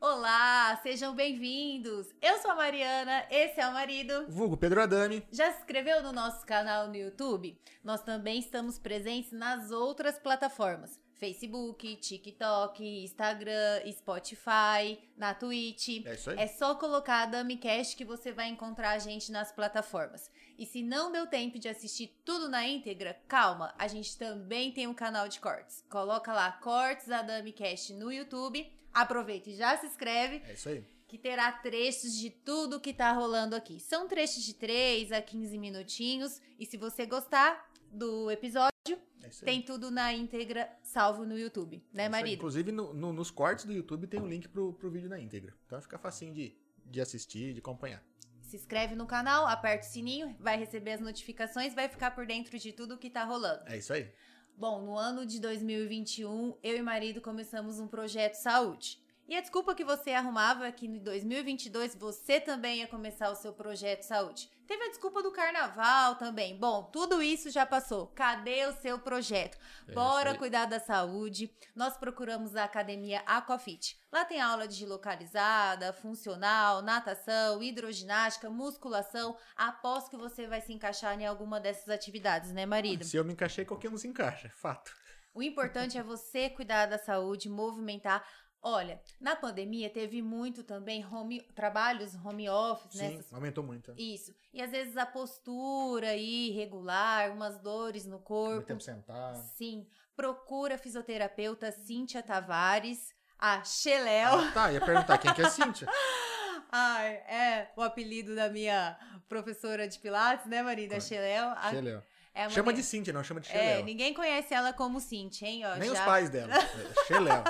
Olá, sejam bem-vindos! Eu sou a Mariana, esse é o marido. Vulgo Pedro Adami. Já se inscreveu no nosso canal no YouTube? Nós também estamos presentes nas outras plataformas: Facebook, TikTok, Instagram, Spotify, na Twitch. É isso aí. É só colocar a DamiCast que você vai encontrar a gente nas plataformas. E se não deu tempo de assistir tudo na íntegra, calma, a gente também tem um canal de cortes. Coloca lá Cortes da DamiCast no YouTube. Aproveita e já se inscreve, É isso aí. que terá trechos de tudo que tá rolando aqui. São trechos de 3 a 15 minutinhos. E se você gostar do episódio, É isso aí. tem tudo na íntegra salvo no YouTube, É isso né, aí. marido? Inclusive, no- no- nos cortes do YouTube tem um link pro, pro vídeo na íntegra. Então fica facinho de, de assistir, de acompanhar. Se inscreve no canal, aperta o sininho, vai receber as notificações, vai ficar por dentro de tudo que tá rolando. É isso aí. Bom, no ano de 2021, eu e marido começamos um projeto saúde. E a desculpa que você arrumava é que em 2022 você também ia começar o seu projeto saúde. Teve a desculpa do carnaval também. Bom, tudo isso já passou. Cadê o seu projeto? É isso Bora aí. cuidar da saúde. Nós procuramos a academia Aquafit. Lá tem aula de localizada, funcional, natação, hidroginástica, musculação. Aposto que você vai se encaixar em alguma dessas atividades, né, marido? Se eu me encaixei, qualquer um se encaixa. Fato. O importante é você cuidar da saúde, movimentar. Olha, na pandemia teve muito também home, trabalhos home office, né? Sim, Essas- aumentou muito. Isso. E às vezes a postura aí irregular, umas dores no Muito corpo. tempo sentado. Sim. Procura a fisioterapeuta Cíntia Tavares, a Xeléu. Ah, tá, ia perguntar quem que é a Cíntia. Ah. Ai, é o apelido da minha professora de pilates, né, Marina? A Claro. Xeléu. A- Xeléu. é uma Chama ne- de Cíntia, não chama de É, Xeléu. ninguém conhece ela como Cíntia, hein? Ó, Nem já- os pais dela. É, Xeléu.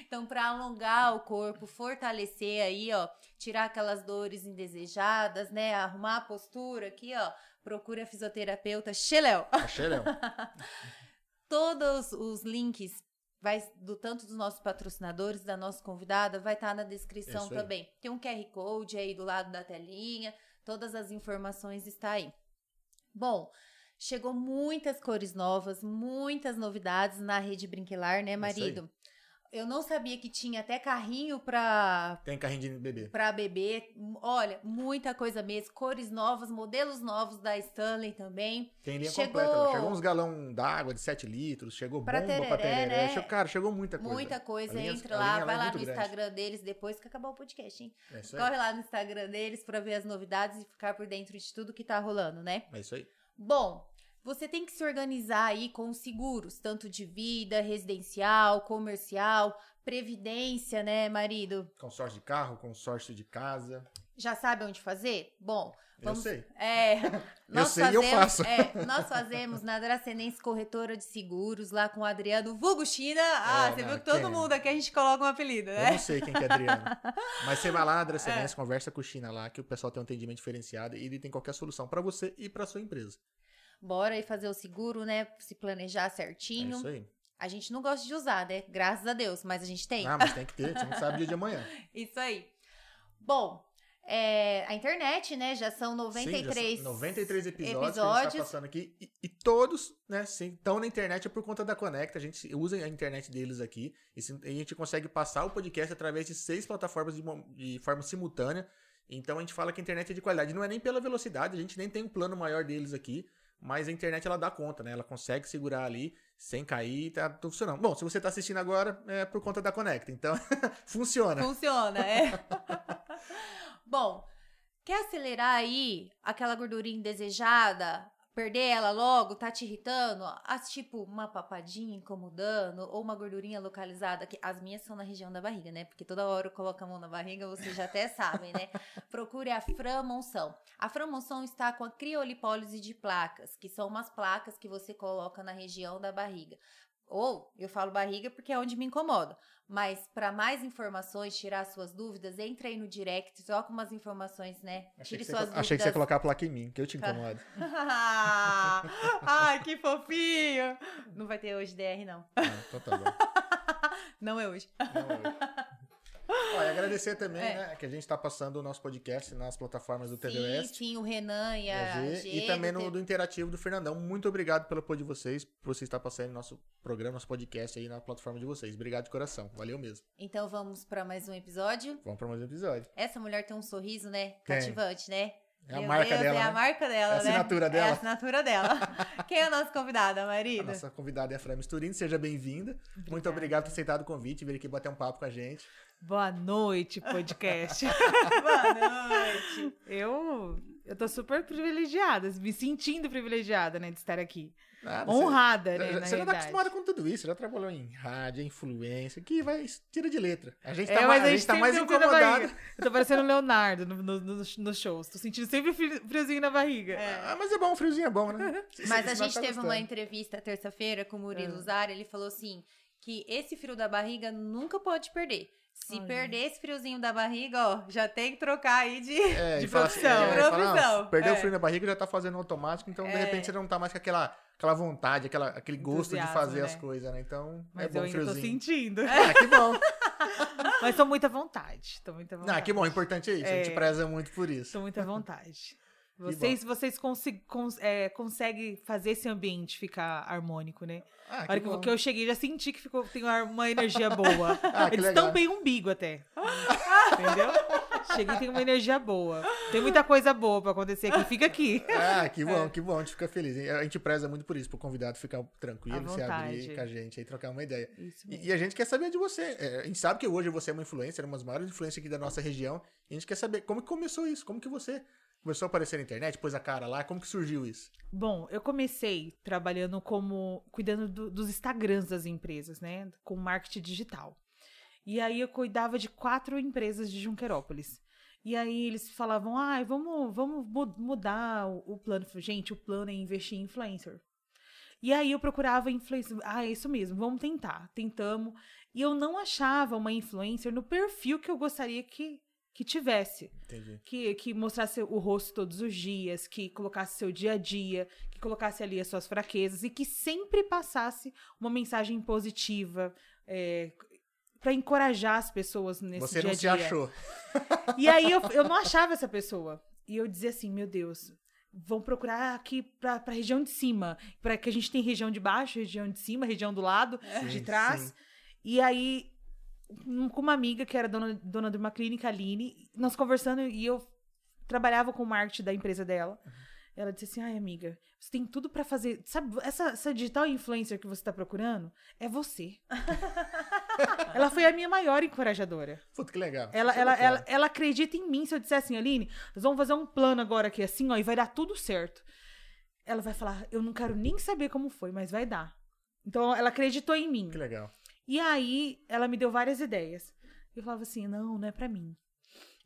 Então, para alongar o corpo, fortalecer aí, ó, tirar aquelas dores indesejadas, né? Arrumar a postura aqui, ó. Procura a fisioterapeuta Xeléu. É Xeléu. Todos os links vai do tanto dos nossos patrocinadores, da nossa convidada, vai estar na descrição Isso aí. também. Tem um QR Code aí do lado da telinha, todas as informações está aí. Bom, chegou muitas cores novas, muitas novidades na rede Brinquelar, né, Isso aí. marido? Eu não sabia que tinha até carrinho para Tem carrinho de bebê. para bebê. Olha, muita coisa mesmo, cores novas, modelos novos da Stanley também. Tem linha Chegou- completa. né? Chegou uns galão d'água de 7 litros, chegou Pra bomba tereré, pra tereré. né? Chegou- cara, chegou muita coisa. Muita coisa, A linha- entra a lá, linha lá vai é lá no muito grande. Instagram deles depois que acabar o podcast, hein? É isso aí. Corre lá no Instagram deles pra ver as novidades e ficar por dentro de tudo que tá rolando, né? É isso aí. Bom, você tem que se organizar aí com os seguros, tanto de vida, residencial, comercial, previdência, né, marido? Consórcio de carro, consórcio de casa. Já sabe onde fazer? Bom, Eu vamos sei. É, nós sei e eu fazemos, faço. é, nós fazemos na Dracenense Corretora de Seguros, lá com o Adriano Vulgo China. Ah, É, você não, viu que todo quem- mundo aqui a gente coloca um apelido, Eu né? não sei quem que é Adriano. Mas você vai lá na É. Dracenense, conversa com o China lá, que o pessoal tem um atendimento diferenciado e ele tem qualquer solução pra você e pra sua empresa. Bora aí fazer o seguro, né? Se planejar É certinho. isso aí. a gente não gosta de usar, né? Graças a Deus, mas a gente tem. Ah, mas tem que ter, você não sabe o dia de amanhã. Isso aí. Bom, é, a internet, né? Já são Sim, já 93. são 93 episódios, que a gente episódios. tá passando aqui. E, e todos, né, estão na internet por conta da Conecta. A gente usa a internet deles aqui. E, se- e a gente consegue passar o podcast através de seis plataformas de, mo- de forma simultânea. Então a gente fala que a internet é de qualidade. Não é nem pela velocidade, a gente nem tem um plano maior deles aqui. Mas a internet ela dá conta, né? Ela consegue segurar ali sem cair, tá tudo funcionando. Bom, se você tá assistindo agora, é por conta da Conecta. Então, funciona. Funciona, é. Bom, quer acelerar aí aquela gordurinha indesejada? Perder ela logo, tá te irritando? As tipo uma papadinha incomodando ou uma gordurinha localizada, que as minhas são na região da barriga, né? Porque toda hora eu coloco a mão na barriga, vocês já até sabem, né? Procure a Fran Monção. A Fran Monção está com a criolipólise de placas, que são umas placas que você coloca na região da barriga. Ou, eu falo barriga porque é onde me incomoda. Mas para mais informações, tirar suas dúvidas, entre aí no direct, troca umas informações, né? Achei Tire que, você, suas achei que você dúvidas. ia colocar a placa em mim, que eu te incomodo. Ai, que fofinho! Não vai ter hoje DR, não. Ah, então tá bom. Não é hoje. Não, eu- Ó, Olha, agradecer também, É. né? Que a gente tá passando o nosso podcast nas plataformas do TV Sim, Oeste. sim, o Renan e É e a, a né, G, G, e também do no, TV. do interativo do Fernandão. Muito obrigado pelo apoio de vocês, por vocês estar passando nosso programa, nosso podcast aí na plataforma de vocês. Obrigado de coração. Valeu mesmo. Então vamos pra mais um episódio. Vamos para mais um episódio. Essa mulher tem um sorriso, né? Tem. Cativante, né? É a Meu marca Deus, dela. É a né? marca dela, É a né? assinatura É a dela. assinatura dela. Quem é a nossa convidada, A marido? nossa convidada é a Fran Misturini, seja bem-vinda. Muito obrigado por ter aceitado o convite, vir aqui bater um papo com a gente. Boa noite, podcast. Boa noite. eu, eu tô super privilegiada, me sentindo privilegiada, né, de estar aqui. Nada, Honrada, Ah, Você, né, já- na você já tá realidade. acostumada com tudo isso, já trabalhou em rádio, em influência, que vai, tira de letra. A gente É, tá, mas mais, a a gente gente tá sempre mais tem um frio na incomodada. Eu tô parecendo o Leonardo no- no- no- nos shows. Tô sentindo sempre o fri- friozinho na barriga. Ah, mas é bom, friozinho é bom, Uhum. né? Mas a Esse gente tá teve um gostando. uma entrevista terça-feira com o Murilo Ah. Zara, ele falou assim, que esse frio da barriga nunca pode perder. Se Olha. perder esse friozinho da barriga, ó, já tem que trocar aí de... É, de e fala assim, profissão. é, De e fala, profissão, ah, perdeu é. o frio na barriga, já tá fazendo automático, então de É. repente você não tá mais com aquela, aquela vontade, aquela, aquele gosto de Entusiasmo, fazer né? as coisas, né? Então é Mas bom eu o ainda tô friozinho. sentindo. Ah, que bom. Mas tô muito à vontade. Tô muito à vontade. Ah, que bom, o importante é isso. A gente É. preza muito por isso. Tô muito à vontade. bom. Vocês, vocês consi- cons- é, conseguem fazer esse ambiente ficar harmônico, né? Ah, A hora que que, bom. eu- que eu cheguei, já senti que ficou, tem uma- uma energia boa. Ah, que Eles legal. tampem o umbigo até. Entendeu? Cheguei, tem uma energia boa. Tem muita coisa boa pra acontecer aqui. Fica aqui. Ah, que É. bom, que bom, a gente fica feliz. hein? A gente preza muito por isso, pro convidado ficar À tranquilo, se abrir vontade. com a gente aí, trocar uma ideia. Isso mesmo. E, e a gente quer saber de você. É, a gente sabe que hoje você é uma influencer, uma das maiores influências aqui da nossa região. E a gente quer saber como que começou isso, como que você começou a aparecer na internet, pôs a cara lá, como que surgiu isso? Bom, eu comecei trabalhando como. cuidando do- dos Instagrams das empresas, né? Com marketing digital. E aí eu cuidava de quatro empresas de Junquerópolis. E aí eles falavam, ah, vamos, vamos mu- mudar o, o plano. Eu falei, Gente, o plano é investir em influencer. E aí eu procurava influencer. Ah, é isso mesmo, vamos tentar. Tentamos. E eu não achava uma influencer no perfil que eu gostaria que, que tivesse Entendi. que, que mostrasse o rosto todos os dias, que colocasse seu dia a dia, que colocasse ali as suas fraquezas e que sempre passasse uma mensagem positiva é, para encorajar as pessoas nesse você dia não a se dia. achou. E aí eu, eu não achava essa pessoa. E eu dizia assim, meu Deus, vão procurar aqui pra, pra região de cima. Pra que a gente tem região de baixo, região de cima, região do lado, de Sim, trás. sim. E aí, um- com uma amiga que era dona, dona de uma clínica, a Aline, nós conversando e eu trabalhava com o marketing da empresa dela. Ela disse assim, ai amiga, você tem tudo pra fazer. Sabe, essa, essa digital influencer que você tá procurando é você. Ela foi a minha maior encorajadora. Puta que legal. Ela, Isso é ela, bacana. ela, ela acredita em mim se eu disser assim, Aline, nós vamos fazer um plano agora aqui assim, ó, e vai dar tudo certo. Ela vai falar, eu não quero nem saber como foi, mas vai dar. Então ela acreditou em mim. Que legal. E aí ela me deu várias ideias. Eu falava assim, não, não é pra mim.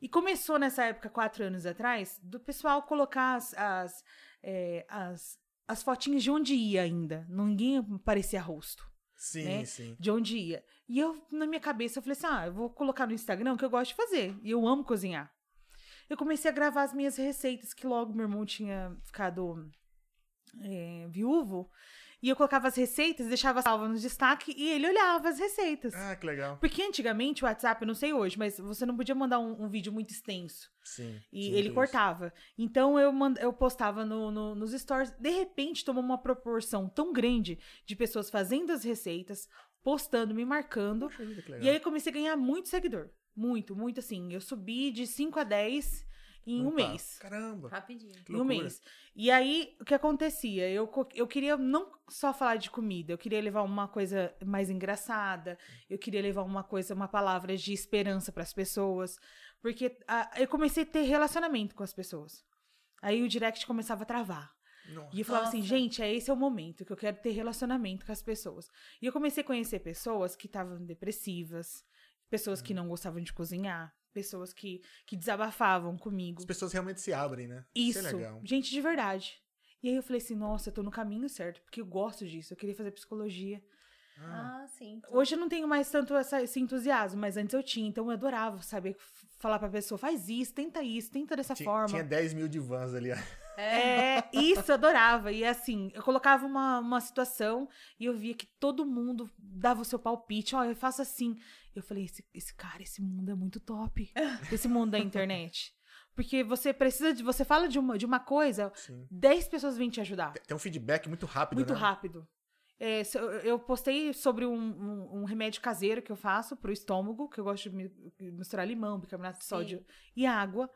E começou nessa época, quatro anos atrás, do pessoal colocar as, as, é, as, as fotinhas de onde ia ainda. Ninguém parecia rosto Sim, né? sim. de onde ia. E eu, na minha cabeça, eu falei assim: ah, eu vou colocar no Instagram o que eu gosto de fazer. E eu amo cozinhar. Eu comecei a gravar as minhas receitas, que logo meu irmão tinha ficado é, viúvo. E eu colocava as receitas, deixava salva no destaque e ele olhava as receitas. Ah, que legal. Porque antigamente o WhatsApp, eu não sei hoje, mas você não podia mandar um- um vídeo muito extenso. Sim. E sim, ele isso. cortava. Então eu, mand- eu postava no- no- nos stories. De repente tomou uma proporção tão grande de pessoas fazendo as receitas, postando, me marcando. Poxa vida, que legal. E aí comecei a ganhar muito seguidor. Muito, muito assim. Eu subi de 5 a 10 em um Opa, mês. tá. Caramba. Rapidinho. que Em um loucura. mês. E aí, o que acontecia? Eu, co- eu queria não só falar de comida, eu queria levar uma coisa mais engraçada, eu queria levar uma coisa, uma palavra de esperança para as pessoas, porque ah, eu comecei a ter relacionamento com as pessoas. Aí o direct começava a travar. Nossa. E eu falava assim, Nossa. gente, é esse é o momento que eu quero ter relacionamento com as pessoas. E eu comecei a conhecer pessoas que estavam depressivas, pessoas Uhum. que não gostavam de cozinhar, pessoas que, que desabafavam comigo. As pessoas realmente se abrem, né? Isso. é legal. Gente de verdade. E aí eu falei assim, nossa, eu tô no caminho certo, porque eu gosto disso, eu queria fazer psicologia. Ah, Ah, sim. Hoje eu não tenho mais tanto essa- esse entusiasmo, mas antes eu tinha, então eu adorava saber f- falar pra pessoa, faz isso, tenta isso, tenta dessa ti- forma. Tinha 10 mil divãs ali. ó. É, isso, eu adorava. E assim, eu colocava uma, uma situação e eu via que todo mundo dava o seu palpite. Ó, eu faço assim. Eu falei, esse, esse cara, esse mundo é muito top. Esse mundo da internet. Porque você precisa de. Você fala de uma, de uma coisa, Sim. 10 pessoas vêm te ajudar. Tem- Tem um feedback muito rápido, Muito né? rápido. É, se- eu- eu postei sobre um, um- um remédio caseiro que eu faço pro estômago, que eu gosto de mi- misturar limão, bicarbonato de Sim. sódio e água.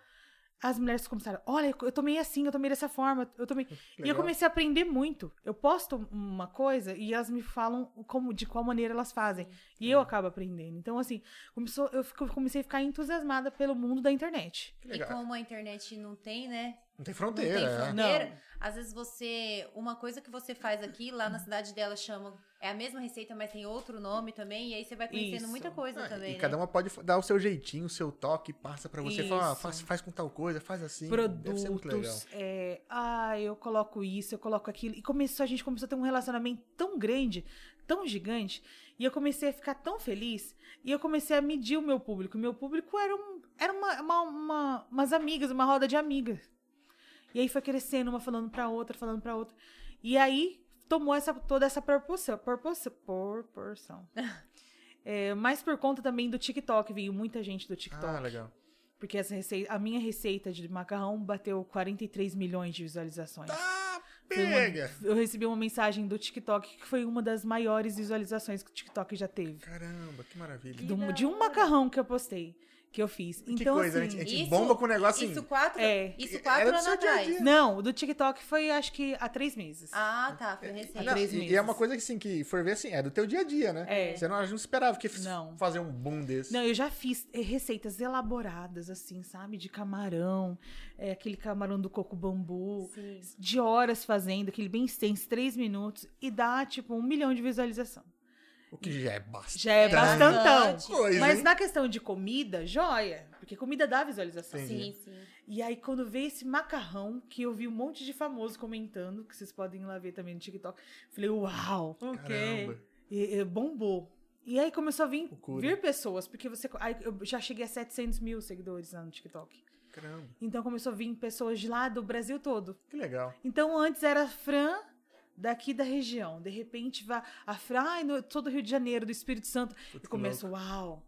As mulheres começaram, olha, eu tomei assim, eu tomei dessa forma, eu tomei. E eu Legal. comecei a aprender muito. Eu posto uma coisa e elas me falam como, de qual maneira elas fazem. E eu acabo aprendendo. Então, assim, começou, eu fico- comecei a ficar entusiasmada pelo mundo da internet. Que E legal. como a internet não tem, né? Não Não tem tem fronteira, né? fronteira. Não. Às vezes você. Uma coisa que você faz aqui, lá na cidade dela chamam. É a mesma receita, mas tem outro nome também. E aí você vai conhecendo Isso. muita coisa Ah, também. e né? cada uma pode dar o seu jeitinho, o seu toque, passa pra você, fala, ah, Isso. faz, faz com tal coisa, faz assim. Deve ser muito legal. produtos. É, ah, eu coloco isso, eu coloco aquilo. E começou, a gente começou a ter um relacionamento tão grande, tão gigante. E eu comecei a ficar tão feliz. E eu comecei a medir o meu público. O meu público era, um, era uma, uma- uma- umas amigas, uma roda de amigas. E aí foi crescendo, uma falando pra outra, falando pra outra. E aí tomou essa, toda essa proporção. Proporção. proporção. É, mas por conta também do TikTok, veio muita gente do TikTok. Ah, legal. Porque essa recei- a minha receita de macarrão bateu 43 milhões de visualizações. Tá, Foi uma- pega! eu recebi uma mensagem do TikTok que foi uma das maiores visualizações que o TikTok já teve. Caramba, que maravilha. De um- da de um macarrão que eu postei, que eu fiz. que então, coisa, a assim, gente, a gente isso- bomba com o negócio assim. Isso quatro, É. isso quatro Era do anos seu dia a atrás. dia. Não, o do TikTok foi acho que há três meses. Ah, tá. Foi recente. Não, três e, e meses. é uma coisa que, assim, que for ver assim, é do teu dia a dia, né? É. Você não, a gente não esperava que f- Não. fazer um boom desse. Não, eu já fiz eh, receitas elaboradas, assim, sabe? De camarão, eh, aquele camarão do coco bambu. Sim. de horas fazendo, aquele bem extenso, três minutos, e dá, tipo, um milhão de visualização. O que já é bastante. Já é, Tá. bastantão. bastante. Coisa, Mas hein? na questão de comida, joia. Porque comida dá visualização. Sim. Sim, sim. E aí, quando veio esse macarrão, que eu vi um monte de famoso comentando, que vocês podem ir lá ver também no TikTok, falei, uau! Caramba. E, e bombou. E aí começou a vir, Loucura. vir pessoas, porque você. Aí eu já cheguei a 700 mil seguidores lá no TikTok. Caramba. Então começou a vir pessoas de lá do Brasil todo. Que legal. Então antes era Fran daqui da região. De repente vai a Fran, ai, no, todo o Rio de Janeiro, do Espírito Santo. Puta, E que começa, uau!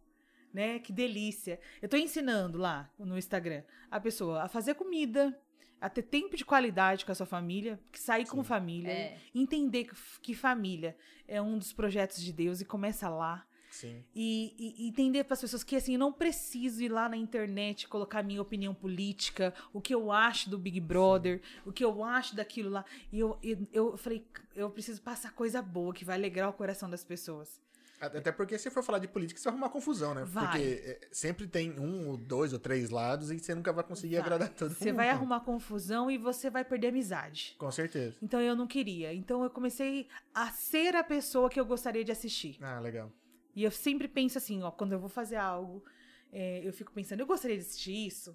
Né? Que delícia. Eu tô ensinando lá no Instagram a pessoa a fazer comida, a ter tempo de qualidade com a sua família, que sair com Sim. família, É. entender que, que família é um dos projetos de Deus e começa lá. louco. Sim. E, e- e entender para as pessoas que assim, eu não preciso ir lá na internet colocar minha opinião política, o que eu acho do Big Brother, o que eu acho daquilo lá. E eu, eu, eu falei, eu preciso passar coisa boa que vai alegrar o coração das pessoas. Até até porque se for falar de política, você vai arrumar confusão, né? Vai. Porque é, sempre tem um, ou dois, ou três lados e você nunca vai conseguir Vai. agradar todo mundo. Você vai arrumar confusão e você vai perder amizade. Com certeza. Então eu não queria. Então eu comecei a ser a pessoa que eu gostaria de assistir. Ah, legal. E eu sempre penso assim, ó, quando eu vou fazer algo, é, eu fico pensando, eu gostaria de assistir isso?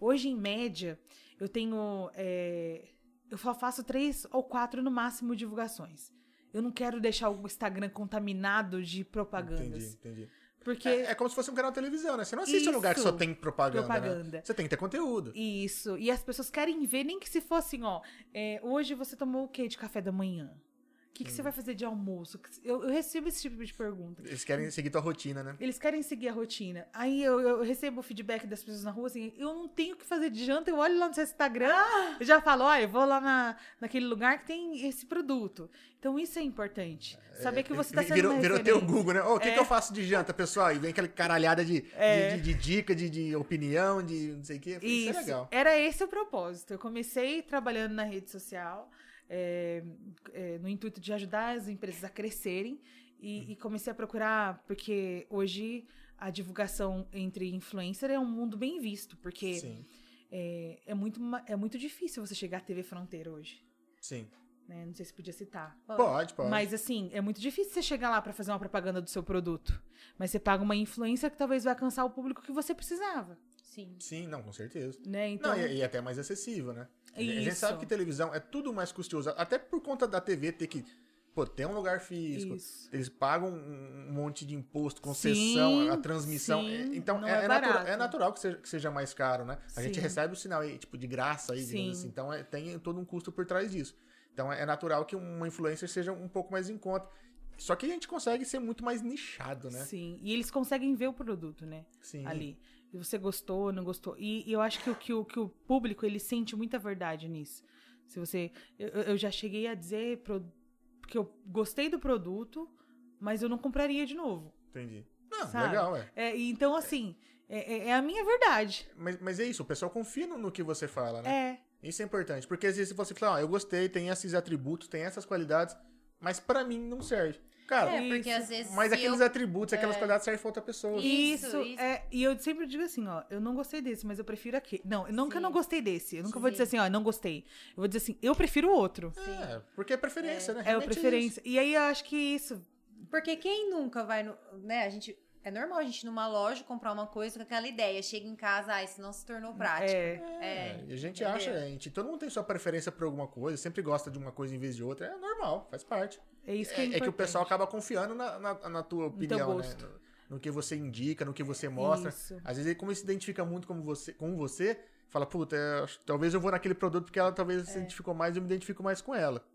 Hoje, em média, eu tenho. é, eu só faço três ou quatro no máximo divulgações. Eu não quero deixar o Instagram contaminado de propagandas. Entendi, entendi. Porque. É, é como se fosse um canal de televisão, né? Você não assiste um lugar que só Isso. tem propaganda, Propaganda. né? Você tem que ter conteúdo. Isso. E as pessoas querem ver, nem que se fossem, ó. é, hoje você tomou o quê de café da manhã? O que, que Hum. você vai fazer de almoço? Eu- eu recebo esse tipo de pergunta. Eles querem seguir tua rotina, né? Eles querem seguir a rotina. Aí eu, eu recebo o feedback das pessoas na rua, assim, eu não tenho o que fazer de janta, eu olho lá no seu Instagram, Ah! eu já falo, olha, eu vou lá na, naquele lugar que tem esse produto. Então isso é importante. Saber que você tá é, Vi- sendo virou, uma virou referência. É. teu Google, né? Ô, o que, que eu faço de janta, pessoal? E vem aquela caralhada de, de, de- de dica, de, de opinião, de não sei o quê. Isso, é Isso. legal. Era esse o propósito. Eu comecei trabalhando na rede social, é, é, no intuito de ajudar as empresas a crescerem. E, Uhum. e comecei a procurar, porque hoje a divulgação entre influencer é um mundo bem visto, porque. Sim, É, é muito, ma- é muito difícil você chegar à TV Fronteira hoje. sim. né? Não sei se podia citar. Pode, pode. Mas assim, é muito difícil você chegar lá pra fazer uma propaganda do seu produto. Mas você paga uma influência que talvez vai alcançar o público que você precisava. Sim. Sim, não, com certeza. Né? Então, Não, e, e até mais acessível, né? A gente Isso. sabe que televisão é tudo mais custoso. Até por conta da TV ter que pô, tem um lugar físico. Isso. Eles pagam um um monte de imposto, concessão, Sim, a transmissão. sim, É- então não é, é é natura- barato. é natural que seja, que seja mais caro, né? A gente Sim. recebe o sinal aí, tipo, de graça aí, digamos Sim. assim. Então é- tem todo um custo por trás disso. Então é é natural que uma influencer seja um pouco mais em conta. Só que a gente consegue ser muito mais nichado, né? Sim. E eles conseguem ver o produto, né? Sim. ali. E você gostou, não gostou. E, e eu acho que o, que, o, que o público, ele sente muita verdade nisso. Se você... Eu, eu- eu já cheguei a dizer pro- que eu gostei do produto, mas eu não compraria de novo. Entendi. Não, Sabe? legal, é. É, e então, assim, é, é- é a minha verdade. Mas, mas é isso, o pessoal confia no, no que você fala, né? É, Isso é importante. Porque às vezes você fala, ó, eu gostei, tem esses atributos, tem essas qualidades, mas pra mim não serve. Cara, É, porque Isso. às vezes. mas se aqueles eu... é. atributos, aquelas qualidades servem pra outra pessoa. Isso, isso, isso. é. E eu sempre digo assim, ó, eu não gostei desse, mas eu prefiro aquele. Não, eu nunca Sim. não gostei desse. Eu nunca vou Sim. dizer assim, ó, não gostei. Eu vou dizer assim, eu prefiro o outro. É, porque é preferência, né? É a Realmente preferência. E aí eu acho que isso. Porque quem nunca vai no. Né, a gente. É normal a gente ir numa loja comprar uma coisa com aquela ideia. Chega em casa, ah, isso não se tornou prático. É, isso. É, É, e a gente entendeu? acha, a gente, todo mundo tem sua preferência por alguma coisa, sempre gosta de uma coisa em vez de outra. É normal, faz parte. é isso que é, É, é que o importante. pessoal acaba confiando na, na, na tua opinião, né? gosto. No, no que você indica, no que você mostra. Isso. Às vezes, ele, como ele se identifica muito com você, com você fala, puta, eu acho- talvez eu vou naquele produto porque ela talvez É. se identificou mais e eu me identifico mais com ela.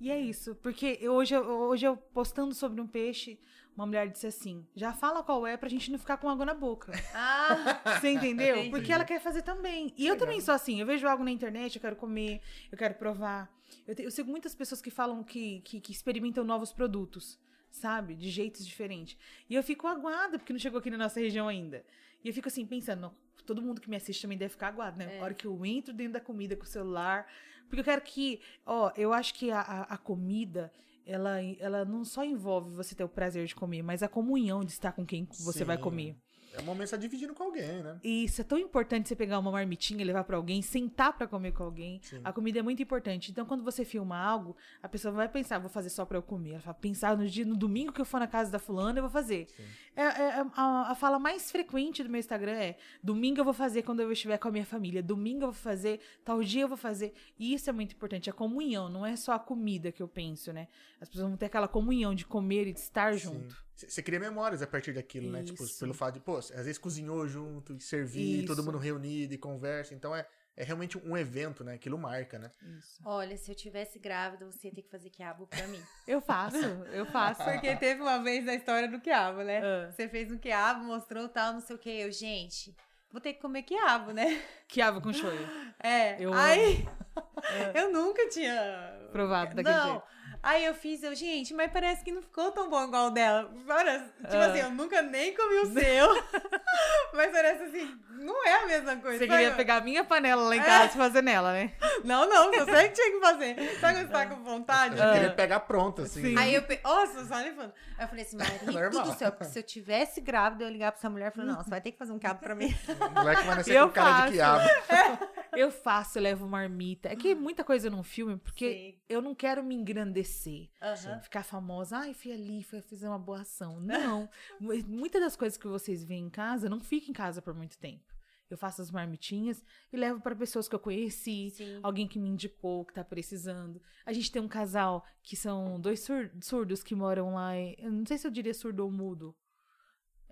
E é isso, porque eu- hoje, eu- hoje eu postando sobre um peixe, uma mulher disse assim: já fala qual é pra gente não ficar com água na boca. Ah, Você entendeu? Entendi. Porque ela quer fazer também. E eu também sou assim, eu vejo algo na internet, eu quero comer, eu quero provar. Eu, te- eu sigo muitas pessoas que falam que, que, que experimentam novos produtos, sabe? De jeitos diferentes. E eu fico aguada, porque não chegou aqui na nossa região ainda. E eu fico assim, pensando, "Não, todo mundo que me assiste também deve ficar aguado, né? É. A hora que eu entro dentro da comida com o celular. Porque eu quero que, ó, eu acho que a, a, a comida. Ela, ela não só envolve você ter o prazer de comer, mas a comunhão de estar com quem você vai Sim. comer. É um momento que você tá dividindo com alguém, né? E isso é tão importante você pegar uma marmitinha, e levar pra alguém, sentar pra comer com alguém. Sim. A comida é muito importante. Então, quando você filma algo, a pessoa não vai pensar, vou fazer só pra eu comer. Ela vai pensar no dia, no domingo que eu for na casa da fulana, eu vou fazer. Sim. É, é- é- a, a fala mais frequente do meu Instagram é: domingo eu vou fazer quando eu estiver com a minha família. Domingo eu vou fazer, tal dia eu vou fazer. E isso é muito importante. A comunhão, não é só a comida que eu penso, né? As pessoas vão ter aquela comunhão de comer e de estar Sim. junto. C- Você cria memórias a partir daquilo, né? Tipo, Isso. pelo fato de, pô, às vezes cozinhou junto, e servir, Isso. todo mundo reunido e conversa. Então é, é realmente um evento, né? Aquilo marca, né? Isso. olha, se eu tivesse grávida, você ia ter que fazer quiabo pra mim. Eu faço, eu faço. Porque teve uma vez na história do quiabo, né? Ah. Você fez um quiabo, mostrou tal, não sei o que. Eu, gente, vou ter que comer quiabo, né? Quiabo com shoyu. É. Eu Aí. eu nunca tinha. Provado daquele Não. jeito. Aí eu fiz, eu, gente, mas parece que não ficou tão bom igual o dela. Parece, tipo Ah. assim, eu nunca nem comi o seu. mas parece assim, não é a mesma coisa. Você sabe? queria pegar a minha panela lá em casa e fazer nela, né? Não, não, você que tinha que fazer. Sabe quando você tá com vontade? Eu já queria pegar pronto, assim. Ah. Sim. né? Aí eu pe... Nossa, só levando. Aí eu falei assim, marido Normal. do céu, porque se eu tivesse grávida, eu ia ligar pra essa mulher e falar, não, você vai ter que fazer um cabo pra mim. O moleque vai nascer Eu com cara faço. de quiabo. Eu faço, eu levo marmita. É que muita coisa num filme, porque Sim. eu não quero me engrandecer. Aham. Ficar famosa, ai, fui ali, fui fazer uma boa ação. Não. Mu- Muitas das coisas que vocês veem em casa, não fica em casa por muito tempo. Eu faço as marmitinhas e levo para pessoas que eu conheci, Sim. alguém que me indicou, que tá precisando. A gente tem um casal que são dois sur- surdos que moram lá. em- eu não sei se eu diria surdo ou mudo.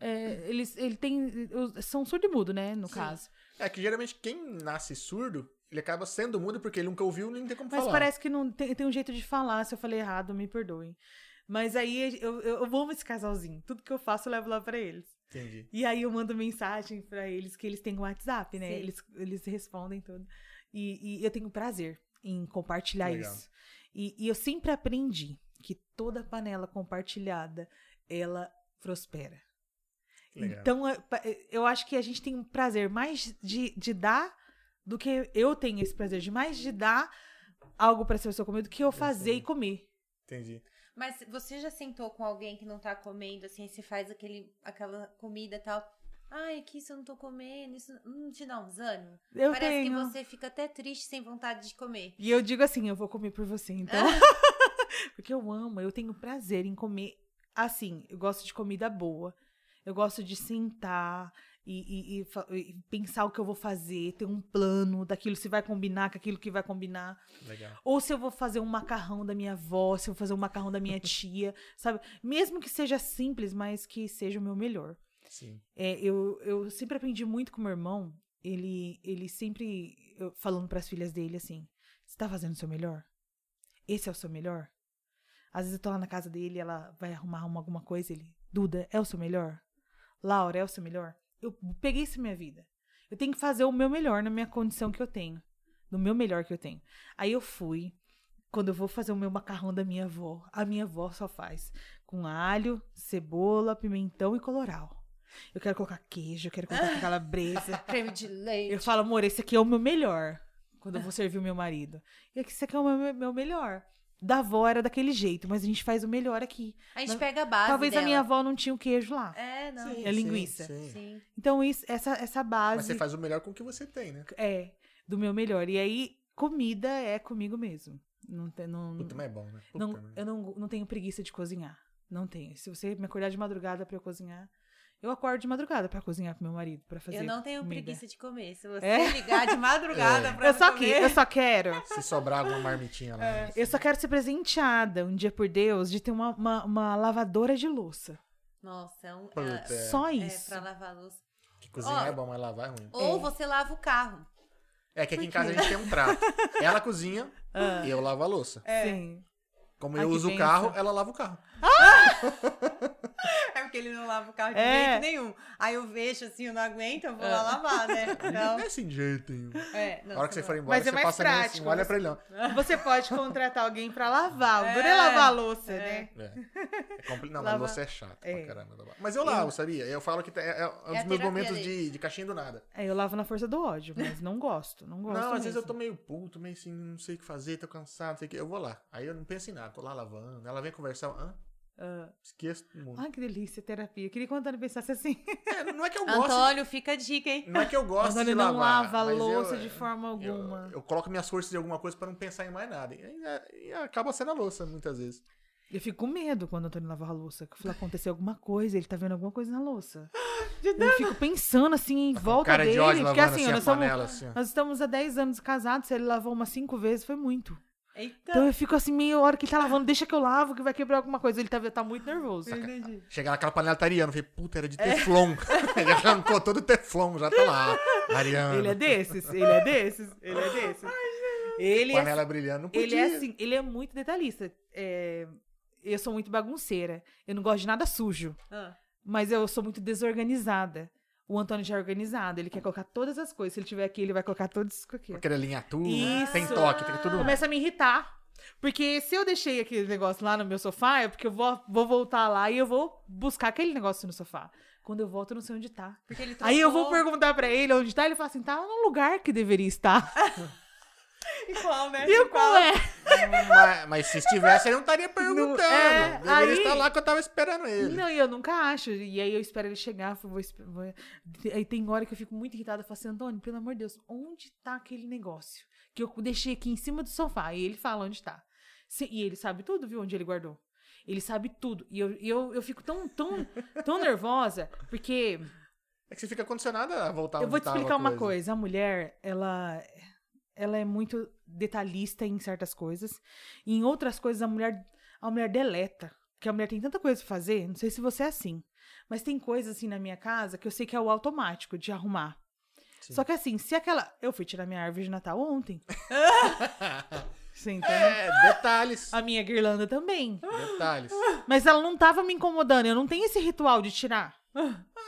É, eles ele tem, os- são surdo e mudo, né? No Sim. caso. É que geralmente quem nasce surdo, ele acaba sendo mudo porque ele nunca ouviu nem tem como Mas falar. parece que não tem, tem um jeito de falar. Se eu falei errado, me perdoem. Mas aí eu, eu, eu amo esse casalzinho. Tudo que eu faço eu levo lá pra eles. Entendi. E aí eu mando mensagem pra eles, que eles têm um WhatsApp, né? Sim. Eles, eles respondem tudo. E, e eu tenho prazer em compartilhar Legal. isso. E, e eu sempre aprendi que toda panela compartilhada, ela prospera. Que Legal. Então, é, pa- é, eu acho que a gente tem um prazer mais de, de dar do que eu tenho esse prazer de mais de dar algo pra essa pessoa comer do que eu fazer sim. e comer. Entendi. Mas você já sentou com alguém que não tá comendo, assim, você faz aquele, aquela comida e tal. Ai, que isso eu não tô comendo, isso não te dá um desânimo? Eu Parece tenho. que você fica até triste sem vontade de comer. E eu digo assim, eu vou comer por você, então. Porque eu amo, eu tenho prazer em comer assim. Eu gosto de comida boa. Eu gosto de sentar, e, e- e fa- e pensar o que eu vou fazer, ter um plano daquilo se vai combinar com aquilo que vai combinar. Legal. Ou se eu vou fazer um macarrão da minha avó, se eu vou fazer um macarrão da minha tia, sabe? Mesmo que seja simples, mas que seja o meu melhor. Sim. É, eu, eu sempre aprendi muito com meu irmão. Ele, ele sempre eu- falando para as filhas dele assim: Você tá fazendo o seu melhor? Esse é o seu melhor? Às vezes eu tô lá na casa dele, ela vai arrumar uma, alguma coisa. Ele: Duda, é o seu melhor? Laura, é o seu melhor? Eu peguei isso na minha vida. Eu tenho que fazer o meu melhor na minha condição que eu tenho. No meu melhor que eu tenho. Aí eu fui. Quando eu vou fazer o meu macarrão da minha avó, a minha avó só faz com alho, cebola, pimentão e colorau. Eu quero colocar queijo, eu quero colocar calabresa. Creme de leite. Eu falo, amor, esse aqui é o meu melhor. Quando eu vou servir o meu marido. E aqui, esse aqui é o meu, meu melhor. Da avó era daquele jeito, mas a gente faz o melhor aqui. A gente Não- pega a base Talvez dela. a minha avó não tinha o queijo lá. É, não. Sim, É linguiça. sim, sim. Sim. Então, isso, essa, essa base. Mas você faz o melhor com o que você tem, né? É, do meu melhor. E aí, comida é comigo mesmo. Não, tem- não, Puta, mas é bom, né? Puta, não, mas- eu não, não tenho preguiça de cozinhar. Não tenho. Se você me acordar de madrugada pra eu cozinhar, eu acordo de madrugada pra cozinhar pro meu marido, pra fazer Eu não tenho comida. preguiça de comer. Se você É? ligar de madrugada É. pra Eu me só, que, comer... eu só quero. Se sobrar uma marmitinha lá. né? É, Eu só quero ser presenteada, um dia por Deus, de ter uma, uma, uma lavadora de louça. Nossa, é um... é- Puta, é. Só É, isso. pra lavar a louça. Que cozinhar Ó. é bom, mas lavar é ruim. Ou É. você lava o carro. É que aqui em Por casa a quê? gente tem um trato. Ela cozinha e eu lavo a louça. Ah, Sim. Como Ai, eu que uso o benção. carro, ela lava o carro. É porque ele não lava o carro de É. jeito nenhum. Aí eu vejo assim, eu não aguento, eu vou lá lavar, né? Então, Não é assim de jeito nenhum. é, não, Na hora que você não- for embora, Mas é você mais passa nem assim, prático, né? olha você- pra ele não. Você pode contratar alguém pra lavar. O duro É, é lavar a louça, é. né? É. É compli- Não, Lava- mas você é chato É. pra caramba. lavar. Mas eu lavo, sabia? Eu falo que é, é um dos a meus terapia momentos dele. de, de caixinha do nada. É, eu lavo na força do ódio, mas não gosto. Não gosto. não, às vezes eu tô mesmo. meio puto, meio assim, não sei o que fazer, tô cansado, não sei o que. Eu vou lá. Aí eu não penso em nada, tô lá lavando. Ela vem conversar, hã? Ah. Esqueço do mundo. Ai, que delícia, terapia. Eu queria que o Antônio pensasse assim. É, não é que eu gosto. Antônio, fica a dica, hein? Não é que eu O gosto Antônio de não lavar. lava a mas eu- é, louça de forma Eu, alguma. Eu, eu coloco minhas forças em alguma coisa pra não pensar em mais nada. E, e- e acaba sendo a louça, muitas vezes. fico com medo quando o Antônio lava a louça. Que falou, aconteceu alguma coisa, ele tá vendo alguma coisa na louça. Eu fico pensando assim em Tá Com volta cara dele. de ódio porque lavando assim, assim, nós a somos panela, assim, ó. Nós estamos há 10 anos casados, se ele lavou umas 5 vezes, foi muito. Então Então, eu fico assim, meia hora que ele tá lavando, deixa que eu lavo, que vai quebrar alguma coisa. Ele tá, tá muito é nervoso. entendi. Chegar naquela panela tá ariano, eu falei, puta, era de É. teflon. Ele arrancou todo o teflon, já tá lá. Ariano. Ele é desses, ele é desses, ele é desses. Ele é, panela brilhando, não podia. ele é assim, ele é muito detalhista. É, eu sou muito bagunceira. Eu não gosto de nada sujo, Ah, mas eu sou muito desorganizada. O Antônio já é organizado, ele quer colocar todas as coisas. Se ele tiver aqui, ele vai colocar todos isso aqui. ó. Porque ele alinha tudo, assim. Isso. né? tem toque, tem tudo. Ah, começa a me irritar. Porque se eu deixei aquele negócio lá no meu sofá, é porque eu vou, vou voltar lá e eu vou buscar aquele negócio no sofá. Quando eu volto, eu não sei onde tá. Porque ele Aí eu vou trocou perguntar pra ele onde tá, ele fala assim, tá no lugar que deveria estar. igual, né? E eu, Igual. qual é? Mas, mas se estivesse, ele não estaria perguntando. é, Deveria aí- estar lá que eu tava esperando ele. Não, e eu nunca acho. E aí eu espero ele chegar, vou, esp- vou- aí tem hora que eu fico muito irritada, eu falo assim, Antônio, pelo amor de Deus, onde tá aquele negócio? Que eu deixei aqui em cima do sofá. E ele fala onde tá. Se- E ele sabe tudo, viu, onde ele guardou. Ele sabe tudo. E eu, e eu, eu fico tão, tão, tão nervosa, porque É que você fica condicionada a voltar eu onde vou te tava a explicar uma coisa. A mulher, ela, ela é muito detalhista em certas coisas. E em outras coisas, a mulher, a mulher deleta. Porque a mulher tem tanta coisa pra fazer. Não sei se você é assim. Mas tem coisas assim na minha casa que eu sei que é o automático de arrumar. Sim. Só que assim, se aquela. Eu fui tirar minha árvore de Natal ontem. Você entende? É, detalhes. A minha guirlanda também. Detalhes. Mas ela não tava me incomodando. Eu não tenho esse ritual de tirar.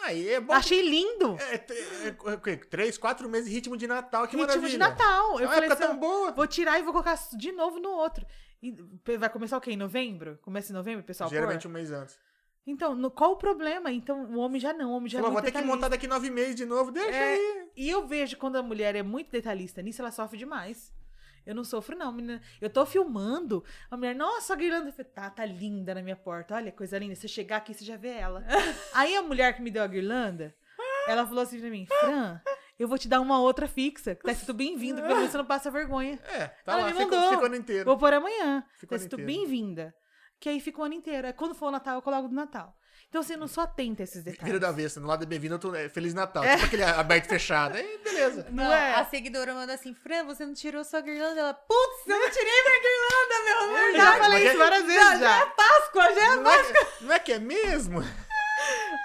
Aí é bom. Achei lindo. É, t- é, o quê? três, quatro meses de ritmo de Natal, que ritmo maravilha. de Natal. É Eu uma falei época assim, ó, tão boa. Vou tirar e vou colocar de novo no outro. E pe- vai começar o quê? Em novembro? Começa em novembro, pessoal? pôr? Geralmente um mês antes. Então, no- qual o problema? Então, o homem já não. O homem já Falou, vou é muito ter que detalhista. montar daqui nove meses de novo, deixa É. aí. E eu vejo quando a mulher é muito detalhista nisso, ela sofre demais. Eu não sofro, não, menina. Eu tô filmando. A mulher, nossa, a guirlanda. Eu falei, Tá, tá linda na minha porta. Olha, coisa linda. Você chegar aqui, você já vê ela. Aí a mulher que me deu a guirlanda, ela falou assim pra mim: Fran, eu vou te dar uma outra fixa. Que tá escrito bem-vindo, pelo menos você não passa vergonha. É, tá Ela lá, Ah, me ficou, mandou. ficou no inteiro. Vou pôr amanhã. Ficou Ficou o ano escrito inteiro. É bem-vinda. Que aí fica o ano inteiro. Aí quando for o Natal, eu coloco do Natal. Então você não só atenta a esses Vira detalhes. do avesso, no lado é bem-vindo, outro é Feliz Natal. Tipo aquele aberto e fechado. Aí, beleza. Não Não, é? a seguidora manda assim, Fran, você não tirou sua guirlanda? Ela, putz, eu não É. tirei minha guirlanda, meu amor. Eu já é já falei isso várias vezes já. Páscoa, já. Não é, que- não é que é mesmo?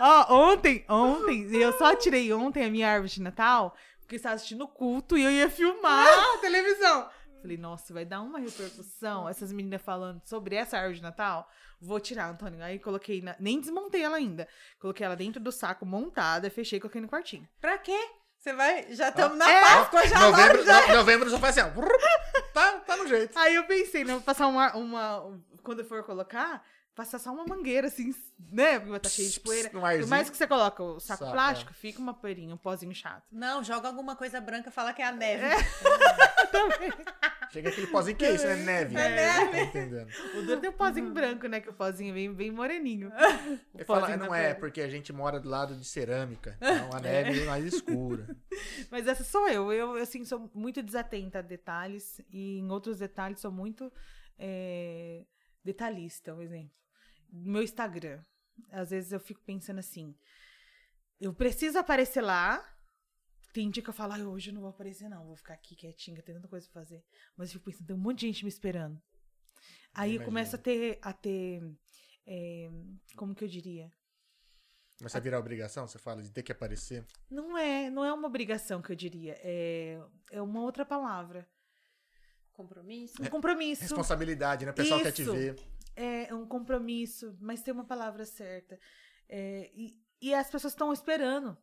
Ó, ontem, ontem, e eu só tirei ontem a minha árvore de Natal, porque eu estava assistindo o culto e eu ia filmar a televisão. Falei, nossa, vai dar uma repercussão. Essas meninas falando sobre essa árvore de Natal. Vou tirar, Antônio. Aí coloquei, na- nem desmontei ela ainda. Coloquei ela dentro do saco, montada, fechei e coloquei no quartinho. Pra quê? Você vai, já estamos na É. Páscoa, já novembro, logo, já. no- novembro só faz assim, ó. Brrr, Tá, tá no jeito. Aí eu pensei, né, vou passar uma, uma- Quando eu for colocar, passar só uma mangueira, assim, né? Porque vai estar cheio de poeira. Um arzinho. Por mais que você coloca o saco, Saco, é. plástico, fica uma poeirinha, um pozinho chato. Não, joga alguma coisa branca, fala que é a neve. Chega aquele pozinho que é isso, né? Neve. É neve. Tá entendendo. O duro tem o pozinho branco, né? Que o pozinho é bem, bem moreninho. O Uhum. Ele fala, pozinho não da é, pedra. porque a gente mora do lado de cerâmica. Então a neve é mais escura. Mas essa sou eu. Eu, assim, sou muito desatenta a detalhes. E em outros detalhes sou muito é, detalhista, por exemplo. Meu Instagram. Às vezes eu fico pensando assim. Eu preciso aparecer lá. Tem dia que eu falo, "Ai, hoje eu não vou aparecer, não. Vou ficar aqui quietinha, tem tanta coisa pra fazer. Mas eu fico pensando, tem um monte de gente me esperando. Aí eu Imagino. começo a ter. A ter é, como que eu diria? Mas você virar obrigação, você fala de ter que aparecer. Não é, não é uma obrigação que eu diria. É, é uma outra palavra. Compromisso? É. Um compromisso. Responsabilidade, né? O pessoal quer te Isso. ver. É um compromisso, mas tem uma palavra certa. É, e, e as pessoas estão esperando.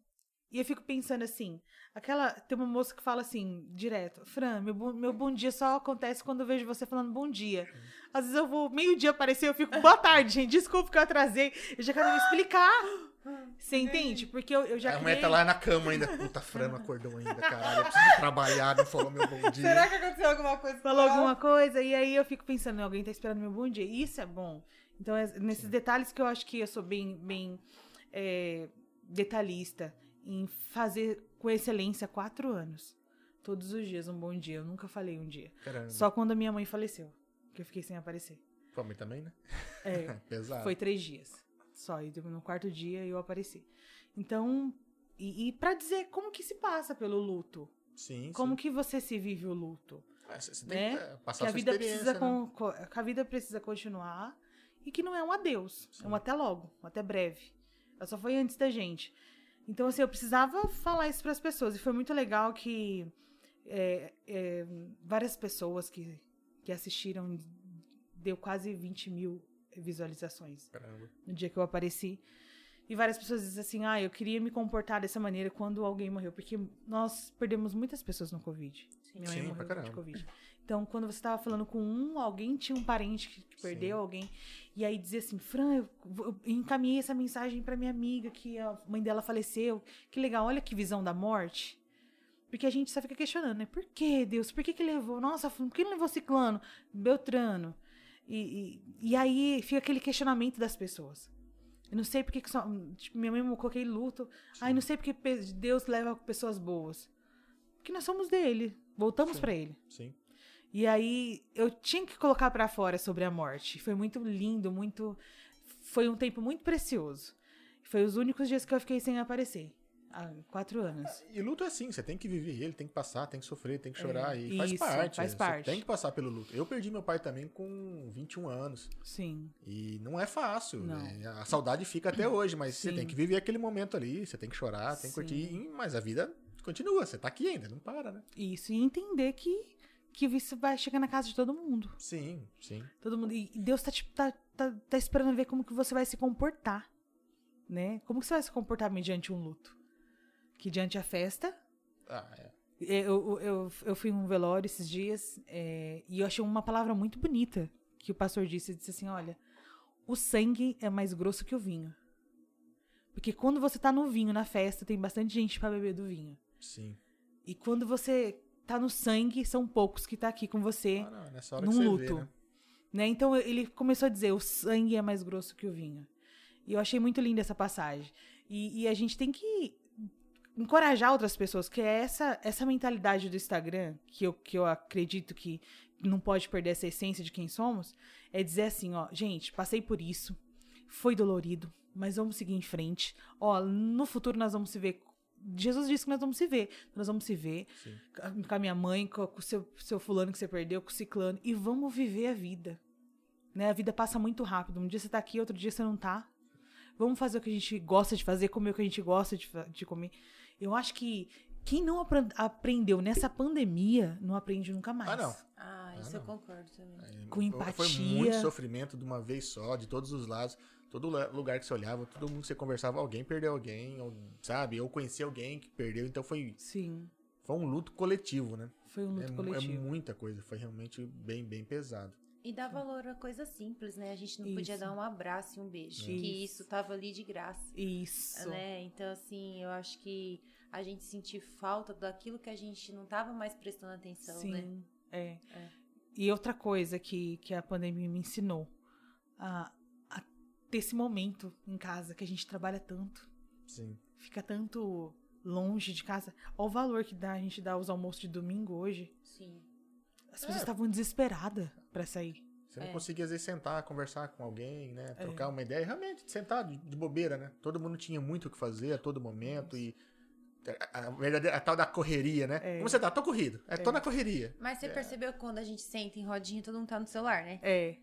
E eu fico pensando assim, aquela. Tem uma moça que fala assim, direto, Fran, meu, bu- meu bom dia só acontece quando eu vejo você falando bom dia. Às vezes eu vou meio-dia aparecer, eu fico, boa tarde, gente. Desculpa que eu atrasei. Eu já quero me explicar. Você entende? Porque eu, eu já. a mulher criei- tá lá na cama ainda. Puta, Fran não acordou ainda, caralho. Eu preciso trabalhar, não falou meu bom dia. Será que aconteceu alguma coisa? falou Tá. alguma coisa, e aí eu fico pensando, alguém tá esperando meu bom dia. Isso é bom. Então, é nesses detalhes que eu acho que eu sou bem, bem é, detalhista em fazer com excelência quatro anos. Todos os dias um bom dia. Eu nunca falei um dia. Caramba. Só quando a minha mãe faleceu, que eu fiquei sem aparecer. Tua mãe também, né? É, Pesado. foi três dias. Só. E no quarto dia eu apareci. Então, e, e para dizer como que se passa pelo luto. Sim, Como sim. que você se vive o luto? Ah, Você você né? tem que eh, passar que a sua vida experiência, precisa né? con- co- que a vida precisa continuar e que não é um adeus, é um até logo, um até breve. Ela só foi antes da gente. Então assim, eu precisava falar isso para as pessoas e foi muito legal que é, é, várias pessoas que que assistiram deu quase 20 mil visualizações Caramba. no dia que eu apareci. E várias pessoas dizem assim: ah, eu queria me comportar dessa maneira quando alguém morreu, porque nós perdemos muitas pessoas no Covid. Minha mãe Sim, pra morreu de caramba. Covid. Então, quando você tava falando com um, alguém tinha um parente que, que perdeu Sim. alguém, e aí dizia assim: Fran, eu, vou- eu encaminhei essa mensagem pra minha amiga que a mãe dela faleceu. Que legal, olha que visão da morte. Porque a gente só fica questionando, né? Por que Deus? Por que, que levou? Nossa, por que não levou Ciclano? Beltrano? E, e, e aí fica aquele questionamento das pessoas. Eu não sei porque que só. Tipo, minha mãe me coloquei em luto. Ai, não sei porque pe- Deus leva pessoas boas. Porque nós somos dele. Voltamos Sim. pra ele. Sim. E aí eu tinha que colocar pra fora sobre a morte. Foi muito lindo, muito. Foi um tempo muito precioso. Foi os únicos dias que eu fiquei sem aparecer. Há quatro anos. E luto é assim, você tem que viver ele, tem que passar, tem que sofrer, tem que chorar. e faz É, isso, parte. faz né? parte. Você tem que passar pelo luto. Eu perdi meu pai também com 21 anos. Sim. E não é fácil. Não. né? A saudade fica até hoje, mas você Sim. tem que viver aquele momento ali, você tem que chorar, tem que curtir. Sim. Mas a vida continua, você tá aqui ainda, não para, né? Isso. E entender que, que isso vai chegar na casa de todo mundo. Sim, sim. Todo mundo. E Deus tá, tipo, tá, tá, tá esperando ver como que você vai se comportar. Né? Como que você vai se comportar mediante um luto? Que diante a festa, Ah, é. É, Eu, eu- eu, eu fui em um velório esses dias é, e eu achei uma palavra muito bonita que o pastor disse. Ele disse assim: Olha, o sangue é mais grosso que o vinho. Porque quando você tá no vinho na festa, tem bastante gente pra beber do vinho. Sim. E quando você tá no sangue, são poucos que tá aqui com você. Ah, não, nessa hora Num que você luto. vê, né? Né? Então ele começou a dizer: o sangue é mais grosso que o vinho. E eu achei muito linda essa passagem. E, e a gente tem que encorajar outras pessoas, que é essa, essa mentalidade do Instagram, que eu, que eu acredito que não pode perder essa essência de quem somos, é dizer assim: ó, gente, passei por isso. Foi dolorido, mas vamos seguir em frente. Ó, no futuro nós vamos se ver. Jesus disse que nós vamos se ver. Nós vamos se ver Sim. com a minha mãe, com o seu, seu fulano que você perdeu, com o ciclano, e vamos viver a vida. Né? A vida passa muito rápido. Um dia você tá aqui, outro dia você não tá. Vamos fazer o que a gente gosta de fazer, comer o que a gente gosta de, fa- de comer. Eu acho que quem não apren- aprendeu nessa pandemia, não aprende nunca mais. Ah, não. Ah, Ah, isso eu não. concordo também. Com Foi- Foi muito empatia. sofrimento de uma vez só, de todos os lados. Todo lu- lugar que você olhava, todo mundo que você conversava, alguém perdeu alguém, ou, sabe? Eu conheci alguém que perdeu, então foi, Sim, foi um luto coletivo, né? foi um luto é, mu- é coletivo. muita coisa, foi realmente bem, bem pesado. E dar valor a coisa simples, né? A gente não podia Tá. Isso. dar um abraço e um beijo. Que Isso. isso tava ali de graça. Isso. Né? Então, assim, eu acho que a gente sentir falta daquilo que a gente não tava mais prestando atenção, Sim. né? É. É. E outra coisa que, que a pandemia me ensinou a, a ter esse momento em casa que a gente trabalha tanto, Sim. fica tanto longe de casa. Olha o valor que dá, a gente dá os almoços de domingo hoje. Sim. As É. pessoas estavam desesperadas pra sair. Você não É. conseguia, às vezes, sentar, conversar com alguém, né? É. Trocar uma ideia. Realmente, sentar de, de bobeira, né? Todo mundo tinha muito o que fazer a todo momento e... A, a verdadeira, a tal da correria, né? É. Como você tá? Tô corrido. É, tô na correria. Mas você percebeu que quando a gente senta em rodinha, todo mundo tá no celular, né? É.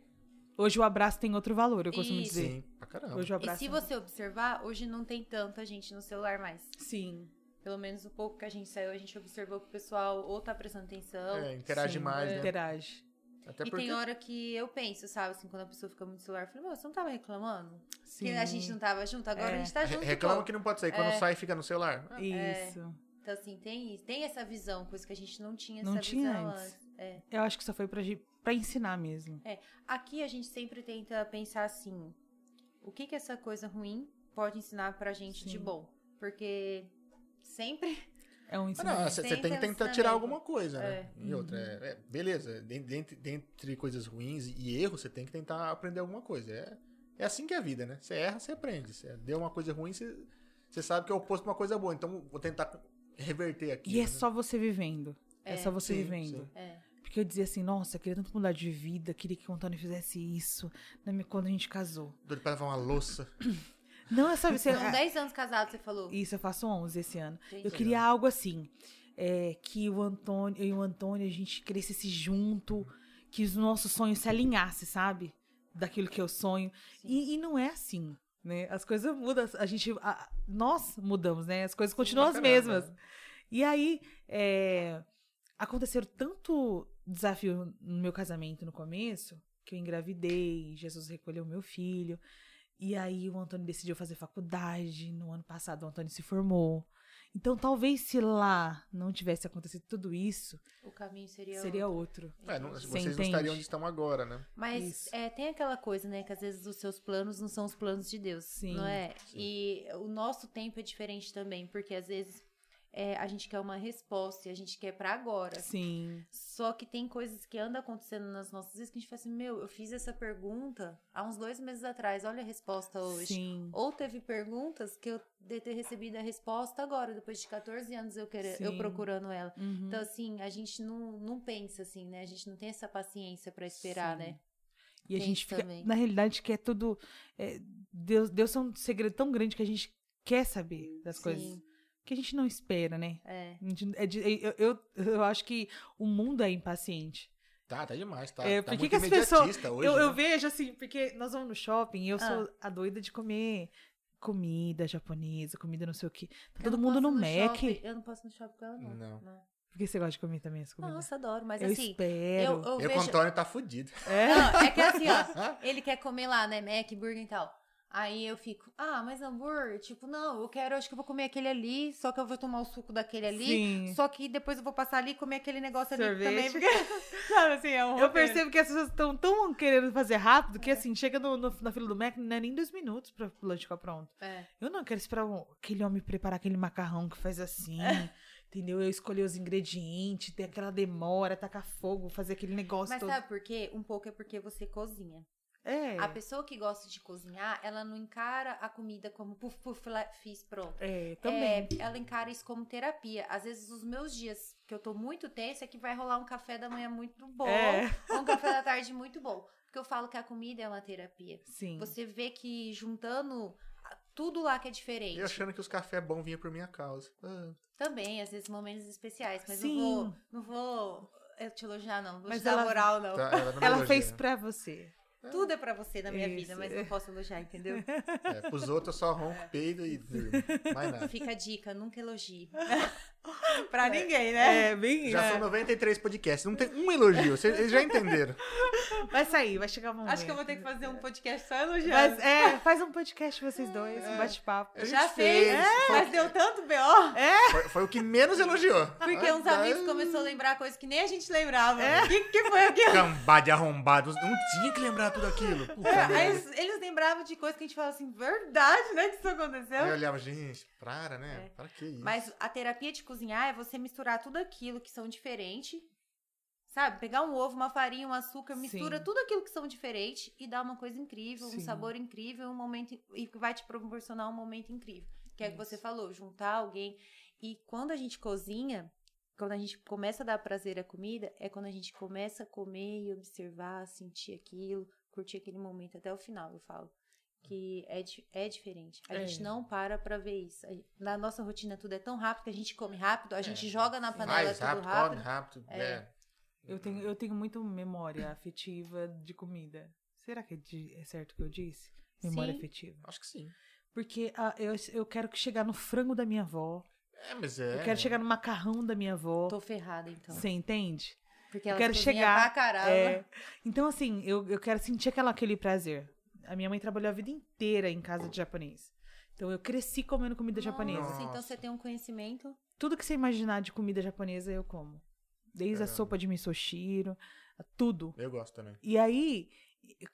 Hoje o abraço tem outro valor, eu costumo Isso. dizer. Sim, pra caramba. E Hoje o Um abraço. é se você observar, hoje não tem tanta gente no celular mais. Sim. Pelo menos o pouco que a gente saiu, a gente observou que o pessoal ou tá prestando atenção. É, interage Sim, mais, né? Interage. Até e porque... tem hora que eu penso, sabe, assim, quando a pessoa fica muito no celular, eu falo, meu, você não tava reclamando? Sim. Que a gente não tava junto, agora É. a gente tá Re- junto. Reclama pô. que não pode sair. Quando É. sai, fica no celular. Ah, Isso. Então, assim, tem, tem essa visão, coisa que a gente não tinha Não essa tinha visão antes. antes. É. Eu acho que só foi pra, gen- pra ensinar mesmo. Aqui a gente sempre tenta pensar assim, o que que essa coisa ruim pode ensinar pra gente de Sim. bom? Porque sempre... É um Ah, ensinamento. não, você você Tem tem que tentar pensamento. tirar alguma coisa, É. né? E outra, Uhum. é, é, beleza, den- dentre, dentre coisas ruins e erros, você tem que tentar aprender alguma coisa. É, é assim que é a vida, né? Você erra, você aprende. Você deu uma coisa ruim, você, você sabe que é o oposto de uma coisa boa. Então, vou tentar reverter aqui. E é só você vivendo. É, É. só você né? Sim, vivendo. sim. É. Porque eu dizia assim, nossa, eu queria tanto mudar de vida, queria que o Antônio fizesse isso na minha- quando a gente casou. Doido pra lavar é uma louça. Não, é sabe, você, São 10 anos casados, você falou. isso eu faço 11 esse ano. Eu Entendi. queria algo assim, é, que o Antônio, eu e o Antônio, a gente crescesse junto, que os nossos sonhos se alinhassem, sabe? Daquilo que eu sonho. Sim. E, e não é assim, né? As coisas mudam, a gente, a- nós mudamos, né? As coisas continuam as pra né? caramba, mesmas. E aí, é, aconteceram tanto desafio no meu casamento no começo, que eu engravidei, Jesus recolheu meu filho. E aí o Antônio decidiu fazer faculdade. No ano passado o Antônio se formou. Então talvez se lá não tivesse acontecido tudo isso, O caminho seria... seria outro. Ué, É, não- Entendi. vocês entende? não estariam onde estão agora, né? Mas Isso. é, tem aquela coisa, né? Que às vezes os seus planos não são os planos de Deus, Sim, não é? sim. E o nosso tempo é diferente também, porque às vezes é, a gente quer uma resposta e a gente quer pra agora. Sim. Só que tem coisas que andam acontecendo nas nossas vidas que a gente fala assim, meu, eu fiz essa pergunta há uns dois meses atrás, olha a resposta hoje. Sim. Ou teve perguntas que eu de ter recebido a resposta agora, depois de 14 anos eu, querer, eu Sim. procurando ela. Uhum. Então, assim, a gente não, não pensa assim, né? A gente não tem essa paciência pra esperar, Sim. né? E a Tem gente isso fica, também. na realidade, quer tudo. é, Deus, Deus é um segredo tão grande que a gente quer saber das coisas. Sim, Que a gente não espera, né? é. A gente- é de- Eu, eu, eu acho que o mundo é impaciente. Tá, tá demais. Tá, É, tá por muito que que as pessoas- imediatista hoje. eu, eu né? vejo assim, porque nós vamos no shopping e eu Ah. sou a doida de comer comida japonesa, comida não sei o quê. Tá Eu todo não mundo posso no, ir Mac. shopping, Eu não posso ir no shopping com ela, não. Não. Porque você gosta de comer também as comidas? Nossa, adoro, mas eu assim, eu, espero. eu, Eu com o vejo... Antônio tá fudido. É? Não, é que assim, ó, ele quer comer lá, né, Mac, burger e tal. Aí eu fico, ah, mas hambúrguer? Tipo, não, eu quero, acho que eu vou comer aquele ali, só que eu vou tomar o suco daquele ali. Sim. Só que depois eu vou passar ali e comer aquele negócio Sorvete. ali também. Porque... Sabe assim, é um Eu roteiro. percebo que as pessoas estão tão querendo fazer rápido que assim, chega no- no- na fila do Mac, não é nem dois minutos pra o lanche ficar pronto. É, Eu não quero esperar um- aquele homem preparar aquele macarrão que faz assim. É. Entendeu? Eu escolher os ingredientes, ter aquela demora, tacar fogo, fazer aquele negócio Mas todo. sabe por quê? Um pouco é porque você cozinha. É. A pessoa que gosta de cozinhar, ela não encara a comida como puf, puf, lá, fiz, pronto. É, também. É, ela encara isso como terapia. Às vezes, os meus dias que eu tô muito tensa é que vai rolar um café da manhã muito bom, É. ou um café da tarde muito bom. Porque eu falo que a comida é uma terapia. Sim. Você vê que juntando a- tudo lá que é diferente. Eu achando que os cafés bons vinham por minha causa. Ah, Também, às vezes, momentos especiais. Mas Sim. não vou, não vou eu te elogiar, não. Vou Mas te dar ela- moral, não. tá, ela não me Ela elogia. fez pra você. Tudo é pra você na minha vida, Isso. mas não posso elogiar, entendeu? É, pros outros eu só ronco, peido e durmo. Mais nada. Fica a dica, nunca elogie. pra ninguém, né? É, bem Já é. são 93 podcasts. Não tem um elogio. Vocês vocês já entenderam. Vai sair, vai chegar um momento. Acho que eu vou ter que fazer um podcast só elogiando. Mas, é, faz um podcast vocês dois, um bate-papo. É. a Já gente fez, fez, é. mas deu tanto B.O. Foi, foi o que menos elogiou. Porque uns é. amigos começaram a lembrar coisas que nem a gente lembrava. O que, que foi aquilo? Cambá de arrombados. Não tinha que lembrar tudo aquilo. Puta É, é. Aí merda. eles, eles lembravam de coisas que a gente falava assim, verdade, né, que isso aconteceu? Aí eu olhava, gente, para, né? É. Para que isso? Mas a terapia de cozinhar é você misturar tudo aquilo que são diferente, sabe? Pegar um ovo, uma farinha, um açúcar, mistura Sim. tudo aquilo que são diferente e dá uma coisa incrível, um Sim. sabor incrível, um momento e que vai te proporcionar um momento incrível. Que é o que você Isso. falou, juntar alguém. E quando a gente cozinha, quando a gente começa a dar prazer à comida, é quando a gente começa a comer e observar, sentir aquilo, curtir aquele momento até o final, eu falo. Que é, di- é diferente. A É. gente não para pra ver isso. A- Na nossa rotina tudo é tão rápido que a gente come rápido, a É. gente joga na panela Mais tudo rápido, rápido. come rápido. É. é. Eu tenho, eu tenho muito memória afetiva de comida. Será que é, de- é certo o que eu disse? Memória Sim. afetiva. Acho que sim. Porque ah, eu, eu quero que chegar no frango da minha avó. É, mas é. Eu quero chegar no macarrão da minha avó. Tô ferrada, então. Você entende? Porque ela quero chegar, pra caralho. É, então, assim, eu, eu quero sentir aquela, aquele prazer. A minha mãe trabalhou a vida inteira em casa de japonês. Então, eu cresci comendo comida japonesa. Nossa, então Nossa. você tem um conhecimento. Tudo que você imaginar de comida japonesa, eu como. Desde a Caramba. sopa de misoshiro, a tudo. Eu gosto também. E aí,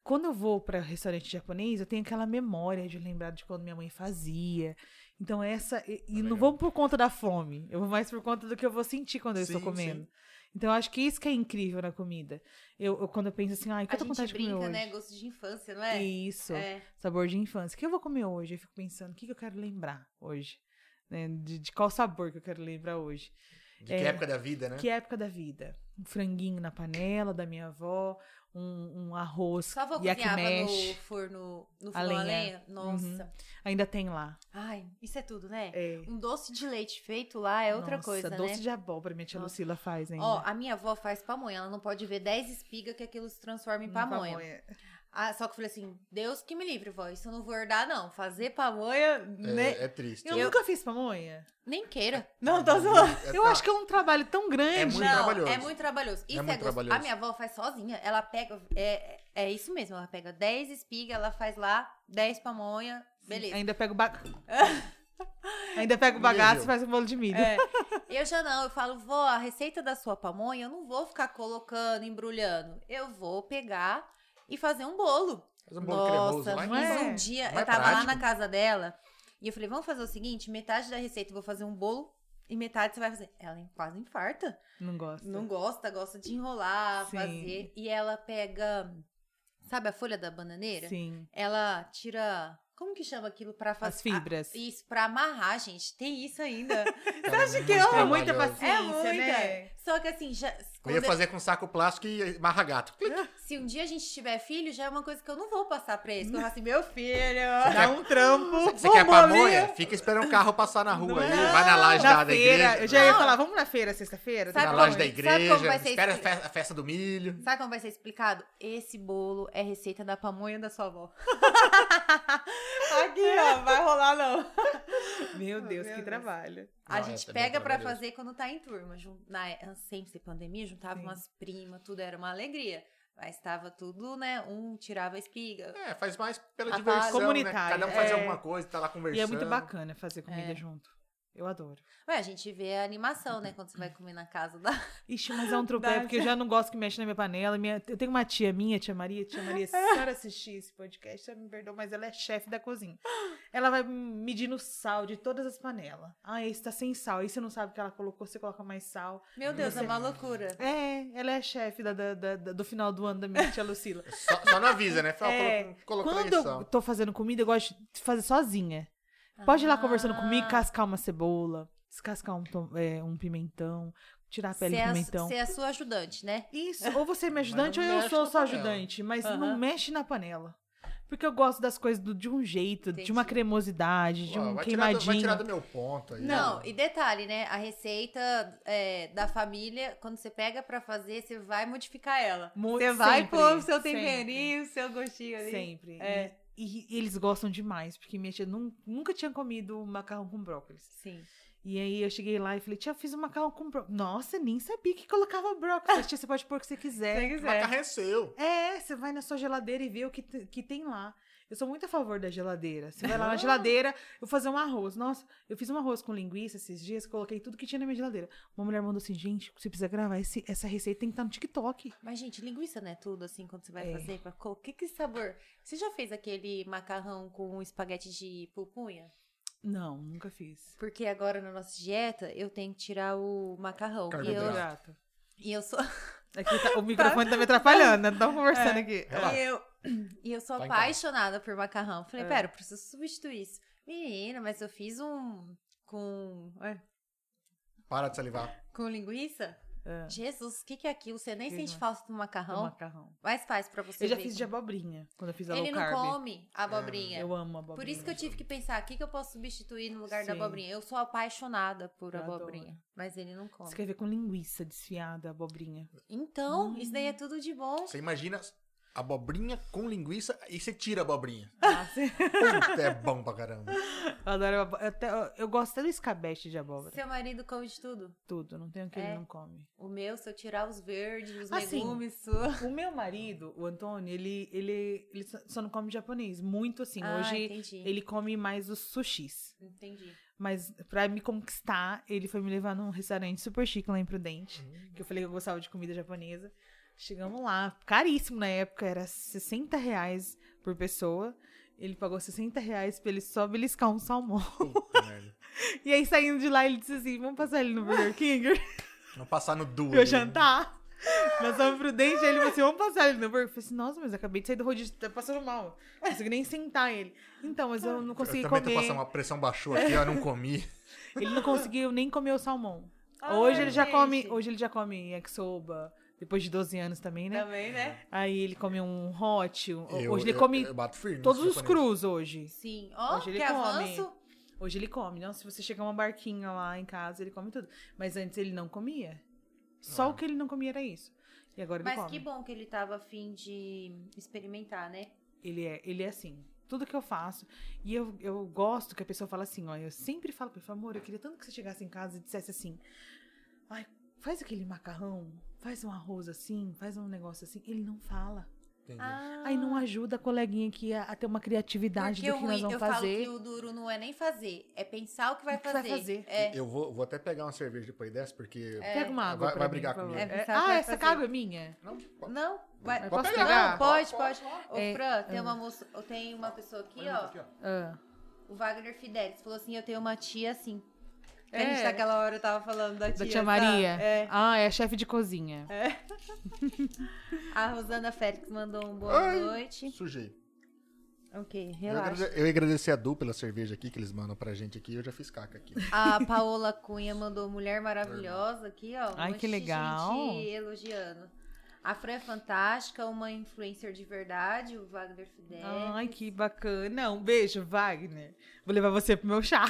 quando eu vou pra restaurante japonês, eu tenho aquela memória de lembrar de quando minha mãe fazia. Então, essa. E, e Ah, não legal. vou por conta da fome. Eu vou mais por conta do que eu vou sentir quando eu estou Sim, comendo. sim. Então, eu acho que isso que é incrível na comida. Eu, eu- quando eu penso assim, ai, que A eu tô com vontade gente de comer brinca, hoje. né? Gosto de infância, não é? Isso, É. sabor de infância. O que eu vou comer hoje? Eu fico pensando, o que, que eu quero lembrar hoje? Né? De, de qual sabor que eu quero lembrar hoje? De É. que época da vida, né? Que época da vida? Um franguinho na panela da minha avó, um, um arroz Só vou cozinhava no yakimesh. forno, no A forno a lenha. lenha. Nossa. Uhum. Ainda tem lá. Ai, isso é tudo, né? É. Um doce de leite feito lá é outra Nossa, coisa, doce né? de abóbora minha tia Nossa. Lucila faz ainda. Ó, a minha avó faz pamonha, ela não pode ver 10 espigas que aquilo se transforma em Hum, pamonha. Ah, só que eu falei assim, Deus que me livre, vó, isso eu não vou herdar, não. Fazer pamonha, né? É, é triste. Eu, nunca fiz pamonha. nem queira. Não, tô zoando. É, Eu tá. acho que é um trabalho tão grande. muito não, trabalhoso. é muito trabalhoso. Isso é, muito gosto- trabalhoso. A minha avó faz sozinha, ela pega, é, é isso mesmo, ela pega 10 espigas, ela faz lá 10 pamonha, beleza. Ainda pega o ba... Ainda pega o bagaço Nível. e faz um bolo de milho. É. Eu já não, eu falo, vó, a receita da sua pamonha eu não vou ficar colocando, embrulhando. Eu vou pegar e fazer um bolo. Faz um bolo Nossa, cremoso lá. não mas é? um dia Não é eu tava lá prático? na casa dela e eu falei, vamos fazer o seguinte, metade da receita eu vou fazer um bolo e metade você vai fazer. Ela quase infarta. Não gosto. Não gosta, gosta de enrolar, Sim. fazer. E ela pega, sabe a folha da bananeira? Sim. Ela tira, como que chama aquilo pra fazer? As fibras. Isso, pra amarrar, gente. Tem isso ainda. Você acha que eu- É muita paciência. É Ciência, muita. né? Só que assim, já, Eu quando ia eu- fazer com saco plástico e barra gato. se um dia a gente tiver filho, já é uma coisa que eu não vou passar pra eles. que Eu falo assim, meu filho. quer- Dá um trampo. Você quer Vamos ali. pamonha? Fica esperando um carro passar na rua Não aí. é. Vai na laje da, Na da feira. igreja. Eu já ia é? Não. falar, vamos na feira sexta-feira? Sabe é? na Tem como- laje pamonha? da sabe como vai igreja. ser Espera a expli- fe- a festa do milho. Sabe como vai ser explicado? Esse bolo é receita da pamonha da sua avó. Aqui, ó, vai rolar não. É. Meu Deus, Meu que Deus. trabalho. A Não, gente essa é bem pega pra trabalhosa. fazer quando tá em turma. jun- Na, sem ser pandemia, juntava Sim. umas primas, tudo era uma alegria. Mas tava tudo, né? Um tirava a espiga. É, faz mais pela A diversão, né? Ah, tá. comunitária, Cada um fazia é. alguma coisa, tá lá conversando. E é muito bacana fazer comida É. junto. Eu adoro. Ué, a gente vê a animação, né? Quando você vai comer na casa da. Ixi, mas é um tropé, Dá. porque eu já não gosto que mexe na minha panela. Minha- eu tenho uma tia minha, tia Maria. Tia Maria, se a senhora assistir esse podcast, você me perdoa, mas ela é chefe da cozinha. Ela vai medindo o sal de todas as panelas. Ah, esse tá sem sal. Aí você não sabe o que ela colocou, você coloca mais sal. Meu Deus, é uma loucura. É, ela é chefe da- da- da- da- do final do ano da minha tia Lucila. Só, só não avisa, né? Fala, É, colocou- colocou na Quando edição. eu tô fazendo comida, eu gosto de fazer sozinha. Pode ir lá conversando Ah, comigo, cascar uma cebola, descascar um, tom- é, um pimentão, tirar a pele Você é do a- pimentão. você é a sua ajudante, né? Isso, ou você é minha ajudante ou não eu mexe sou na sua panela. ajudante, mas Aham. não mexe na panela. Porque eu gosto das coisas do- de um jeito, de uma Entendi. cremosidade, de Ó, um vai, tirar do, vai queimadinho. tirar do meu ponto aí. Não, e detalhe, né? A receita é, da família, quando você pega pra fazer, você vai modificar ela. Mu- Você vai sempre, pôr o seu sempre, temperinho, o seu gostinho ali. Sempre. É. E, e eles gostam demais, porque minha tia nun- nunca tinha comido macarrão com brócolis. Sim. E aí eu cheguei lá e falei, tia, fiz um macarrão com brócolis. Nossa, nem sabia que colocava brócolis. tia, você pode pôr o que você quiser. Quem O macarrão é seu. É, você vai na sua geladeira e vê o que, te- que tem lá. Eu sou muito a favor da geladeira. Você vai lá na Ah. geladeira, eu vou fazer um arroz. Nossa, eu fiz um arroz com linguiça esses dias, coloquei tudo que tinha na minha geladeira. Uma mulher mandou assim, gente, você precisa gravar esse- essa receita, tem que estar no TikTok. Mas, gente, linguiça não é tudo, assim, quando você vai É. fazer? pra co- Que, que sabor? Você já fez aquele macarrão com espaguete de pupunha? Não, nunca fiz. Porque agora na nossa dieta, eu tenho que tirar o macarrão. E eu, Carboidrato. Gata. e eu sou... Aqui tá- o microfone tá me atrapalhando, né? Estamos conversando É. aqui. Relaxa. E eu, e eu sou Tá em casa. apaixonada por macarrão. Falei, É. pera, eu preciso substituir isso. Menina, mas eu fiz um com, é, Para de salivar. com linguiça. É, Jesus, o que, que é aquilo? Você nem Que sente demais. falta do do macarrão, macarrão. mas faz pra você Eu já ver fiz de como- abobrinha, quando eu fiz a Ele low não carb. É, come a abobrinha. Eu amo abobrinha. Por isso que eu tive que pensar, o que, que eu posso substituir no lugar da Sim. abobrinha? Eu sou apaixonada por Eu abobrinha, mas ele não come. Você quer ver com linguiça desfiada, abobrinha. Então, Hum. isso daí é tudo de bom. Você imagina abobrinha com linguiça e você tira a abobrinha. Nossa. Puta, é bom pra caramba. Eu adoro abóbora. Eu, até- eu- eu gosto até do escabete de abóbora. Seu marido come de tudo. Tudo, não tem o que É. ele não come. O meu, se eu tirar os verdes, os Assim. legumes, sua. O meu marido, o Antônio, ele, ele, ele só- só não come japonês. Muito assim. Hoje Ah, entendi. ele come mais os sushis. Entendi. Mas pra me conquistar, ele foi me levar num restaurante super chique lá em Prudente. Hum. Que eu falei que eu gostava de comida japonesa. Chegamos lá, caríssimo na época, era 60 reais por pessoa. Ele pagou 60 reais pra ele só beliscar um salmão. Puta merda. E aí, saindo de lá, ele disse assim: vamos passar ele no Burger King? Não passar no duo. Eu jantar. Nós fomos pro dente, aí ele falou assim, vamos passar ele no burger. Eu falei assim, nossa, mas eu acabei de sair do rodízio, tá passando mal. Não consegui nem sentar ele. Então, mas eu não Eu também consegui tô comer. passando uma pressão baixou aqui, ó, não comi. Ele não conseguiu nem comer o salmão. Ah, hoje ele já gente. come, hoje ele já come yakisoba, depois de 12 anos também, né? Também, né? Aí ele come um hot, um- Eu- hoje ele eu- come eu bato firme todos nesse os japonês. crus hoje. Sim. Ó, Hoje que ele come. avanço. Hoje ele come, não? Se você chegar uma barquinha lá em casa, ele come tudo. Mas antes ele não comia. Só o que ele não comia era isso. E agora ele Mas come. que bom que ele tava afim de experimentar, né? Ele é, ele é assim. Tudo que eu faço. E eu, eu gosto que a pessoa fala assim, ó. Eu sempre falo pra ele, amor, eu queria tanto que você chegasse em casa e dissesse assim. Ai, faz aquele macarrão, faz um arroz assim, faz um negócio assim. Ele não fala. Entendi. Ah, Aí não ajuda a coleguinha aqui a, a ter uma criatividade porque do que o nós ruim, vamos eu falo fazer. que o duro não é nem fazer, é pensar o que vai O que vai fazer. fazer. É, Eu vou, vou até pegar uma cerveja depois dessa, porque. Pega uma água. Vai- pra vai mim, brigar por favor. comigo. É, ah, vai essa fazer. água é minha? Não, pode- não, vai, Mas pode posso pegar. pegar? Não, pode, pode. Ô, É, Fran, é. tem uma moça, tem uma pessoa aqui, Olha muito ó. aqui, ó. Ah. O Wagner Fidelis falou assim: eu tenho uma tia assim. Que É. A gente naquela hora eu tava falando da tia. Da tia tá? Maria? É. Ah, é a chefe de cozinha. A Rosana Félix mandou um boa Ai. noite. Sujei. Ok, Eu relaxa. agrade- eu ia agradecer a Du pela cerveja aqui que eles mandam pra gente aqui. Eu já fiz caca aqui. A Paola Cunha mandou Mulher Maravilhosa aqui, ó. Um Ai, monte que de legal. gente elogiando. A Fran é fantástica, uma influencer de verdade, o Wagner Fidelis. Ai, que bacana. Um beijo, Wagner. Vou levar você pro meu chá.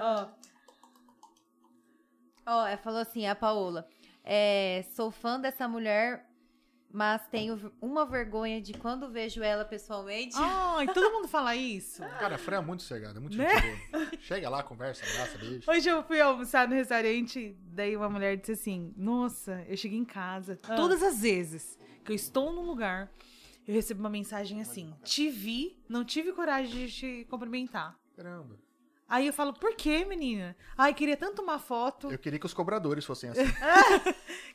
Ó, Ó, ela falou assim, a Paola. é, sou fã dessa mulher, mas tenho v- uma vergonha de quando vejo ela pessoalmente. Ai, todo mundo fala isso. Cara, a Fran é muito sossegada, é muito Né? gente boa. Chega lá, conversa, abraça, beijo. Hoje eu fui almoçar no restaurante, daí uma mulher disse assim: Nossa, eu cheguei em casa. Todas as vezes que eu estou num lugar, eu recebo uma mensagem assim: Te vi, não tive coragem de te cumprimentar. Caramba. Aí eu falo, por que, menina? Ai, queria tanto uma foto. Eu queria que os cobradores fossem assim.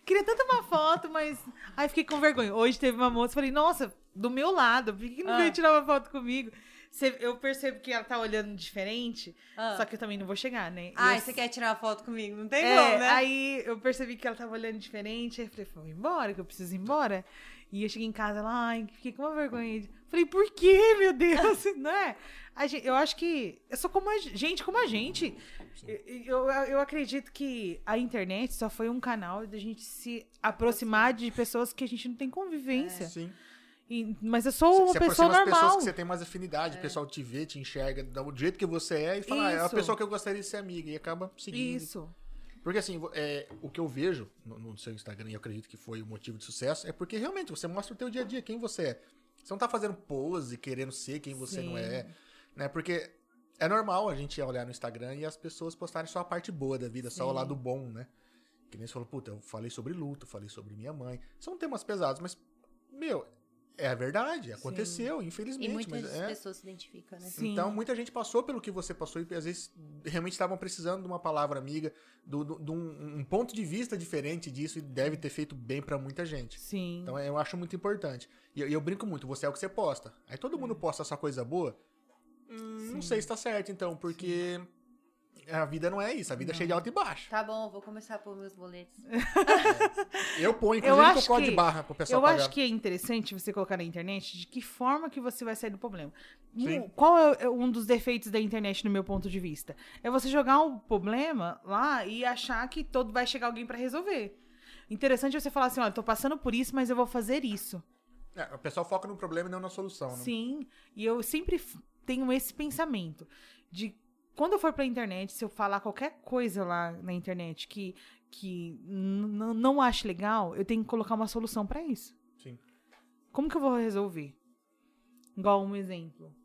Queria tanto uma foto, mas. Aí fiquei com vergonha. Hoje teve uma moça, falei, nossa, do meu lado, por que que não Ah. veio tirar uma foto comigo? Cê- eu percebo que ela tá olhando diferente, Ah. só que eu também não vou chegar, né? E Ai, eu- você quer tirar uma foto comigo? Não tem É, como, né? Aí eu percebi que ela tava olhando diferente, aí eu falei, vou embora, que eu preciso ir embora. E eu cheguei em casa, ela, ai, fiquei com uma vergonha. Falei, por quê, meu Deus? Não é? A gen- eu acho que eu sou como a gen- gente, como a gente. Eu, eu, eu acredito que a internet só foi um canal da gente se aproximar de pessoas que a gente não tem convivência. Sim. E- mas eu sou uma É. se pessoa aproxima das pessoas normal. É. que você tá tem mais afinidade. O pessoal te vê, te enxerga do jeito que você é e fala, ah, é a Isso. pessoa que eu gostaria de ser amiga. E acaba seguindo. Isso. Porque assim, vo- é, o que eu vejo no, no seu Instagram, e eu acredito que foi o motivo de sucesso, é porque realmente você mostra o teu dia a dia, quem você é. Você não tá fazendo pose, querendo ser quem você não é. Né? Porque é normal a gente olhar no Instagram e as pessoas postarem só a parte boa da vida, só o Sim. lado bom, né? Que nem você falou, puta, eu falei sobre luto, falei sobre minha mãe. São temas pesados, mas, meu, é a verdade, aconteceu, E infelizmente. muitas mas é. pessoas se identificam, né? Sim. Então, muita gente passou pelo que você passou e às vezes realmente estavam precisando de uma palavra amiga, do- do- de um, um ponto de vista diferente disso e deve ter feito bem pra muita gente. Sim. Então, eu acho muito importante. E eu, e eu brinco muito, você é o que você posta. Aí todo mundo posta só coisa boa. Hum, não É. Sim. sei se tá certo, então, porque a vida não é isso, a vida é cheia de alto e baixo. Tá bom, vou começar por meus boletos. Eu ponho, Eu inclusive, acho que eu código de que- barra pro pessoal Eu pagar. acho que é interessante você colocar na internet de que forma que você vai sair do problema. E Sim. o- Qual é é um dos defeitos da internet, no meu ponto de vista? É você jogar um problema lá e achar que todo vai chegar alguém pra resolver. Interessante você falar assim, olha, tô passando por isso, mas eu vou fazer isso. É, o pessoal foca no problema e não na solução, né? Sim, e eu sempre f- tenho esse pensamento de quando eu for pra internet, se eu falar qualquer coisa lá na internet que, que n- n- não acho legal, eu tenho que colocar uma solução pra isso. Sim. Como que eu vou resolver? Igual um exemplo.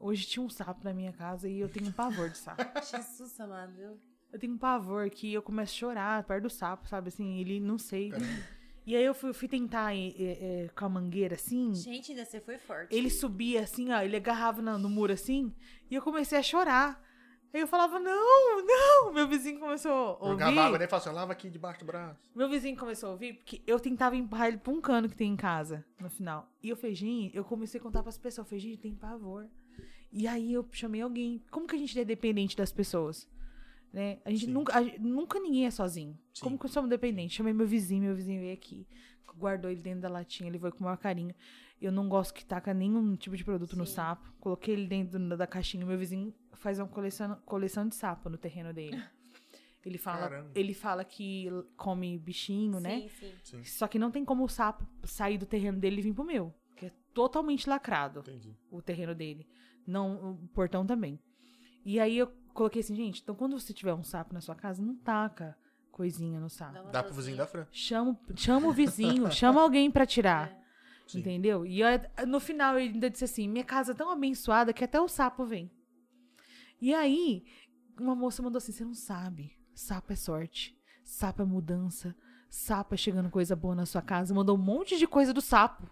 Hoje tinha um sapo na minha casa e eu tenho um pavor de sapo. Jesus amado. viu? Eu tenho um pavor que eu começo a chorar perto do sapo, sabe? Assim, ele não sei. Caramba. E aí eu fui, fui tentar eh, eh, eh, com a mangueira assim. Gente, ainda você foi forte. Ele subia assim, ó, ele agarrava na- no, muro assim, e eu comecei a chorar. Aí eu falava, não, não! Meu vizinho começou a Eu ouvir. gravava, né? Fala assim, lava aqui debaixo do braço. Meu vizinho começou a ouvir, porque eu tentava empurrar ele pra um cano que tem em casa, no final. E eu falei, gente, eu comecei a contar pras pessoas, eu falei, gente, tem pavor. E aí eu chamei alguém. Como que a gente é dependente das pessoas? Né? A gente Sim. nunca, a gente- nunca ninguém é sozinho. Sim. Como que eu sou dependente? Chamei meu vizinho, meu vizinho veio aqui, guardou ele dentro da latinha, ele foi com o maior carinho. Eu não gosto que taca nenhum tipo de produto no Sim. sapo. Coloquei ele dentro da, da caixinha. Meu vizinho faz uma coleção, coleção de sapo no terreno dele. Ele fala, Caramba. ele fala que come bichinho, sim, né? sim. Sim, Só que não tem como o sapo sair do terreno dele e vir pro meu. Que é totalmente lacrado entendi. o terreno dele. Não, o portão também. E aí eu coloquei assim, gente, então quando você tiver um sapo na sua casa, não taca coisinha no sapo. Dá uma Dá pro vizinho da Fran. Chama, chama o vizinho, chama alguém pra tirar. É. Sim. Entendeu? E eu- no final ele ainda disse assim: minha casa é tão abençoada que até o sapo vem. E aí, uma moça mandou assim: você não sabe. Sapo é sorte. Sapo é mudança. Sapo é chegando coisa boa na sua casa. Mandou um monte de coisa do sapo.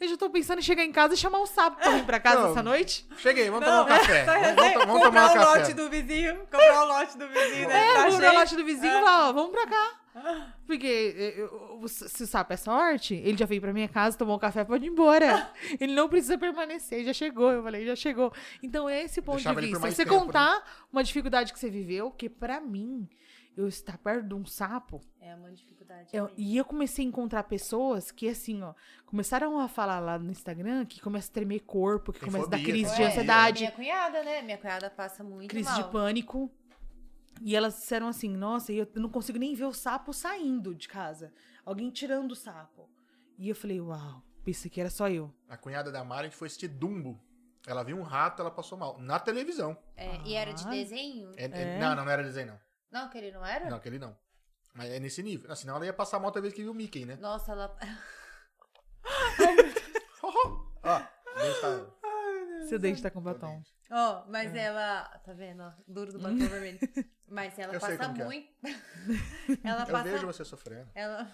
Eu já tô pensando em chegar em casa e chamar o sapo pra vir pra casa Não. essa noite. Cheguei, vamos Não, é, tomar um café. Vamos, vamos to- vamos tomar um café. do vizinho. Comprar o lote do vizinho, É, Tá vamos na cheio. loja do vizinho e falar, ó, vamos pra cá. Porque eh, eu- o- se o sapo é sorte, ele já veio pra minha casa, tomou um café, pode ir embora. ele não precisa permanecer, já chegou. Eu falei, já chegou. Então, é esse ponto Deixava de ele por vista. mais Você tempo, né? contar uma dificuldade que você viveu, que pra mim, eu estar perto de um sapo, É uma dificuldade. eu- mesmo. e eu comecei a encontrar pessoas que, assim, ó, começaram a falar lá no Instagram que começa a tremer corpo, que Tem começa a dar fobia, crise tem de fobia. ansiedade É, Minha cunhada, né? Minha cunhada passa muito crise mal. de pânico. E elas disseram assim: Nossa, eu não consigo nem ver o sapo saindo de casa. Alguém tirando o sapo. E eu falei: Uau, pensei que era só eu. A cunhada da Mari, a gente foi assistir Dumbo. Ela viu um rato, ela passou mal. Na televisão. É, E era de Ah. desenho? É- é- É? não, não, não era desenho, não. Não, que ele não era? Não, aquele não. Mas é nesse nível. Ah, Senão ela ia passar mal toda vez que viu o Mickey, né? Nossa, ela... Ó, Deus tá... Seu dente tá com batom. Ó, mas É. ela... Tá vendo? ó? Duro do batom vermelho. Mas ela Eu sei passa como que é. muito... ela Eu passa... vejo você sofrendo. Ela...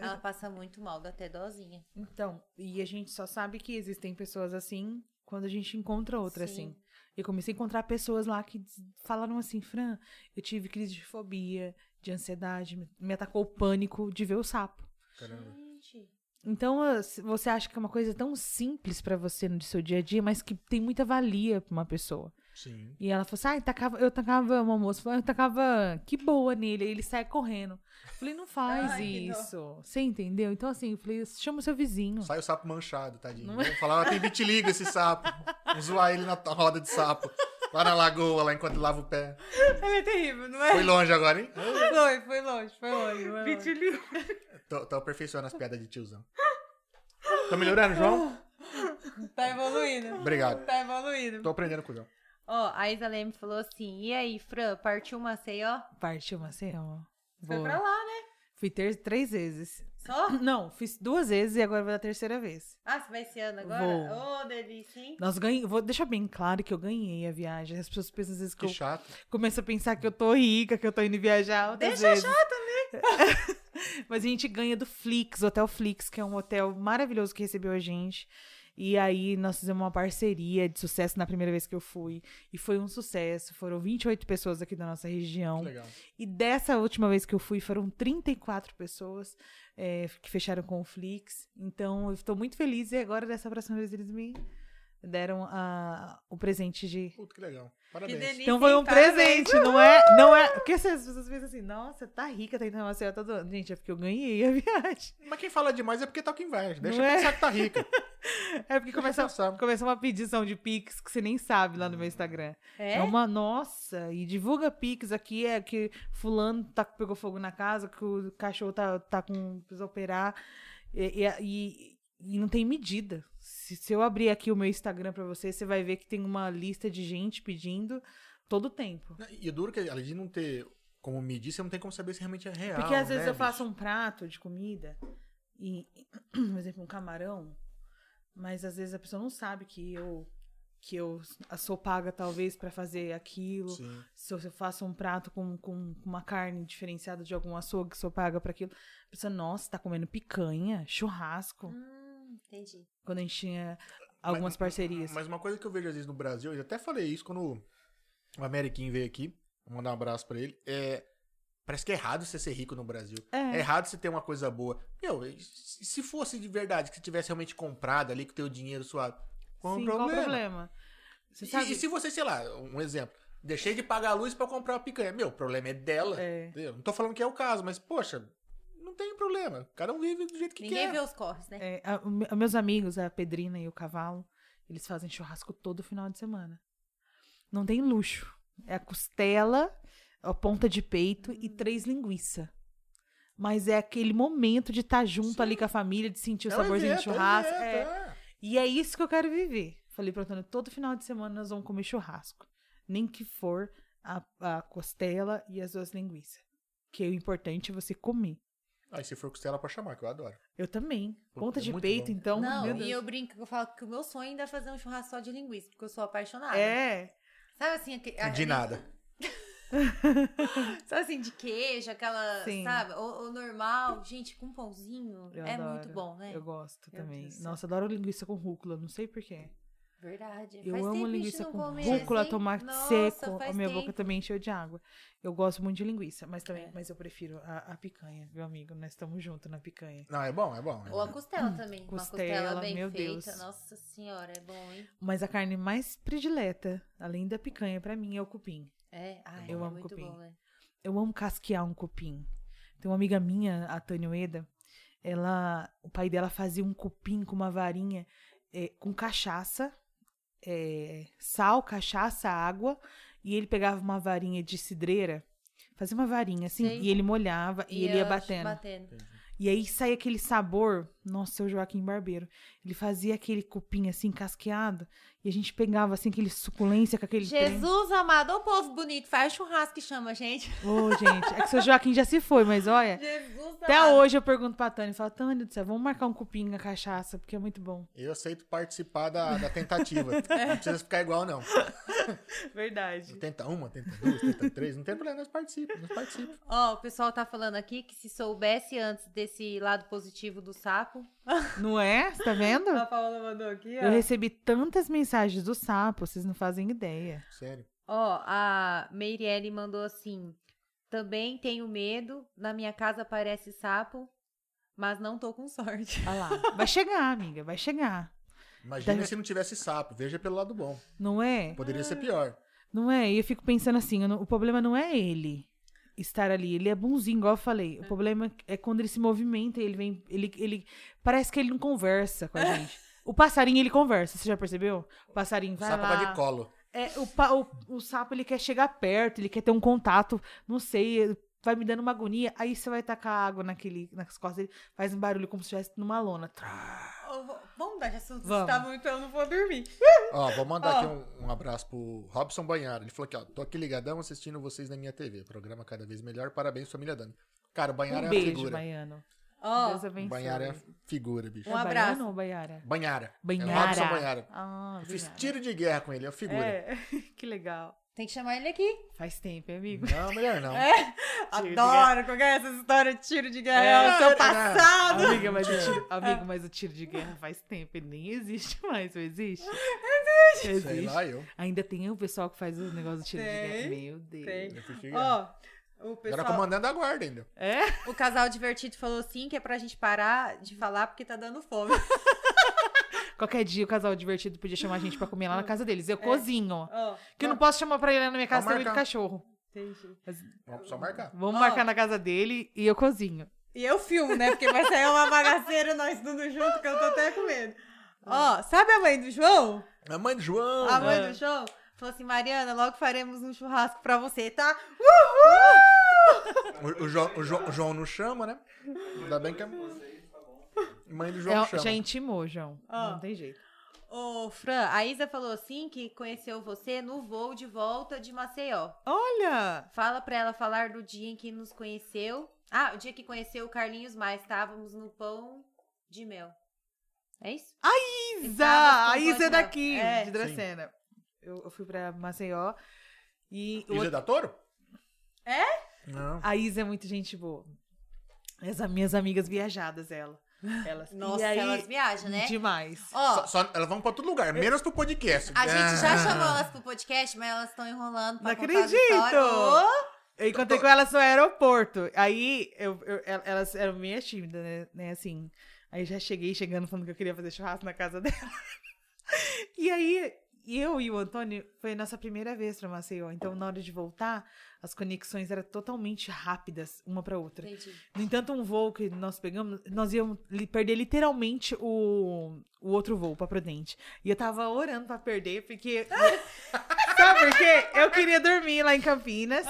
ela passa muito mal, dá até dozinha. Então, e a gente só sabe que existem pessoas assim quando a gente encontra outra Sim. assim. Eu comecei a encontrar pessoas lá que diz- falaram assim: Fran, eu tive crise de fobia, de ansiedade, me- me atacou o pânico de ver o sapo. Caramba. Gente... Então, as- você acha que é uma coisa tão simples pra você no seu dia a dia, mas que tem muita valia pra uma pessoa. Sim. E ela falou assim: ah, eu tacava, eu tacava uma moça, falou, eu tacava que boa nele, aí ele sai correndo. Eu falei, não faz Ai, que dó. isso. Você entendeu? Então, assim, eu falei, chama o seu vizinho. Sai o sapo manchado, tadinho. é? Vamos falar, ah, tem vitiligo esse sapo. Vamos zoar ele na roda de sapo. Lá na lagoa, lá enquanto lava o pé. Ela é terrível, não é? Foi longe agora, hein? Foi, foi longe, foi longe. Foi longe. Vitiligo. Tô, tô aperfeiçoando as piadas de tiozão. Tô melhorando, João? Tá evoluindo. Obrigado. Tá evoluindo. Tô aprendendo com o João. Ó, a Isa Leme falou assim: e aí, Fran, partiu Maceió? Partiu Maceió. Foi Boa. pra lá, né? assim, Fui ter três vezes. Só? Não, fiz duas vezes e agora vou dar a terceira vez. Ah, você vai esse ano agora? Ô, delícia, hein? Nós ganhamos. Vou deixar bem claro que eu ganhei a viagem. As pessoas pensam às vezes que Que eu chato. começo a pensar que eu tô rica, que eu tô indo viajar. Outras Deixa vezes. chata, né? Mas a gente ganha do Flix, Hotel Flix, que é um hotel maravilhoso que recebeu a gente. E aí nós fizemos uma parceria de sucesso na primeira vez que eu fui. E foi um sucesso. Foram 28 pessoas aqui da nossa região. Que legal. E dessa última vez que eu fui, foram 34 pessoas é, que fecharam com o Flix. Então, eu estou muito feliz. E agora, dessa próxima vez, eles me deram a- o presente de... Puto, que legal. Que Parabéns. delícia. Então, foi um hein? Parabéns. presente, não é? Não é... Porque assim, as pessoas pensam assim, nossa, tá rica, tá indo na Maceió todo ano. Gente, é porque eu ganhei a viagem. Mas quem fala demais é porque tá com inveja. Deixa Não é? pensar que tá rica. É porque Deixa começou, pensar. começou uma pedição de Pix que você nem sabe lá no meu Instagram. É? É uma nossa, e divulga Pix aqui, é que fulano tá, pegou fogo na casa, que o cachorro tá, tá com. precisa operar. E, e- e- e não tem medida. Se, se eu abrir aqui o meu Instagram pra você, você vai ver que tem uma lista de gente pedindo todo tempo. E o duro é que, além de não ter como medir, você não tem como saber se realmente é real. Porque às vezes né, eu faço bicho? um prato de comida, e, por exemplo, um camarão, mas às vezes a pessoa não sabe que eu. Que eu sou paga, talvez, pra fazer aquilo. Sim. se eu faço um prato com, com com uma carne diferenciada de algum açougue que só paga pra aquilo, a pessoa, nossa, tá comendo picanha, churrasco, Hum, entendi. quando a gente tinha algumas parcerias. Mas uma coisa que eu vejo às vezes no Brasil, eu até falei isso quando o Ameriquinho veio aqui, vou mandar um abraço pra ele, é. Parece que é errado você ser rico no Brasil. É, é, errado você ter uma coisa boa. Meu, se se fosse de verdade, que você tivesse realmente comprado ali, que o teu dinheiro suado, qual sim, o problema? qual o problema? Você E- sabe? E, se você, sei lá, um exemplo, deixei de pagar a luz pra comprar uma picanha. Meu, o problema é dela. É. entendeu? Não tô falando que é o caso, mas, poxa, não tem problema. Cada um vive do jeito que Ninguém quer. vê os corres, né? É, a- o me- a meus amigos, a Pedrina e o Cavalo, eles fazem churrasco todo final de semana. Não tem luxo. É a costela, a ponta de peito e Hum. três linguiça. Mas é aquele momento de estar junto Sim. ali com a família, de sentir o É um saborzinho evento, de churrasco. É um É. evento, é. E é isso que eu quero viver. Falei pro Antônio, todo final de semana nós vamos comer churrasco. Nem que for a, a costela e as duas linguiças. Que o importante é você comer. Aí se for costela pode chamar, que eu adoro. Eu também. Puta, Ponta é de muito peito, bom. então. não, meu e Deus. eu brinco, eu falo que o meu sonho ainda é fazer um churrasco só de linguiça, porque eu sou apaixonada. É. Sabe assim, aque- a- De nada. sabe assim, de queijo, aquela, Sim. sabe? O, o normal, gente, com pãozinho, Eu é adoro. muito bom, né? Eu gosto Meu também. Deus do céu. Nossa, adoro linguiça com rúcula, não sei porquê. Verdade. Eu faz tempo amo que a gente linguiça não com come rúcula, esse, hein? tomate Nossa, seco. A faz minha tempo. boca também encheu de água. Eu gosto muito de linguiça, mas também, É. mas eu prefiro a, a picanha, meu amigo. Nós estamos juntos na picanha. Não, é bom, é bom. é Ou a bom. costela também. uma costela Hum, Costela, bem meu feita. Deus. Nossa senhora, é bom, hein? Mas a carne mais predileta, além da picanha, pra mim é o cupim. É, ai, Eu é amo muito cupim. bom, né? Eu amo casquear um cupim. Tem uma amiga minha, a Tânia Ueda, ela, o pai dela fazia um cupim com uma varinha é, com cachaça, é, sal, cachaça, água, e ele pegava uma varinha de cidreira, fazia uma varinha assim, Sei. e ele molhava e, ele ia ch- batendo. E aí sai aquele sabor. Nossa, seu Joaquim Barbeiro. Ele fazia aquele cupim assim, casqueado, e a gente pegava assim, aquele suculência com aquele. trem. Jesus amado, ô povo bonito, faz churrasco e chama a gente. Ô, gente, é que seu Joaquim já se foi, mas olha. Jesus É. Até amado. hoje eu pergunto pra Tânia, eu falo, Tânia do céu, vamos marcar um cupim na cachaça, porque é muito bom. Eu aceito participar da, da tentativa. Não precisa ficar igual, não. Verdade. Tenta uma, tenta duas, tenta três. Não tem problema, nós participamos. Nós participamos. Ó, o pessoal tá falando aqui que se soubesse antes desse lado positivo do sapo. Não é? Você tá vendo? A Paola mandou aqui, Eu recebi tantas mensagens do sapo, vocês não fazem ideia. Sério. Ó, a Meirelle mandou assim: também tenho medo, na minha casa aparece sapo. Mas não tô com sorte. Olha lá. Vai chegar, amiga, vai chegar. Imagina Deve- se não tivesse sapo. Veja pelo lado bom. Não é? Poderia ser pior. Não é? E eu fico pensando assim, eu não- o problema não é ele estar ali, ele é bonzinho, igual eu falei. O problema é quando ele se movimenta, ele vem, ele, ele parece que ele não conversa com a gente. O passarinho ele conversa, você já percebeu? O passarinho O vai sapo lá. vai de colo. É, o, pa- o- o sapo ele quer chegar perto, ele quer ter um contato, não sei, vai me dando uma agonia, aí você vai tacar água naquele, nas costas dele, faz um barulho como se estivesse numa lona. Ah, Vamos dar de assunto. Vamos. Vocês estavam, então eu não vou dormir. Ó, vou mandar Ó. aqui um, um abraço pro Robson Banhara. Ele falou aqui, ó. Tô aqui ligadão assistindo vocês na minha TV. Programa cada vez melhor. Parabéns, família Dani. Cara, o Banhara Um é uma beijo, figura. baiano. Ó, Deus abençoe. Banhara é uma figura, bicho. Um É abraço. baiano ou baiara? Banhara. Banhara. É o Robson Banhara. Ah, Eu fiz obrigada. tiro de guerra com ele, é uma figura. É, que legal. tem que chamar ele aqui. Faz tempo, hein, amigo. Não, melhor não. É. Adoro qualquer essas histórias de tiro de É, guerra, o seu né? passado. Amiga, mas o tiro, amigo, mas o tiro de guerra faz tempo. Ele nem existe mais, não existe? Existe. Sei lá, eu. Ainda tem o pessoal que faz os negócios de tiro de Tem, guerra. Meu Deus. tem. eu fiquei... Ó, o Ah, Agora pessoal, comandando a guarda ainda. É? o casal divertido falou sim que é pra gente parar de falar porque tá dando fome. Qualquer dia o casal divertido podia chamar a gente pra comer lá na casa deles. Eu cozinho. Ó, Que eu É. não posso chamar pra ele lá na minha casa Vamos também do marcar. cachorro. entendi. Vamos só marcar. Vamos Ó. marcar na casa dele e eu cozinho. E eu filmo, né? Porque vai sair uma bagaceira nós tudo junto que eu tô até com medo. Ah. Ó, sabe a mãe do João? A mãe do João. né? A mãe É. do João falou assim: Mariana, logo faremos um churrasco pra você, tá? O, o João, o João- o João não chama, né? Ainda bem que a mãe do João É, chama. já intimou, João. Ó. Não tem jeito. Ô, Fran, a Isa falou assim que conheceu você no voo de volta de Maceió. Olha! Fala pra ela falar do dia em que nos conheceu. Ah, o dia que conheceu o Carlinhos Mais. Estávamos no pão de mel. É isso? Isa! Estava A com Isa é voz daqui, nova. É. de Dracena. Eu, eu fui pra Maceió e o- Isso é da Toro? É? Não. a Isa é muito gente boa. As minhas amigas viajadas, ela. Elas. e Nossa, aí, elas viajam, né? Demais. Ó, Só- só- elas vão pra todo lugar, menos pro podcast. a gente já Ah. chamou elas pro podcast, mas elas estão enrolando pra Não contar as acredito! histórias. Ô, Eu encontrei com elas no aeroporto. Aí eu, eu- el- elas eram meio tímidas, né? né? Assim. Aí já cheguei chegando falando que eu queria fazer churrasco na casa dela. E aí, eu e o Antônio, foi a nossa primeira vez pra Maceió. Então, na hora de voltar, as conexões eram totalmente rápidas uma pra outra. Entendi. No entanto, um voo que nós pegamos, nós íamos li- perder literalmente o, o outro voo pra Prudente. E eu tava orando pra perder, porque. Sabe por quê? Eu queria dormir lá em Campinas.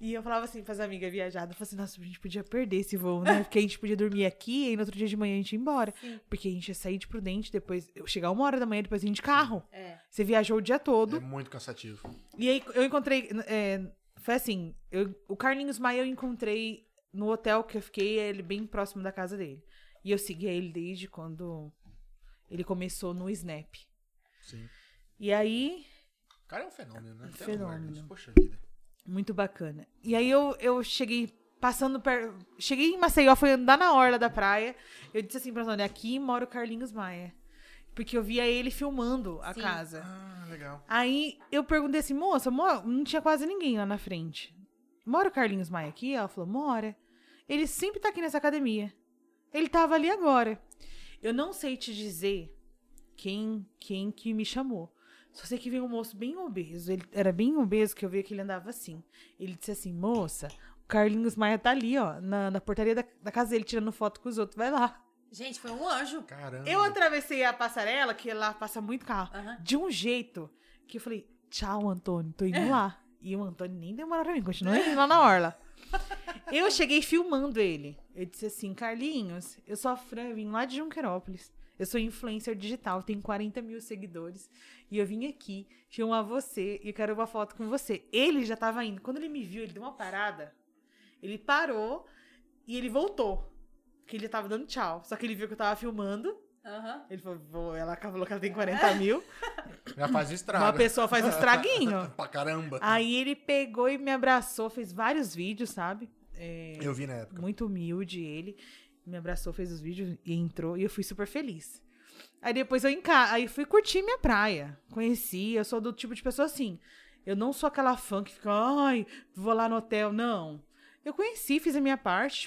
E eu falava assim pras amigas viajadas, eu falava assim, nossa, a gente podia perder esse voo, né? Porque a gente podia dormir aqui e no outro dia de manhã a gente ia embora. Sim. Porque a gente ia sair de Prudente, depois eu chegar uma hora da manhã, depois a gente de carro. É. Você viajou o dia todo. É muito cansativo. E aí eu encontrei. é, foi assim, eu- o Carlinhos Maia eu encontrei no hotel que eu fiquei, ele bem próximo da casa dele. E eu segui ele desde quando ele começou no Snap. Sim. E aí, O cara é um fenômeno, né? Até Fenômeno. no ar, né? Poxa vida. muito bacana. E aí eu, eu cheguei passando per... Cheguei em Maceió, fui andar na orla da praia. Eu disse assim pra Antônio, aqui mora o Carlinhos Maia. Porque eu via ele filmando a Sim. casa. Ah, legal. Aí eu perguntei assim, moça, mo- não tinha quase ninguém lá na frente. Mora o Carlinhos Maia aqui? Ela falou, mora. Ele sempre tá aqui nessa academia. Ele tava ali agora. Eu não sei te dizer quem, quem que me chamou. Só sei que veio um moço bem obeso. Ele era bem obeso que eu vi que ele andava assim. Ele disse assim, moça, o Carlinhos Maia tá ali, ó, na, na portaria da, da casa dele, tirando foto com os outros. Vai lá. Gente, foi um anjo. Caramba. Eu atravessei a passarela, que lá passa muito carro Aham. de um jeito que eu falei, tchau, Antônio, tô indo lá. E o Antônio nem demorou pra mim, continuou indo lá na orla. Eu cheguei filmando ele. Eu disse assim, Carlinhos, eu sou a Fran, eu vim lá de Junquerópolis. Eu sou influencer digital, tenho 40 mil seguidores. E eu vim aqui filmar você e eu quero uma foto com você. Ele já tava indo. Quando ele me viu, ele deu uma parada. Ele parou e ele voltou. Porque ele já tava dando tchau. Só que ele viu que eu tava filmando. Aham. Ele falou, "Vou- ela falou que ela tem 40 mil. Já faz o Uma estrago. pessoa faz um estraguinho. Pra caramba. Aí ele pegou e me abraçou, fez vários vídeos, sabe? É, Eu vi na época. muito humilde ele. Me abraçou, fez os vídeos e entrou. E eu fui super feliz. Aí depois eu em ca- aí fui curtir minha praia. Conheci, eu sou do tipo de pessoa assim. Eu não sou aquela fã que fica, ai, vou lá no hotel. Não. Eu conheci, fiz a minha parte.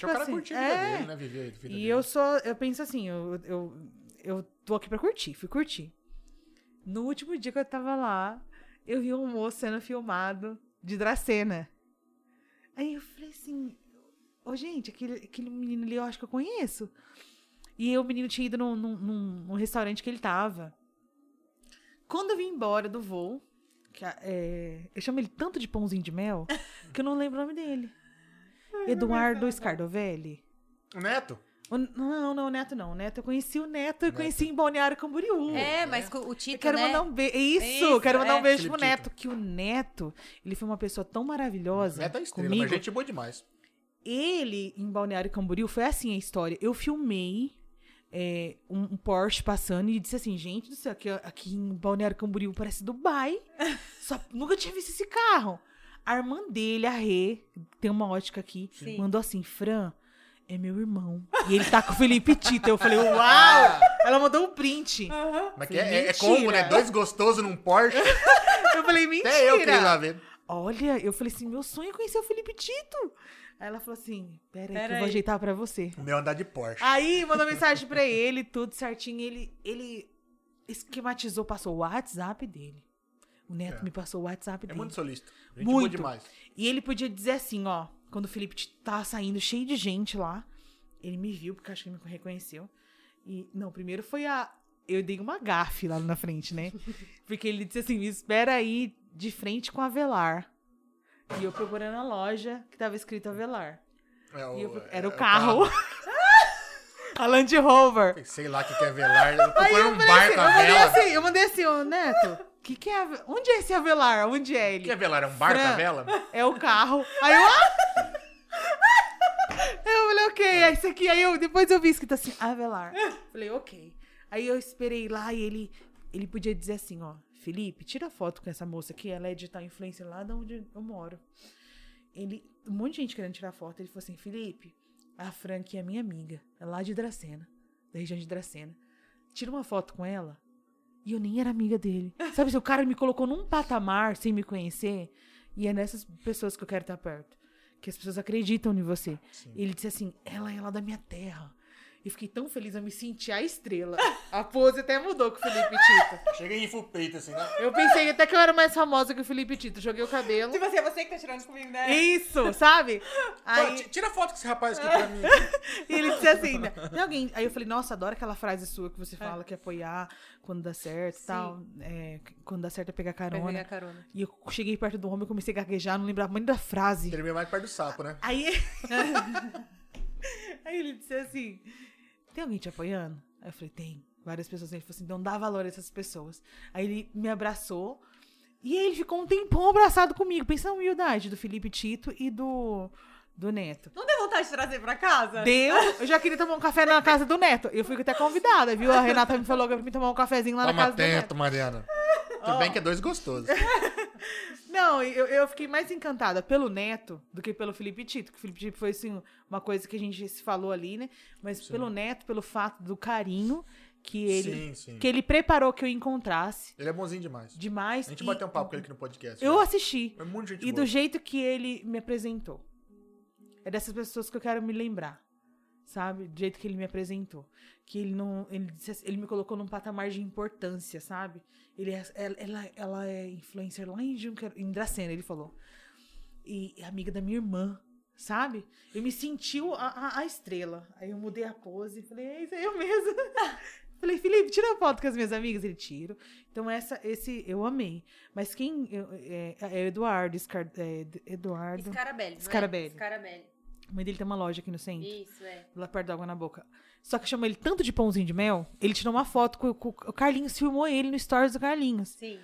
Porque tipo o um cara assim, curtiu a vida é, dele, né? Viver a vida E dele. eu só, eu penso assim, eu, eu, eu tô aqui pra curtir, fui curtir. No último dia que eu tava lá, eu vi um moço sendo filmado de Dracena. Aí eu falei assim, ô gente, aquele, aquele menino ali eu acho que eu conheço. E aí o menino tinha ido num, num- num- num restaurante que ele tava. Quando eu vim embora do voo, que a- é, eu chamo ele tanto de pãozinho de mel, que eu não lembro o nome dele. Eduardo Scardovelli. O Neto? O- não, não, o Neto não. O Neto, eu conheci o Neto, eu Neto. conheci em Balneário Camboriú. É, mas co- o Eu Tito, quero né? mandar um beijo. Isso, Isso, quero mandar é. um beijo pro Felipe Tito. Neto. Que o Neto, ele foi uma pessoa tão maravilhosa Neto é estrela, comigo. mas gente boa demais. Ele, em Balneário Camboriú, foi assim a história. Eu filmei é, um, um Porsche passando e disse assim, gente do céu, aqui, aqui em Balneário Camboriú parece Dubai. Só, nunca tinha visto esse carro. A irmã dele, a Rê, tem uma ótica aqui, Sim. mandou assim, Fran, é meu irmão. E ele tá com o Felipe Tito. Eu falei, Ah. uau! Ela mandou um print. Mas que é, é, é Mentira. como, né? Dois gostosos num Porsche. Eu falei, mentira. Até eu queria ir lá ver. Olha, eu falei assim, meu sonho é conhecer o Felipe Tito. Aí ela falou assim, peraí que eu Peraí. vou ajeitar pra você. O meu é andar de Porsche. Aí mandou mensagem pra ele, tudo certinho. Ele, ele esquematizou, passou o WhatsApp dele. O Neto É. me passou o WhatsApp é dele. muito solista. Gente boa Muito. demais. E ele podia dizer assim, ó, quando o Felipe t- tava saindo cheio de gente lá, ele me viu, porque acho que ele me reconheceu. E, não, primeiro foi a. Eu dei uma gafe lá na frente, né? Porque ele disse assim: me espera aí de frente com a Velar. E eu procurando a loja que tava escrito Avelar. É o- E eu- era é o carro. a Land Rover. Sei lá o que que é velar. Eu tô Aí eu procurando um mandei barco assim, a eu mandei vela. assim, eu mandei assim, ô Neto, que que é, ave- onde é esse Avelar? Onde é O ele? que é velar? É um barco a Fran. vela? É o carro. Aí eu. Ah! Eu falei, ok, é isso aqui. Aí eu, depois eu vi escrito assim, Avelar. Falei, ok. Aí eu esperei lá e ele, ele podia dizer assim, ó, Felipe, tira foto com essa moça aqui, ela é digital influencer lá de onde eu moro. Ele, um monte de gente querendo tirar foto. Ele falou assim, Felipe, a Frank é minha amiga, é lá de Dracena, da região de Dracena. Tira uma foto com ela. E eu nem era amiga dele. Sabe, se o cara me colocou num patamar sem me conhecer, e é nessas pessoas que eu quero estar perto. Que as pessoas acreditam em você. Sim. Ele disse assim: ela é lá da minha terra. E fiquei tão feliz, eu me senti a estrela. A pose até mudou com o Felipe Tito. Chega em full peito assim, né? Eu pensei até que eu era mais famosa que o Felipe Tito. Joguei o cabelo. Tipo assim, é você que tá tirando comigo, né? Isso, sabe? Pô, Aí ti- Tira foto com esse rapaz aqui pra mim. ele disse assim, né? Tem alguém. Aí eu falei, nossa, adoro aquela frase sua que você fala que é apoiar quando dá certo e Sim. tal. É, quando dá certo é pegar Pra carona. pegar carona. E eu cheguei perto do homem, eu comecei a gaguejar, não lembrava muito da frase. Termina mais perto do sapo, né? Aí... Aí ele disse assim: Tem alguém te apoiando? Aí eu falei: Tem. Várias pessoas. Ele falou assim: Então dá valor a essas pessoas. Aí ele me abraçou. E aí ele ficou um tempão abraçado comigo. Pensa na humildade do Felipe Tito e do, do Neto. Não deu vontade de trazer pra casa? Deu, eu já queria tomar um café na casa do Neto. Eu fui até convidada, viu? A Renata me falou que era pra me tomar um cafezinho lá na Toma casa do Neto. atento, Mariana. Tudo bem que é dois gostosos. Não, eu, eu fiquei mais encantada pelo Neto do que pelo Felipe Tito, que o Felipe Tito foi assim, uma coisa que a gente se falou ali, né? Mas pelo Neto, pelo fato do carinho que ele, Sim, sim. que ele preparou que eu encontrasse Ele é bonzinho demais. demais. A gente e bateu um papo com ele aqui no podcast. Eu né? assisti. É muito gente E boa. do jeito que ele me apresentou. É dessas pessoas que eu quero me lembrar. Sabe? Do jeito que ele me apresentou. Que ele não. Ele, disse assim- ele me colocou num patamar de importância, sabe? Ele é, ela, ela- ela é influencer lá em Junker, em Dracena, ele falou. E é amiga da minha irmã, sabe? Eu me sentiu a, a- a estrela. Aí eu mudei a pose e falei, é isso aí eu mesmo. falei, Felipe, tira a foto com as minhas amigas. Ele tiro. Então, essa, esse eu amei. Mas quem. eu- É, é o Eduardo, Scar, é, Ed- Eduardo. Scarabelli, não é? Scarabelli. Scarabelli. A mãe dele tem uma loja aqui no centro, Isso, é. lá perto da água na boca. Só que chama ele tanto de pãozinho de mel, ele tirou uma foto com, com- o Carlinhos, filmou ele no stories do Carlinhos. Sim.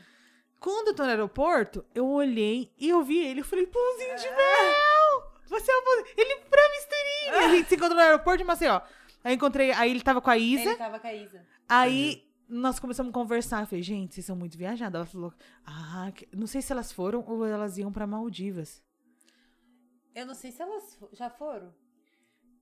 Quando eu tô no aeroporto, eu olhei e eu vi ele, eu falei, pãozinho de mel! Você é o pãozinho. Ele pra misturinha! A gente se encontrou no aeroporto de Maceió. Aí eu encontrei, aí ele tava com a Isa. Ele Uhum. tava com a Isa. Aí nós começamos a conversar. Eu falei, gente, vocês são muito viajadas. Ela falou, ah, que- não sei se elas foram ou elas iam pra Maldivas. Eu não sei se elas fo- já foram.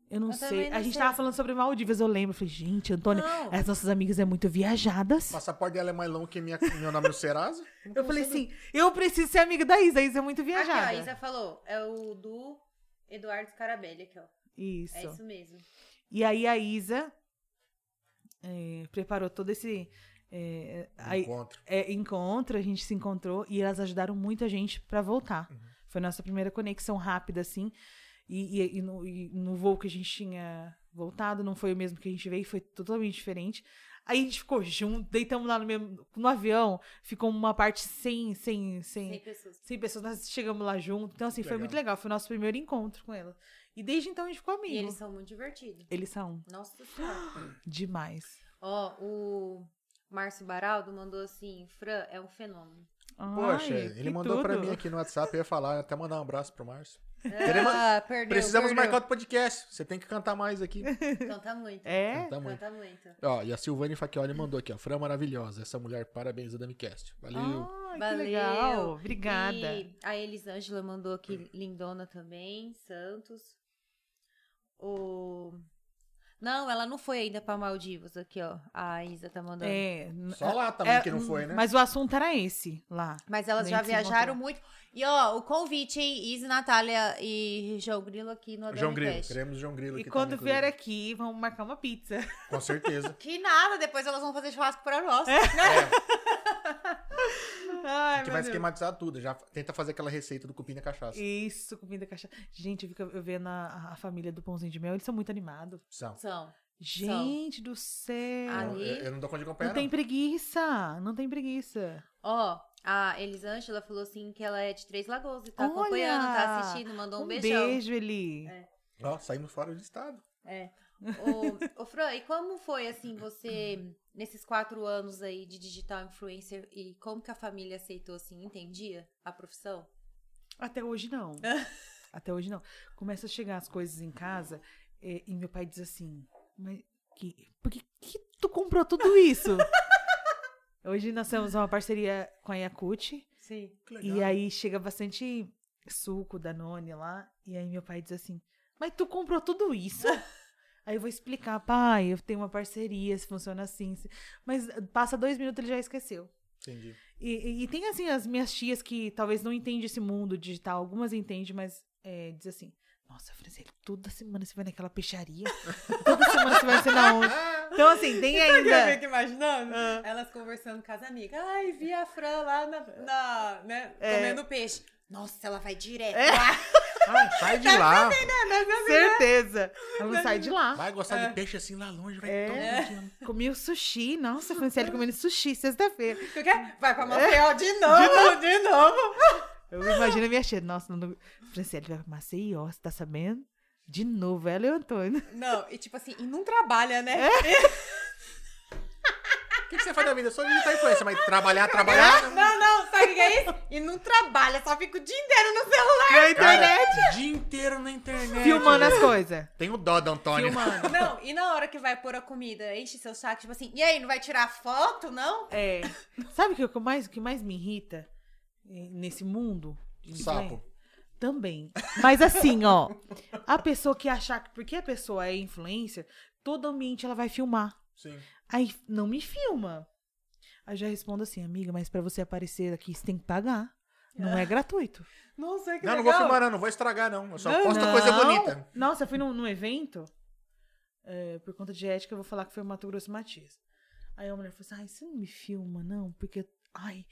Eu não Eu sei. também não A gente sei. tava falando sobre Maldivas, eu lembro. Eu falei, gente, Antônia, Não. as nossas amigas é muito viajadas. O passaporte dela é mais longo que minha, meu nome no Serasa. Como que Eu falei assim, eu preciso ser amiga da Isa, a Isa é muito um Aqui, viajada. ó, a Isa falou. É o do Eduardo Carabelli aqui, ó. Isso. É isso mesmo. E aí a Isa é, preparou todo esse é, a- Encontro. é, encontro, a gente se encontrou e elas ajudaram muito a gente pra voltar. Uhum. Foi nossa primeira conexão rápida, assim. E, e- e no, e no voo que a gente tinha voltado, não foi o mesmo que a gente veio, foi totalmente diferente. Aí a gente ficou junto, deitamos lá no mesmo. No avião, ficou uma parte sem. sem, sem 100 pessoas. Sim, pessoas, nós chegamos lá junto. Então, assim, foi Legal. muito legal. Foi o nosso primeiro encontro com ela. E desde então a gente ficou amigo. E eles são muito divertidos. Eles são Nossa senhora. demais. ó, o Márcio Baraldo mandou assim: Fran é um fenômeno. Poxa, Ai, ele que mandou pra tudo. É. mim aqui no WhatsApp, eu ia falar, até mandar um abraço pro Márcio. Queremos- Ah, perdeu. Precisamos perdeu. marcar outro podcast. Você tem que cantar mais aqui. Canta muito. É? Cantar muito. Canta muito. Ó, e a Silvane Facchioli mandou aqui, ó. Fran é maravilhosa. Essa mulher, parabéns, Adamicast. Valeu. Ai, Valeu. que legal. Obrigada. E a Elisângela mandou aqui lindona também, Santos. O... Não, ela não foi ainda pra Maldivas aqui, ó. A Isa tá mandando. É, n- Só lá também é, que não foi, né? Mas o assunto era esse lá. Mas elas Nem já se viajaram muito. E ó, o convite, hein? Isa, Natália e João Grilo aqui no João Grilo. Adamicast. Queremos João Grilo E aqui quando também, vier inclusive. aqui, vamos marcar uma pizza. Com certeza. Que nada, depois elas vão fazer churrasco pra nós. É? A Ai, gente meu vai Deus. esquematizar tudo. Já tenta fazer aquela receita do cupim na cachaça. Isso, comida cachaça. Gente, eu, fico, eu vendo a, a família do Pãozinho de Mel, eles são muito animados. São. São. Gente do céu. Ah, Eu, Ali- eu- eu não dou conta de acompanhar, não tem preguiça. Não tem preguiça. Ó, a Elisângela falou assim que ela é de Três Lagoas e tá Olha! acompanhando, tá assistindo, mandou um, um beijão. beijo, Eli. É. Ó, saímos fora do estado. Ô, ô, Fran, e como foi assim você nesses quatro anos aí de digital influencer e como que a família aceitou assim, entendia a profissão? Até hoje não. Até hoje não. Começa a chegar as coisas em casa eh, e meu pai diz assim: Mas que, por que, que tu comprou tudo isso? hoje nós temos uma parceria com a Yakut Sim. Que e aí chega bastante suco da None lá. E aí meu pai diz assim: Mas tu comprou tudo isso? Aí eu vou explicar, pai, eu tenho uma parceria, se funciona assim. se-" Mas passa dois minutos ele já esqueceu. Entendi. E, e- e tem assim as minhas tias que talvez não entendem esse mundo digital, algumas entendem, mas é, diz assim: Nossa, Francine, toda semana você vai naquela peixaria, toda semana você vai ser na onde. Então, assim, tem ainda. fico imaginando elas conversando com as amigas. Ai, vi a Fran lá na, né, comendo peixe. Nossa, ela vai direto. Ai, sai de Tá lá. Certeza. Ela não sai de lá. Vai gostar de peixe assim lá longe, vai É. todo dia. Comi o sushi. Nossa, Franciele comendo sushi sexta-feira. Vai pra Montreal É. de novo, de novo. Eu imagino a minha tia. Nossa, não... Franciele vai pra Maceió, você tá sabendo? De novo, ela e o Antônio. Não, e tipo assim, e não trabalha, né? O que, que você faz da vida? Eu sou digital influencer, mas trabalhar, trabalhar. Não, não, sabe o que é isso? E não trabalha, só fica o dia inteiro no celular. Na internet. o dia inteiro na internet. Filmando velho. as coisas. Tem o dó da Antônia. Filmando. Não, e na hora que vai pôr a comida, enche seu saco, tipo assim, e aí, não vai tirar foto, não? É. Sabe o que, o que mais, o que mais me irrita eh, nesse mundo? de Um Sapo. influencer? Também. Mas assim, ó. A pessoa que achar que porque a pessoa é influencer, todo ambiente ela vai filmar. Sim. Aí não me filma. Aí eu já respondo assim, amiga, mas pra você aparecer aqui, você tem que pagar. Não é gratuito. Nossa, que Não, não vou filmar, não. Não vou estragar, não. Eu só Não, posto coisa não. bonita. Nossa, eu fui num, num evento, é, por conta de ética, eu vou falar que foi o Mato Grosso e Matias. Aí a mulher falou assim: ai, você não me filma, não? Porque, ai,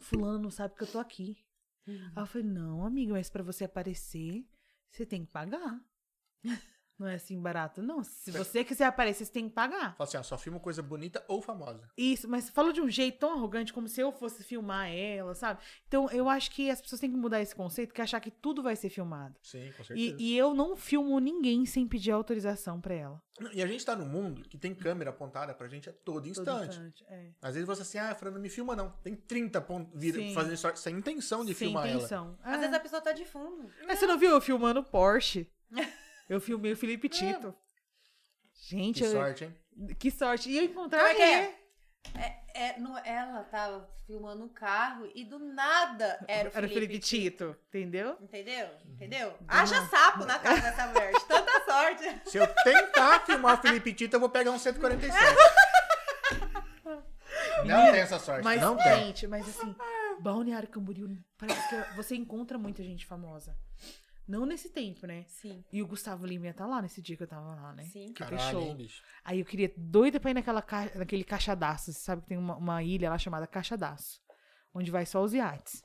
Fulano não sabe que eu tô aqui. Aí eu falei: não, amiga, mas pra você aparecer, você tem que pagar. Não é assim barato, não. Se você quiser aparecer, você tem que pagar. Fala assim, ó, só filmo coisa bonita ou famosa. Isso, mas falou de um jeito tão arrogante, como se eu fosse filmar ela, sabe? Então, eu acho que as pessoas têm que mudar esse conceito, que é achar que tudo vai ser filmado. Sim, com certeza. E, e eu não filmo ninguém sem pedir autorização pra ela. E, a gente tá num mundo que tem câmera apontada pra gente a todo Todo instante. instante, é. Às vezes você assim, ah, Fran, não me filma não. Tem 30 pon- vira, Sim. fazendo isso sem intenção de Sem filmar ela. intenção. Às É. vezes a pessoa tá de fundo. Mas você não viu eu filmando o Porsche? Eu filmei o É. Felipe Tito. Gente, Que eu- sorte, hein? que sorte. E eu encontrei Como é que é? ele. É, no, ela tava filmando o carro e do nada era o Felipe. Era o Felipe Tito, entendeu? Entendeu? Entendeu? Haja sapo na casa dessa mulher, de tanta sorte. Se eu tentar filmar o Felipe Tito, eu vou pegar um 147. não tem essa sorte. Mas, não tem. gente, mas assim, Balneário Camboriú, parece que você encontra muita gente famosa. Não nesse tempo, né? Sim. E o Gustavo Lima ia estar lá nesse dia que eu tava lá, né? Sim. Caralho, Fechou. hein, bicho. Aí eu queria doida pra ir naquela ca... naquele Caixadaço. Você sabe que tem uma, uma ilha lá chamada Caixadaço, onde vai só os iates.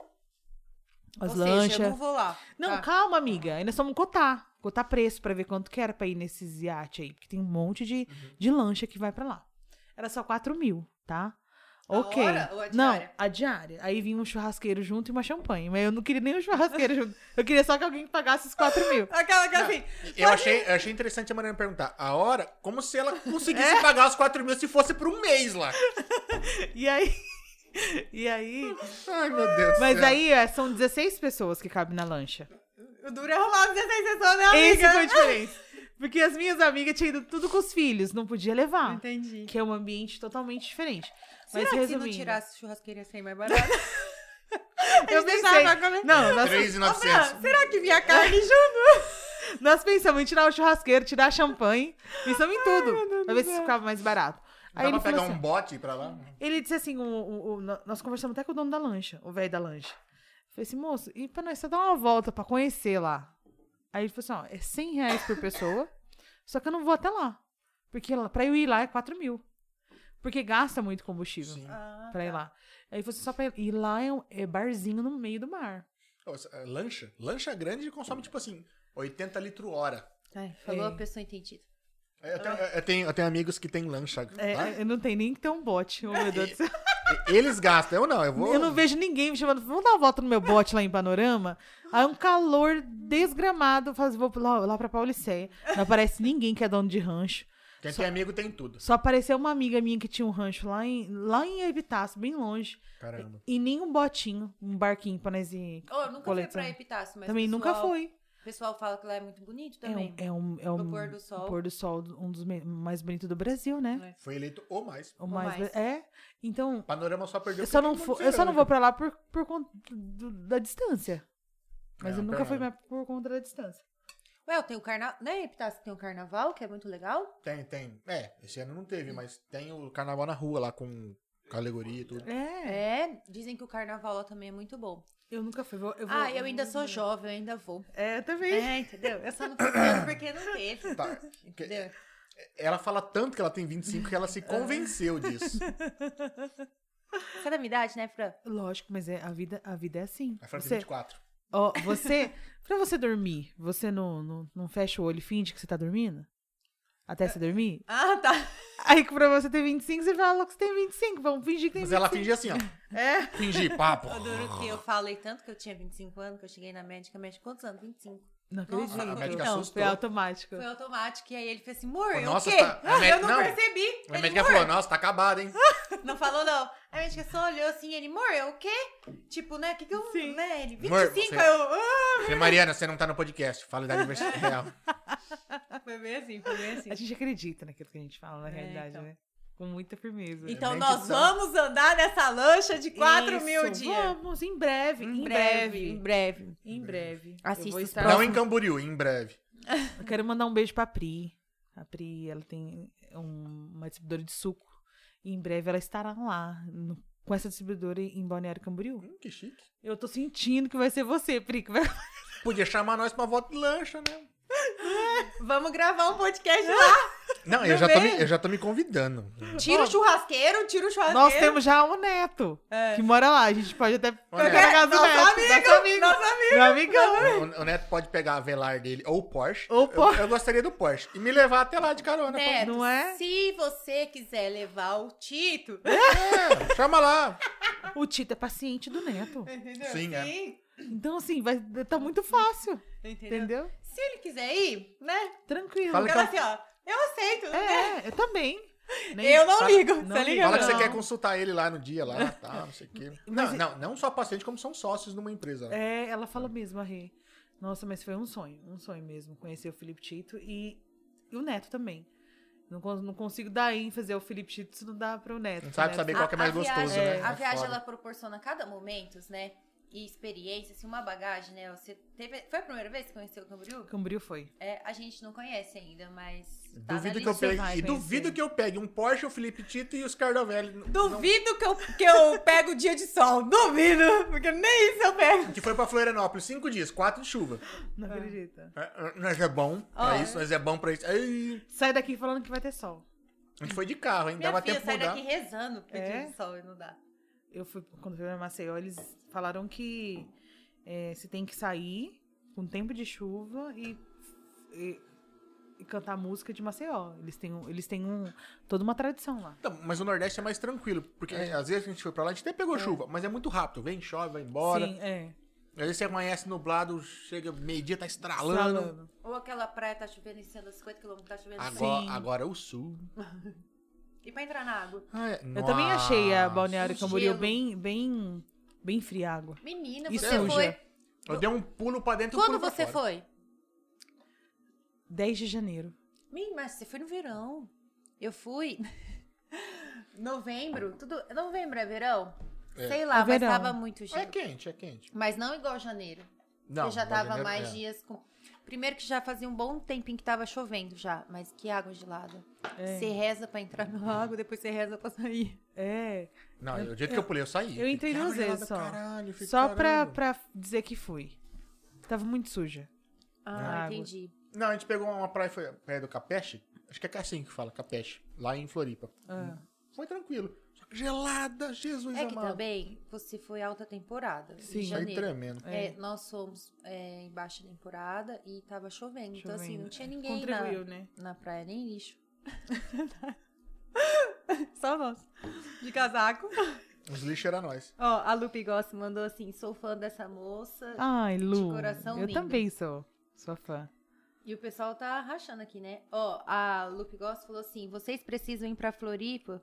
As Ou lanchas. seja, eu não vou lá. Não, Tá. calma, amiga. Ainda somos cotar. Cotar preço pra ver quanto que era pra ir nesses iate aí. Porque tem um monte de, Uhum. de lancha que vai pra lá. Era só 4 mil, tá? A ok. hora ou a Não, diária? a diária. Aí vinha um churrasqueiro junto e uma champanhe. Mas eu não queria nem um churrasqueiro junto. Eu queria só que alguém pagasse os 4 mil. Aquela que assim, Eu achei, eu achei interessante a Mariana perguntar. A hora, como se ela conseguisse É? pagar os 4 mil se fosse por um mês lá. E aí. E aí. Ai, meu Deus do Mas céu. aí é, são 16 pessoas que cabem na lancha. o duro é arrumar 16 pessoas, né, Esse amiga? foi a diferença. Porque as minhas amigas tinham ido tudo com os filhos, não podia levar. Entendi. Que é um ambiente totalmente diferente. Será Mas que se não resumindo. tirasse churrasqueira sem mais barato? pensava Eu pensei. pra comer. Não, nós, 3,900. será que vinha carne junto? nós pensamos em tirar o churrasqueiro, tirar a champanhe, pensamos em tudo. pra ver se ficava mais barato. Aí Dá ele, pra pegar falou assim, um bote pra lá? ele disse assim: o- o- o- nós conversamos até com o dono da lancha, o velho da lancha. Eu falei assim, moço, e pra nós só dar uma volta pra conhecer lá. Aí ele falou assim: ó, é 100 reais por pessoa, só que eu não vou até lá. Porque lá- pra eu ir lá é 4 mil. Porque gasta muito combustível Sim. Ah, pra tá. ir lá. Aí você só pra ir. E lá é, um, é barzinho no meio do mar. Ô, essa- é, Lancha? Lancha grande consome, tipo assim, 80 litros hora. falou É. a pessoa entendida. É, Eu tenho, eu tenho, eu tenho amigos que têm lancha. tá? Ah. É, eu não tenho nem que ter um bote, oh, meu Deus do céu. E- Eles gastam, eu não, eu vou. Eu não vejo ninguém me chamando. Vamos dar uma volta no meu bote lá em Panorama? Aí um calor desgramado. Faz, vou lá, lá pra Pauliceia. Não aparece ninguém que é dono de rancho. Quem tem amigo tem tudo. Só apareceu uma amiga minha que tinha um rancho lá em, lá em Epitácio, bem longe. Caramba. E nem um botinho, um barquinho pra nós ir. Oh, eu nunca fui pra coletando. Epitácio, mas Também o nunca pessoal- foi. O pessoal fala que lá é muito bonito É também. um, é um, é No um- pôr do sol. É. um pôr do sol, um dos me- mais bonitos do Brasil, né? Foi eleito ou mais. O mais, mais. É. Então, Panorama só perdeu. Eu só não, porque fo- eu aconteceu, só não né? vou pra lá por, por conta do- da distância. Mas É, eu nunca fui pera- mais por conta da distância. Ué, tem o carnaval. Né, Epitácio tem o carnaval, que é muito legal. Tem, tem. É, esse ano não teve, mas tem o carnaval na rua lá com com alegoria e tudo. É, É, dizem que o carnaval lá também é muito bom. eu nunca fui. vou- eu vou- Uhum. Ah, eu ainda sou jovem, eu ainda vou. É, eu também. É, entendeu? Eu só não fui tanto porque não teve. Tá. é, Entendeu? Ela fala tanto que ela tem 25 que ela se convenceu disso. Você é da minha idade, né, Fran? Lógico, mas é, a, vida, a vida é assim. A Fran tem você, 24. ó, você, pra você dormir, você não, não, não fecha o olho e finge que você tá dormindo? Até você dormir? Ah, tá. Aí que pra você ter 25, você fala que você tem 25. Vamos fingir que tem Mas 25. ela fingia assim, ó. É. Fingir, papo. Eu duro que eu falei tanto que eu tinha 25 anos, que eu cheguei na médica, médica, quantos anos? 25. Não Nossa, acredito. a médica não, assustou. foi automático. Foi automático. E aí ele fez assim, amor, Pô, eu nossa, o quê? tá- a Ah, médica- eu não, não. percebi. A Ele, é. médica "Mor, falou, nossa, tá acabado, hein? Não falou, não. A médica só olhou assim, ele, amor, eu o quê? Tipo, né, o que que eu... Sim. Né, ele, Amor, 25, você- aí eu... "Ah". Falei, Mariana, você não tá no podcast. Fala da diversidade real. Foi bem assim, foi bem assim. A gente acredita naquilo que a gente fala, na É, realidade, então. né? Com muita firmeza. Então bem nós que são. vamos andar nessa lancha de 4 Isso, mil dias. Vamos, em breve, em, breve, em breve. Em breve. Assista Eu vou os estar- Não em Camboriú, em breve. Eu quero mandar um beijo pra Pri. A Pri, ela tem um- uma distribuidora de suco. E em breve ela estará lá, no- com essa distribuidora em Balneário Camboriú. Hum, que chique. Eu tô sentindo que vai ser você, Pri, que vai Podia chamar nós pra volta de lancha, né? Vamos gravar um podcast lá. Não, Não eu é? já, tô veio? me, eu já tô me convidando. Tira o churrasqueiro, tira o churrasqueiro. Nós temos já o neto, que mora lá. A gente pode até pegar Neto. na casa do Nosso neto. amigo, nosso amigo. Meu amigão. O, o Neto pode pegar a velar dele ou o Porsche. Ou o Eu- Porsche. Eu, gostaria do Porsche. E me levar até lá de carona. Neto, Não é? se você quiser levar o Tito, É, chama lá. O Tito é paciente do neto. entendeu? Sim, é. Então, assim, vai, tá muito fácil. Entendeu? Entendeu? Se ele quiser ir, né? Tranquilo. Fala Ela Então- assim, ó, eu aceito, né? É, eu também. Eu não ligo, Não tá ligado? Fala que você Não. quer consultar ele lá no dia, lá, tá, não sei o quê. Não, Mas e- não, não só paciente, como são sócios numa empresa. É, ela fala mesmo, a Rê. Nossa, mas foi um sonho, um sonho mesmo, conhecer o Felipe Tito e, e o Neto também. Não, cons- não consigo dar ênfase ao Felipe Tito se não dá pro Neto. né? Não O sabe Neto- saber qual que é mais gostoso, viagem, né? A É viagem, foda. ela proporciona cada momentos, né? e experiência, assim, uma bagagem, né? Você teve... Foi a primeira vez que conheceu o Camboriú? Camboriú foi. É, a gente não conhece ainda, mas. Tá na Duvido que, eu lista. pegue, vai e duvido conhecer. que eu pegue um Porsche, o Felipe Tito e os Cardovelli. Não- Duvido que, eu, que eu pego o dia de sol. Duvido! Porque nem isso eu pego. não- Que foi pra Florianópolis, cinco dias, quatro de chuva. Não Ah. acredita. É, é, Nós é bom pra Ó. isso, nós é bom pra isso. Ai, Sai daqui falando que vai ter sol. a gente foi de carro, hein? Minha Dava filha tempo de sai mudar. daqui rezando porque É? dia de sol e não dá. Eu fui, quando fui pra Maceió, eles falaram que é, você tem que sair com um tempo de chuva e, e- e cantar música de Maceió. Eles têm, um- eles têm um, toda uma tradição lá. Então, mas o Nordeste é mais tranquilo, porque É. às vezes a gente foi pra lá, a gente até pegou chuva, mas é muito rápido. Vem, chove, vai embora. Sim, é. Às vezes você amanhece nublado, chega meio-dia, tá estralando. Estralando. Ou aquela praia tá chovendo em 150 km, tá chovendo em 100. Agora, Sim. agora é o sul. E pra entrar na água? Ah, é. Eu também achei a Nossa. Balneário Camboriú Um Gelo. bem, bem, bem fria a água. Menina, E você suja. foi. Eu dei um pulo pra dentro e um Quando pulo pra você fora. foi? 10 de janeiro. Menina, mas você foi no verão. Eu fui. Novembro? Tudo... Novembro é verão? É. Sei lá, É mas verão. tava muito É gelo. quente, é quente. Mas não igual janeiro. Não, eu já mas tava janeiro- mais é. dias com. Primeiro que já fazia um bom tempinho que tava chovendo já, mas que água gelada. É. Você reza pra entrar na água, depois você reza pra sair. é. Não, eu- o jeito que eu pulei, eu saí. eu entrei Fiquei, duas "Ah, gelada, vezes só. caralho, fiquei, Só pra, caramba." pra dizer que fui. Tava muito suja. Ah, água. entendi. Não, a gente pegou uma praia, foi a praia do Capeche. Acho que é assim que fala, Capeche. Lá em Floripa. Ah. então Foi tranquilo. Só que Gelada, Jesus É que amado. também você foi alta temporada. Sim. Em Saí janeiro. tremendo. É, nós fomos é, em baixa temporada e tava chovendo. Então, assim, não Chovendo. tinha ninguém na, Contribuiu, né? na praia, nem lixo. Só nós. De casaco. Os lixos era nós. Ó, a Lupe Gossi mandou assim: sou fã dessa moça. Ai, Lu. coração eu lindo. também sou. Sou fã. E o pessoal tá rachando aqui, né? Ó, a Lupe Goss falou assim: vocês precisam ir pra Floripa?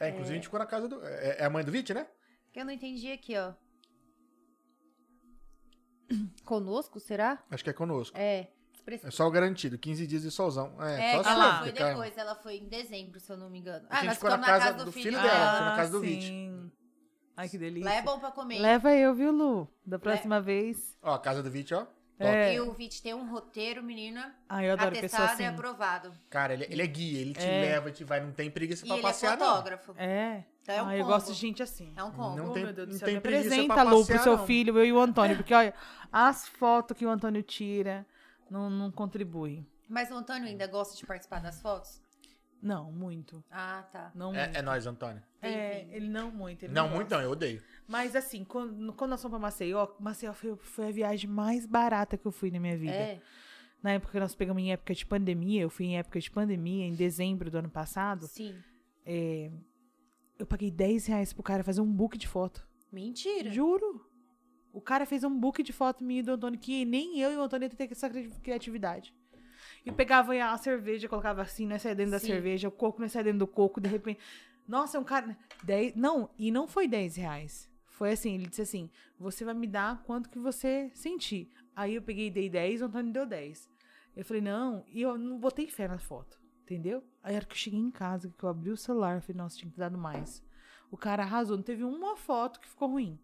É, inclusive a gente ficou na casa do. É, é a mãe do Vit, né? Que eu não entendi aqui, ó. Conosco, será? Acho que é conosco. É. vocês preci- É sol garantido, 15 dias de solzão. É, É, só que se lá. ela lasca, foi cara. depois, ela foi em dezembro, se eu não me engano. a Ah, gente nós ficou na ficamos na casa casa do do filho filho dela. dela. foi É, na casa do Vit. sim. Ai, que delícia. Lá é bom pra comer. Leva eu, viu, Lu? Da próxima vez. Ó, a casa do Vit, ó. É. E o Vit tem um roteiro, menina, Ai, eu adoro pessoas atestado assim. e aprovado. Cara, ele, ele é guia, ele te É. leva, te vai, não tem preguiça E pra ele passear, é não. fotógrafo. É. Então é um Ai, eu combo. gosto de gente assim. É um combo. Não Oh, tem, meu Deus do não céu, tem me preguiça apresenta, pra Lu, pro passear, seu não. filho, eu e o Antônio, porque olha, as fotos que o Antônio tira não, não contribuem. Mas o Antônio ainda gosta de participar das fotos? Não, muito. Ah, tá. Não É, é muito. nós, Antônio. É, Enfim. ele não muito. Ele Não, gosta. muito não, eu odeio. Mas assim, quando, quando nós fomos pra Maceió, Maceió foi, foi a viagem mais barata que eu fui na minha vida. É. Na época que nós pegamos em época de pandemia, eu fui em época de pandemia, em dezembro do ano passado, Sim. eu paguei 10 reais pro cara fazer um book de foto. Mentira. Juro. O cara fez um book de foto minha e do Antônio, que nem eu e o Antônio tem essa cri- criatividade. E pegava a cerveja, colocava assim, não saia dentro da Sim. cerveja, o coco não saia dentro do coco, de repente. Nossa, é um cara. Dez... Não, e não foi 10 reais. Foi assim, ele disse assim: você vai me dar quanto que você sentir. Aí eu peguei e dei 10, o Antônio deu 10. Eu falei, não, e eu não botei fé na foto, entendeu? Aí a hora que eu cheguei em casa, que eu abri o celular, eu falei, nossa, tinha que ter dado mais. O cara arrasou, não teve uma foto que ficou ruim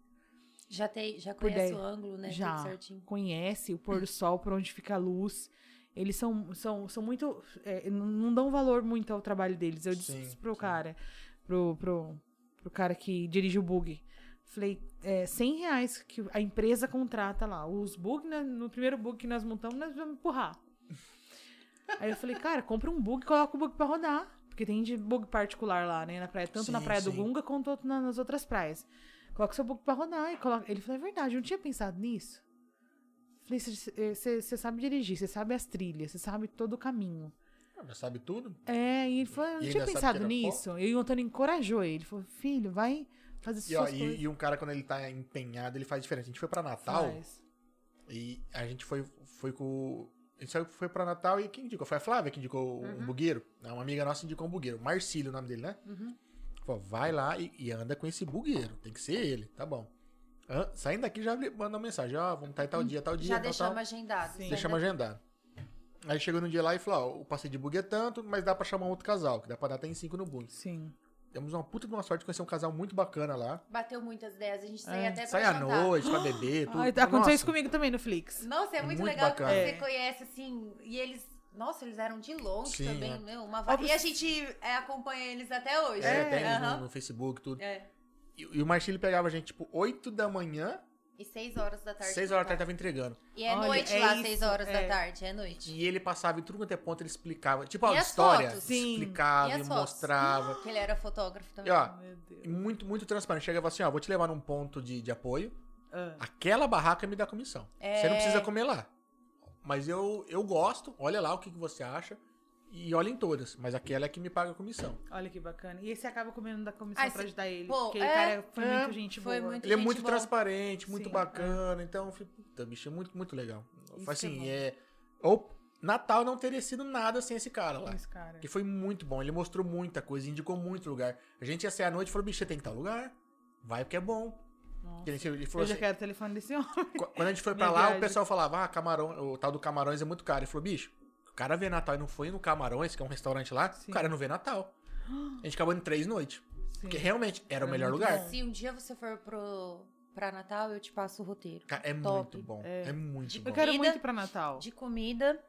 Já, tem, já Por conhece dez. o ângulo, né? Já. Tudo certinho. conhece o pôr do sol, por onde fica a luz. Eles são, são, são muito. é, n- não dão valor muito ao trabalho deles. Eu disse Sim, isso pro sim. cara, pro, pro, pro cara que dirige o bug. Falei, é, 100 reais que a empresa contrata lá. Os bug, né, no primeiro bug que nós montamos, nós vamos empurrar. Aí eu falei, cara, compra um bug e coloca o bug pra rodar. Porque tem de bug particular lá, né? Na praia, tanto na Sim, praia sim. do Gunga quanto na- nas outras praias. Coloca seu bug pra rodar. E coloca... Ele falou, é verdade, eu não tinha pensado nisso. Falei, você sabe dirigir, você sabe as trilhas, você sabe todo o caminho. Ah, Já sabe tudo. É, e ele falou, eu E não ainda tinha sabe pensado tirar nisso. E o Antônio encorajou ele. Ele falou, filho, vai fazer E, ó, suas coisas. e, e um cara, quando ele tá empenhado, ele faz diferente. A gente foi pra Natal Faz. e a gente foi, foi com. A gente saiu- foi pra Natal e quem indicou? Foi a Flávia que indicou Uhum. um bugueiro. Uma amiga nossa indicou um bugueiro. Marcílio, o nome dele, né? Uhum. Falou, vai lá e, e anda com esse bugueiro. Tem que ser ele, tá bom. Hã? Saindo daqui já lhe mandou mensagem. Ó, vamos estar em tal dia, tal dia, Já tal, tal. deixamos agendado. Sim. Você Deixamos agendar. Aí um chegou no dia lá e falou, ó, o passeio de bug é tanto, mas dá pra chamar outro casal, que dá pra dar até em cinco no bug. Sim. Temos uma puta de uma sorte de conhecer um casal muito bacana lá. Bateu muitas ideias, a gente saía até É pra É, Sai à jantar. noite pra beber, tudo. Ai, tá, aconteceu isso Nossa, comigo também no Flix. Nossa, é muito, Muito legal bacana. que você É. conhece, assim, e eles. Nossa, eles eram de longe Sim, também, é. né? Uma va- Óbvio- E a gente é, acompanha eles até hoje. É, tem aham. no, no Facebook, tudo. É. E, e o Marcílio pegava a gente, tipo, 8 da manhã, E seis horas da tarde. 6 não horas da tá. tarde tava entregando. E é Olha, noite é lá, isso, seis horas da é. tarde. É noite. E ele passava em tudo quanto é ponto, ele explicava. Tipo, ó, E as história. fotos? Sim. Explicava, E e as fotos? mostrava. Que ele era fotógrafo E também. ó, Ah, Meu Deus. muito, muito transparente. Chegava assim, ó, vou te levar num ponto de, de apoio. Ah. Aquela barraca me dá comissão. É. Você não precisa comer lá. Mas eu, eu gosto, olha lá o que, que você acha. E olha em todas, mas aquela é que me paga a comissão. Olha que bacana. E aí você acaba comendo da comissão Ai, pra se- ajudar ele. Pô, porque o é, cara foi é, muito gente foi boa. muito- Ele é gente muito boa. transparente, muito Sim, é. bacana. Então, eu falei, puta, bicho, é muito, muito legal. Isso é assim, bom. é. Ou Natal não teria sido nada sem esse cara lá. Esse cara. Que foi muito bom. Ele mostrou muita coisa, indicou muito lugar. A gente ia sair à noite e falou, bicho, você tem que tal lugar. Vai porque é bom. Nossa. Ele, ele falou Eu já assim, quero o telefone desse homem. Qu- Quando a gente foi Minha pra lá, o viagem. pessoal falava, ah, camarão, o tal do Camarões é muito caro. Ele falou, bicho, o cara vê Natal e não foi no Camarões, que é um restaurante lá, Sim. o cara não vê Natal. A gente acabou em três noites. Sim. Porque realmente era, Era o melhor muito lugar. bom. Se um dia você for pro, pra Natal, eu te passo o roteiro. Ca- É Top. muito bom. É. É, muito bom. Eu quero Comida. muito ir pra Natal. De comida,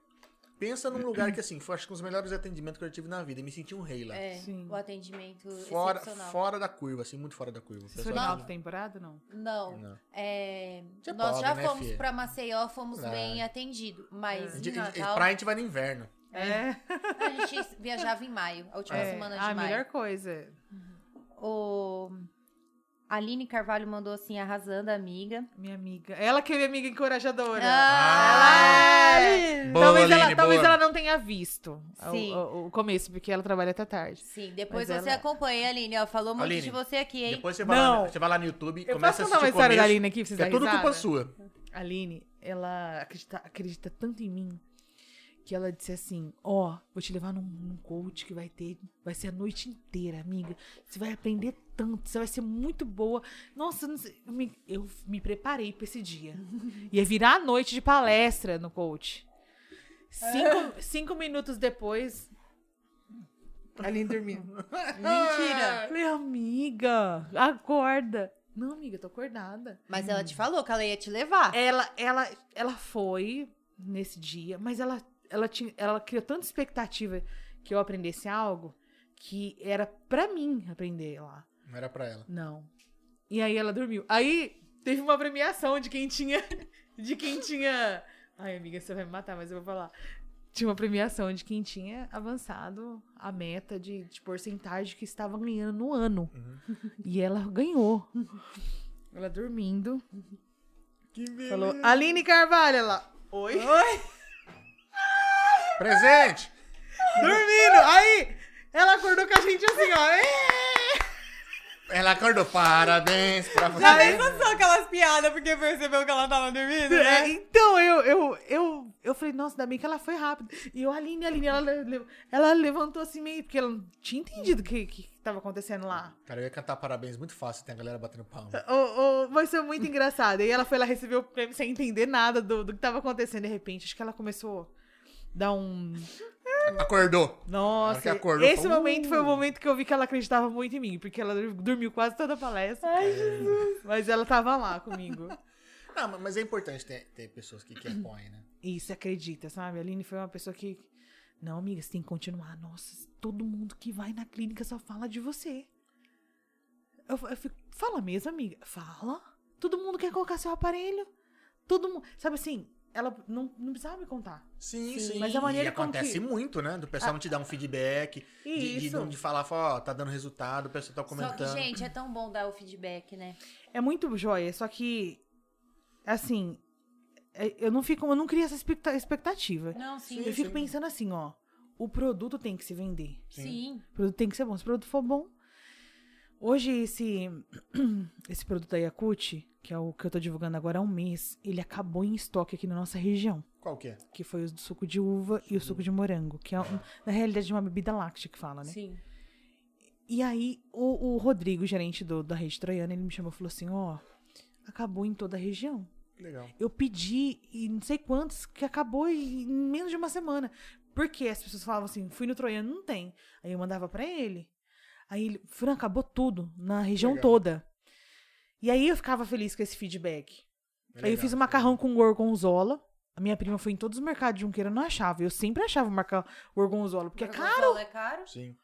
Pensa num lugar que, assim, foi acho que um dos melhores atendimentos que eu tive na vida. Eu me senti um rei lá. é, Sim. o atendimento Fora, excepcional. fora da curva, assim, muito fora da curva. O Vocês pessoal É. foram na não- alta temporada, não? Não, não. é, Hum. Você é nós pobre, já né, fomos filha? pra Maceió, fomos Ah. bem atendidos. Mas A em gente- a gente- Natal, Praia a gente vai no inverno. É. a gente viajava em maio, a última É. tipo, semana de A maio. melhor coisa. O Aline Carvalho mandou assim, arrasando, amiga. Minha amiga. Ela que é minha amiga encorajadora. Ah, Ela Aline! Boa, talvez ela, Aline, talvez boa. ela não tenha visto o- Sim. o, o começo, porque ela trabalha até tarde. Sim, depois Mas você ela- é. acompanha, Aline. Ó, falou muito Aline, de você aqui, hein? Depois você vai, lá, Não. você vai lá no YouTube, Eu começa posso a contar uma assistir o história da começo. Aline aqui pra vocês É darem tudo culpa risada? sua. A Aline, ela acredita, acredita tanto em mim que ela disse assim: Ó, vou te levar num, num coach que vai ter, vai ser a noite inteira, amiga. Você vai aprender tanto, você vai ser muito boa. Nossa, não sei, eu, me, eu me preparei pra esse dia. Ia virar a noite de palestra no coach. Cinco, cinco minutos depois. A Aline dormiu. Mentira! Falei, amiga, acorda. Não, amiga, eu tô acordada. Mas ela te falou que ela ia te levar. Ela, ela, ela foi nesse dia, mas ela, ela, tinha, ela criou tanta expectativa que eu aprendesse algo que era pra mim aprender lá. Não era pra ela. Não. E aí ela dormiu. Aí teve uma premiação de quem tinha. De quem tinha. Ai, amiga, você vai me matar, mas eu vou falar. Tinha uma premiação de quem tinha avançado a meta de, de porcentagem que estava ganhando no ano. Uhum. E ela ganhou. Ela dormindo. Que beleza. Falou, Aline Carvalho, ela. Oi? Presente! Dormindo! Aí, ela acordou com a gente assim, ó. "Ê!" Ela acordou, parabéns pra você. só aquelas piadas porque percebeu que ela tava dormindo, né? É, então, eu, eu, eu, eu falei, nossa, ainda bem que ela foi rápida. E eu, Aline, Aline, ela, le- ela levantou assim meio, porque ela não tinha entendido o que, que tava acontecendo lá. Cara, eu ia cantar parabéns muito fácil, tem a galera batendo palma. Oh, oh, mas foi muito engraçado. E ela foi lá receber o prêmio sem entender nada do, do que tava acontecendo. De repente, acho que ela começou a dar um. Acordou. Nossa, que acordou, esse falou, momento foi o "Uh". momento que eu vi que ela acreditava muito em mim, porque ela dur- dormiu quase toda a palestra. Ai, É. Jesus. Mas ela tava lá comigo. Não, ma- mas é importante ter, ter pessoas que, que apoiam, né? E você acredita, sabe? A Aline foi uma pessoa que. Não, amiga, você tem que continuar. Nossa, todo mundo que vai na clínica só fala de você. Eu, eu fico, fala mesmo, amiga. Fala. Todo mundo quer colocar seu aparelho. Todo mundo. Sabe assim, ela não, não precisava me contar. Sim, Sim. Mas a maneira e como acontece que- muito, né? Do pessoal não te dar um feedback, E de, de, isso. não- de falar, falar, ó, tá dando resultado, o pessoal Só tá que, comentando. gente, é tão bom dar o feedback, né? É muito joia, só que. Assim. é- Eu não fico. Eu não crio essa expecta- expectativa. Não, sim. eu Sim. fico pensando assim, ó. O produto tem que se vender. Sim. O produto tem que ser bom. Se o produto for bom. Hoje, esse, esse produto da Yakut, que é o que eu tô divulgando agora há um mês, ele acabou em estoque aqui na nossa região. Qual que é? Que foi o do suco de uva e o suco de morango, que é, um- na realidade, uma bebida láctea que fala, né? E aí, o, o Rodrigo, gerente do- da rede troiana, ele me chamou e falou assim: ó, acabou em toda a região. Legal. Eu pedi e não sei quantos que acabou em em menos de uma semana. Porque as pessoas falavam assim, fui no Troiano, não tem. Aí eu mandava pra ele. Aí ele, Fran, acabou tudo na região Legal. toda. E aí eu ficava feliz com esse feedback. Aí eu É Legal. fiz um macarrão com gorgonzola. A minha prima foi em todos os mercados de Junqueira, não achava. Eu sempre achava o marca- o gorgonzola, porque é caro. caro. É caro. Sim.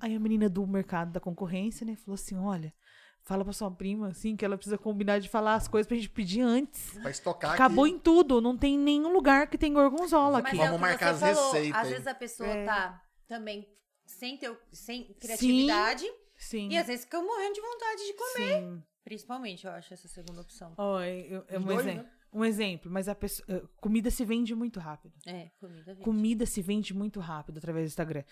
Aí a menina do mercado da concorrência, né, falou assim: olha, fala pra sua prima, assim, que ela precisa combinar de falar as coisas pra gente pedir antes. Pra estocar Acabou aqui. em tudo, não tem nenhum lugar que tem gorgonzola Mas aqui. é Vamos o que marcar você as falou, receitas, Às hein? vezes a pessoa É. tá também sem, ter, sem criatividade Sim. e às vezes fica morrendo de vontade de comer. sim. Principalmente, eu acho, essa segunda opção. Ó, eu- eu- Os um, dois, exemplo, né? um exemplo, mas a pessoa- eh, comida se vende muito rápido. É, comida vende. Comida se vende muito rápido através do Instagram.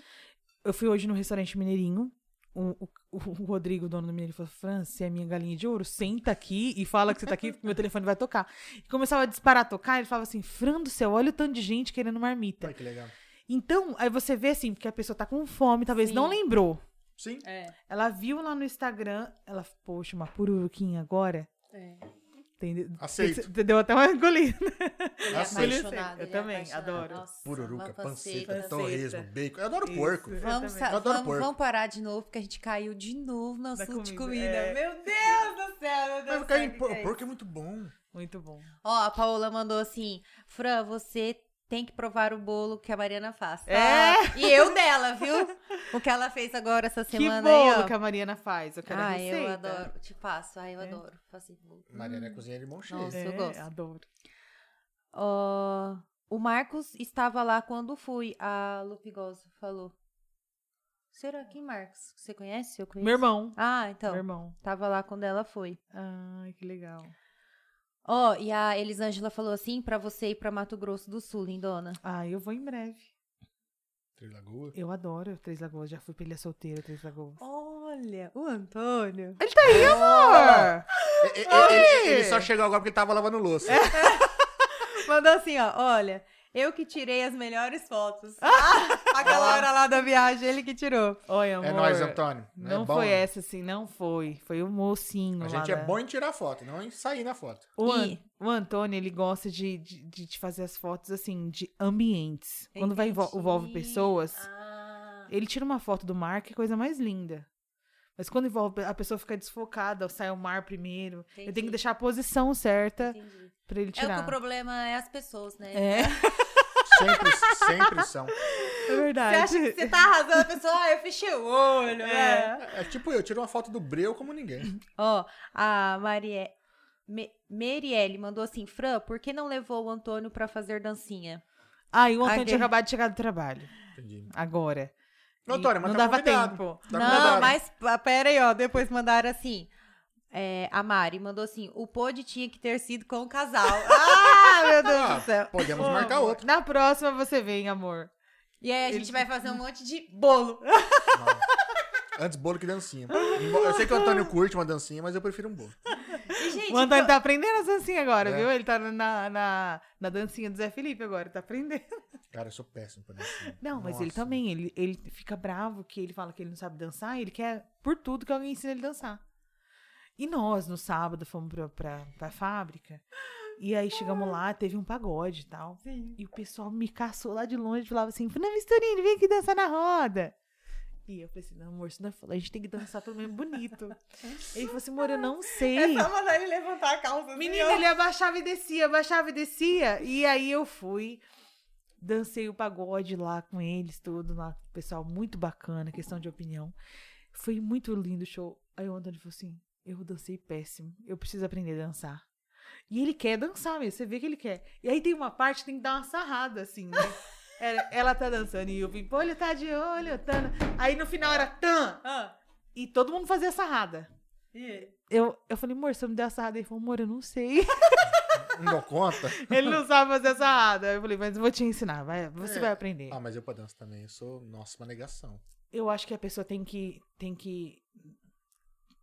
Eu fui hoje no restaurante Mineirinho. O, o- o Rodrigo, o dono do Mineirinho, falou: Fran, você é minha galinha de ouro, senta aqui e fala que você tá aqui, porque meu telefone vai tocar. E começava a disparar a tocar, ele falava assim: Fran do céu, olha o tanto de gente querendo marmita. Olha que legal. Então, aí você vê assim, porque a pessoa tá com fome, talvez Sim. não lembrou. Sim. É, Ela viu lá no Instagram, ela, poxa, uma pururuquinha agora. é. Entendeu? Aceito. Deu até uma engolida. Ele é Aceito. apaixonado. Eu ele é também, apaixonado. adoro. Nossa, Pururuca, uma é panceta, panceta. torresmo, bacon. Eu adoro Isso. porco. Eu Vamos, também. sa- Eu adoro vamos, porco. vamos parar de novo, porque a gente caiu de novo no Da assunto de comida, comida. é. Meu Deus do céu, meu Deus Mas do o céu. cara- que por- que é isso? porco é muito bom. Muito bom. Ó, a Paola mandou assim: Fran, você tem que provar o bolo que a Mariana faz. tá? É? E eu dela, viu? O que ela fez agora essa semana que bolo aí, ó. que a Mariana faz. Eu quero é a Ai, receita. eu adoro. Te passo. Ai, eu É. adoro. Faço esse bolo. Mariana é cozinheira de mão cheia. Hum. Nossa. Isso eu É, gosto. adoro. Ó, o Marcos estava lá quando fui, a Lupigoso falou. Será que Marcos? Você conhece? Eu conheço. Meu irmão. Ah, então. Meu irmão. Tava lá quando ela foi. Ai, que legal. Ó, e a Elisângela falou assim pra você ir pra Mato Grosso do Sul, lindona. Ah, eu vou em breve. Três Lagoas. Eu adoro Três Lagoas. Já fui pra Ilha Solteira, Três Lagoas. Olha, o Antônio. Amor! É, é, é, ele, ele só chegou agora porque tava lavando louça. É. Mandou assim, ó, olha, eu que tirei as melhores fotos. Ah, Aquela hora lá da viagem, ele que tirou. Oi, amor. É nóis, Antônio. Não é bom, foi né? essa, assim. Não foi. Foi o mocinho A lá gente é da- bom em tirar foto, não em sair na foto. O, An- E- o Antônio, ele gosta de, de, de te fazer as fotos, assim, de ambientes. Quando vai envol- Entendi. envolve pessoas, Ah, ele tira uma foto do mar, que é coisa mais linda. Mas quando envolve, a pessoa fica desfocada, sai o mar primeiro. Eu tenho que Entendi. deixar a posição certa entendi. pra É ele o que o tirar. problema é as pessoas, né? É, é, Sempre, sempre são. Você verdade. acha que você tá arrasando a pessoa? Ah, eu fechei o olho, né? É tipo eu, tiro uma foto do Breu como ninguém. Ó, a Marie... Me- Merielle mandou assim, Fran, por que não levou o Antônio pra fazer dancinha? Ah, e o Antônio Aqui. tinha acabado de chegar do trabalho. Entendi. Agora. Ô, Antônio, E mas não tá dava convidado. tempo. Tá não, convidado. mas pa- pera aí, ó, depois mandaram assim, é, a Mari mandou assim, o pod tinha que ter sido com o casal. ah, meu Deus do céu. Podemos Ô, marcar amor, outro. Na próxima você vem, amor. E aí a Ele- gente vai fazer um monte de bolo. Antes bolo que dancinha. Embo- Eu sei que o Antônio curte uma dancinha, mas eu prefiro um bolo. E, gente, então, O Antônio tá aprendendo as dancinhas agora, É. viu? Ele tá na, na, na dancinha do Zé Felipe agora, tá aprendendo. Cara, eu sou péssimo pra dancinha. Não, mas ele Nossa. também, ele, ele fica bravo que ele fala que ele não sabe dançar, e ele quer por tudo que alguém ensina ele a dançar. E nós, no sábado, fomos pra, pra, pra fábrica, e aí chegamos lá, teve um pagode e tal. Sim. E o pessoal me caçou lá de longe e falava assim: Fernando Misturini, vem aqui dançar na roda. E eu falei assim: não, amor, você não falou, a gente tem que dançar pelo menos bonito. ele falou assim: amor, eu não sei. é mandar ele levantar a calça. assim, Menina, ele abaixava e descia, abaixava e descia. E aí eu fui, dancei o pagode lá com eles, tudo lá. Pessoal, muito bacana, questão de opinião. Foi muito lindo o show. Aí o Antônio falou assim: eu dancei péssimo, eu preciso aprender a dançar. E ele quer dançar mesmo, você vê que ele quer. E aí tem uma parte que tem que dar uma sarrada, assim, né? Era- ela tá dançando e o Pimpolho tá de olho, tá. na- Aí no final era tan! Ah, E todo mundo fazia sarrada. Eu, eu falei, amor, você me deu a sarrada? Ele falou, amor, eu não sei. Não dou conta. Ele não sabe fazer essa rada. Eu falei, mas eu vou te ensinar, vai, você vai aprender. Ah, mas eu pra dança também, eu sou, nossa, uma negação. Eu acho que a pessoa tem que, tem que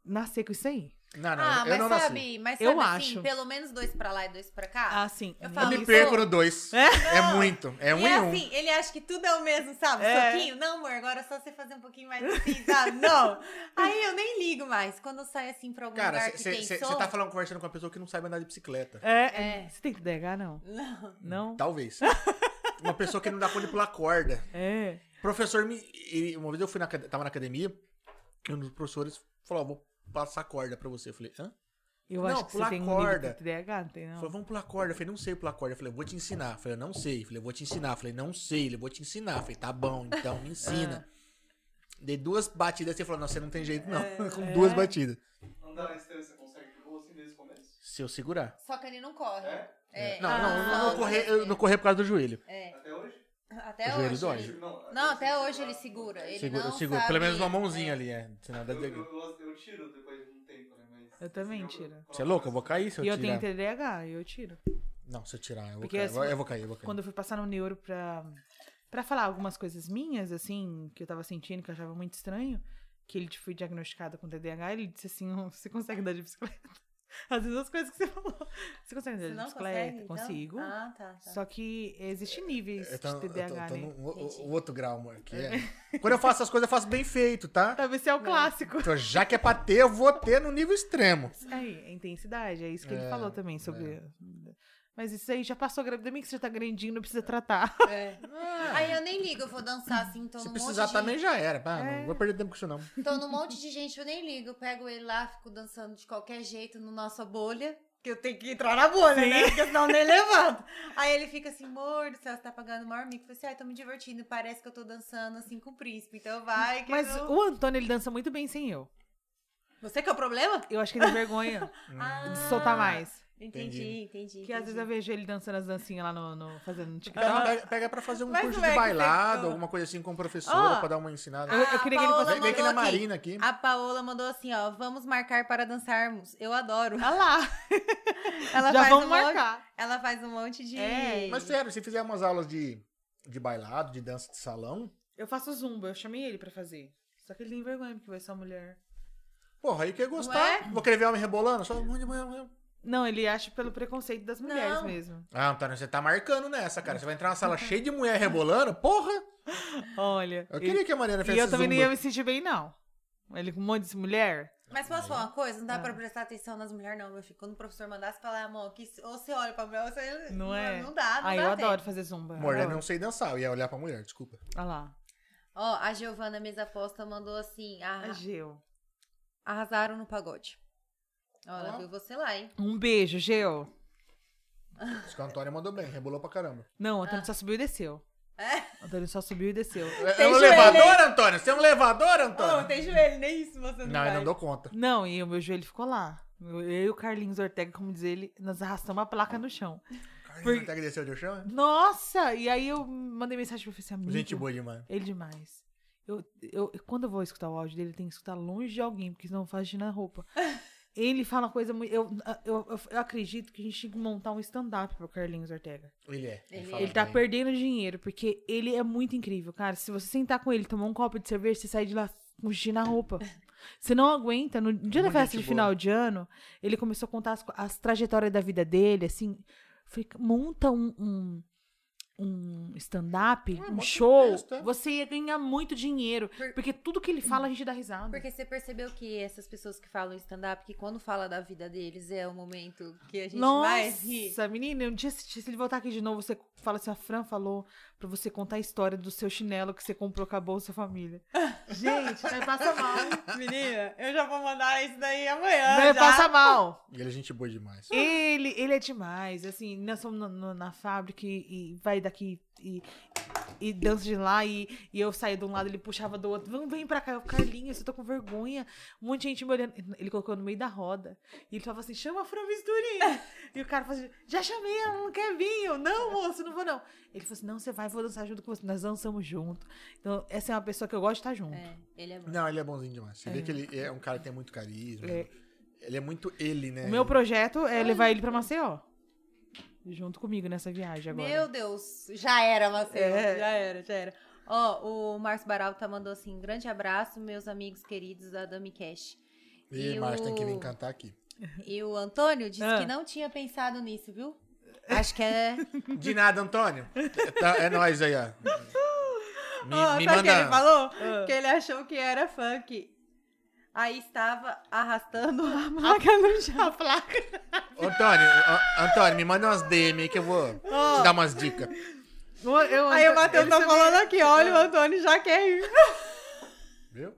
nascer com isso aí. Não, não, Ah, eu mas não nasci. sabe, mas sabe Eu assim, acho. pelo menos dois pra lá e dois pra cá. Ah, sim. Eu Eu falo, me isso- perco no dois. É? É muito. É um e em um. assim, ele acha que tudo é o mesmo, sabe? É. Soquinho. Não, amor, agora é só você fazer um pouquinho mais assim, sabe? Não. Aí eu nem ligo mais. Quando eu saio assim pra algum Cara, lugar que tem você som... tá falando, conversando com uma pessoa que não sabe andar de bicicleta. É, É. Você tem que negar, não. Não. Não? Talvez. uma pessoa que não dá conta de pular corda. É. Professor me. ele- uma vez eu fui na, acad- tava na academia, E um dos professores falou, ó, vou passar corda pra você. Eu falei, hã? Eu Não, acho que pular você tem corda. um nível de TDAH, não tem, não? Falou, vamos pular corda. Eu falei, não sei pular corda. Eu falei, eu vou te ensinar. Eu falei, eu não sei. Eu falei, eu vou te ensinar. Eu falei, não sei. Ele, eu vou te ensinar. Eu falei, tá bom, então me ensina. É. Dei duas batidas e ele falou, não, você não tem jeito não. Com duas batidas. Andar na esteira, você consegue de boa assim desde o começo? Se eu segurar. Só que ele não corre. É? É. Não, Ah, não, eu não, não, correr, assim. eu não correr por causa do joelho. É. Até hoje? Até O joelho hoje. dói. ele- Não, Não, sem até hoje segurar. ele segura. Ele Segura, não segura. sabe- Pelo menos uma mãozinha ali, é. Senão dá Eu, de... eu, eu, eu tiro depois de um tempo, né? Mas. Eu também assim, tiro. Você é louco? Eu vou cair se eu E eu tirar. tenho TDAH, eu tiro. Não, se eu tirar, eu vou, Porque cair. assim, eu, vou- eu vou cair. Eu vou cair. Quando eu fui passar no neuro pra, pra falar algumas coisas minhas, assim, que eu tava sentindo, que eu achava muito estranho, que ele foi diagnosticado com TDAH, ele disse assim, "Oh, você consegue andar de bicicleta? Às vezes as coisas que você falou. Você consegue andar Você de não bicicleta? consegue, então? Consigo. Ah, tá. tá. Só que existem níveis É, Então, Eu tô, de TDAH, eu tô, eu tô né? num o- o- Entendi. outro grau, amor. que é- Quando eu faço essas coisas, eu faço bem feito, tá? Talvez seja é o É. clássico. Então, já que é pra ter, eu vou ter no nível extremo. Aí, é intensidade, é isso que É, ele falou também sobre. Mas isso aí já passou grávida, bem que você já tá grandinho, não precisa tratar. É. Aí eu nem ligo, eu vou dançar assim, tô Ah, Se num precisar monte também, já era. pá, É. Não vou perder tempo com isso, não. de... Tô num monte de gente, eu nem ligo. Eu pego ele lá, fico dançando de qualquer jeito na nossa bolha. Que eu tenho que entrar na bolha, né? Porque senão eu nem levanto. Aí ele fica assim, amor do céu, você tá pagando o maior mico. Eu falei assim, ai, tô me divertindo. Parece que eu tô dançando assim com o príncipe. Então vai, que Mas eu- o Antônio, ele dança muito bem sem eu. Você que é o problema? Ah, Eu acho que ele tem vergonha de soltar mais. Entendi, entendi. entendi. Porque às é vezes eu vejo ele dançando as dancinhas lá no, no- fazendo Ah, no TikTok. Pega, pega, pega pra fazer um Mas curso como é de que bailado, você- alguma coisa assim com o professor, Ó. pra dar uma ensinada. Eu- eu queria que ele Paola Vem, vem aqui na mandou Marina aqui. A Paola mandou assim, ó, vamos marcar para dançarmos. Eu adoro. Olha lá, Ela Ah, já faz vamos um Monte, marcar. ela faz um monte de... É, Mas sério, se fizer umas aulas de, de bailado, de dança de salão, Eu faço zumba, eu chamei ele pra fazer. Só que ele tem vergonha, porque vai ser uma mulher. porra, aí que eu ia Não é? gostar. Vou querer ver homem rebolando, só. um Não, ele acha pelo preconceito das mulheres Não. mesmo. Ah, Antônio, você tá marcando nessa, cara. Você vai entrar numa sala cheia de mulher rebolando? Porra! Olha. Eu e- queria que a Mariana E fizesse eu também não zumba. ia me sentir bem, não. Ele com um monte de mulher. Mas posso falar uma coisa? Não dá Ah. pra prestar atenção nas mulheres, não, meu filho. Quando o professor mandasse falar, "Ah, amor, que se- ou você olha pra mulher, ou você. Não é? Não dá, não dá. ah, eu tempo. adoro fazer zumba. Amor, eu Adoro. não sei dançar, eu ia olhar pra mulher, desculpa. Olha lá. Ó, a Giovana Mesa Aposta mandou assim: A "Arra- Geu. arrasaram no pagode. Ó, ela Ó. viu você lá, hein? Um beijo, Geu. Diz que o Antônio mandou bem, rebolou pra caramba. Não, o Antônio só subiu e desceu. É? O Antônio só subiu e desceu. é um joelho, Ah, elevador, Antônio? Você é um elevador, Antônio? tem joelho, nem isso você não, eu não dou conta. Não, e o meu joelho ficou lá. Eu eu e o Carlinhos Ortega, como diz ele, nós arrastamos a placa no chão. Carlinhos Ortega desceu do chão, é? Nossa! E aí eu mandei mensagem pro oficial. Gente boa demais. assim, Ele demais. Eu, eu, quando eu vou escutar o áudio dele, tem que escutar longe de alguém, porque senão eu faço de na roupa. Ele fala uma coisa muito. Eu, eu, eu, eu acredito que a gente tinha que montar um stand-up pro Carlinhos Ortega. Ele é. Ele- fala Ele tá bem. perdendo dinheiro, porque ele é muito incrível, cara. Se você sentar com ele, tomar um copo de cerveja, você sai de lá com xixi na roupa. Você não aguenta. No dia da Muita festa gente de boa. final de ano, ele começou a contar as, co- as trajetórias da vida dele, assim. Falei, monta um, um, um stand-up, Ah, um monta um show. texto, é. Você ia ganhar muito dinheiro. Por- Porque tudo que ele fala, a gente dá risada. Porque você percebeu que essas pessoas que falam stand-up, que quando fala da vida deles é o momento que a gente mais ri. Nossa, menina, um dia se, se ele voltar aqui de novo, você fala assim, a Fran falou pra você contar a história do seu chinelo que você comprou com a bolsa família. Gente, vai passar mal. Menina, eu já vou mandar isso daí amanhã. Vai passar mal. Ele é gente boa demais. Ele, ele é demais, assim, nós somos no- no- na fábrica e, e vai daqui e, e dança de lá e, e eu saía de um lado, ele puxava do outro, vamos, vem pra cá, eu, Carlinhos, eu tô com vergonha, um monte de gente me olhando, ele colocou no meio da roda, e ele falava assim, chama a Fran Misturinha, e o cara falou assim, já chamei, ela não quer vir, eu, não moço, não vou não, ele falou assim, não, você vai, vou dançar junto com você, nós dançamos junto, então essa é uma pessoa que eu gosto de estar junto, É, ele é bom. Não, ele é bonzinho demais. Você vê que ele é um cara que tem muito carisma. É. Ele é muito ele, né? o meu projeto é levar ele pra Maceió, junto comigo nessa viagem agora. Meu Deus, já era, Marcelo. É. Já era, já era. Ó, o Márcio Baralta mandou assim: grande abraço, meus amigos queridos da Dami Cash. Ih, E Márcio, tem que vir o- cantar aqui. E o Antônio disse Ah. que não tinha pensado nisso, viu? Acho que é. De nada, Antônio. É, tá- é nós aí, ó. Me, Ó, me sabe o que ele manda. falou? Ah. Que ele achou que era funk. Aí estava arrastando a mão. Placa no chão, placa. Antônio, ó, Antônio, me manda umas DM aí que eu vou te dar umas dicas. Eu, Aí o Matheus ele tá sabia- falando aqui, olha, o Antônio já quer ir. Viu?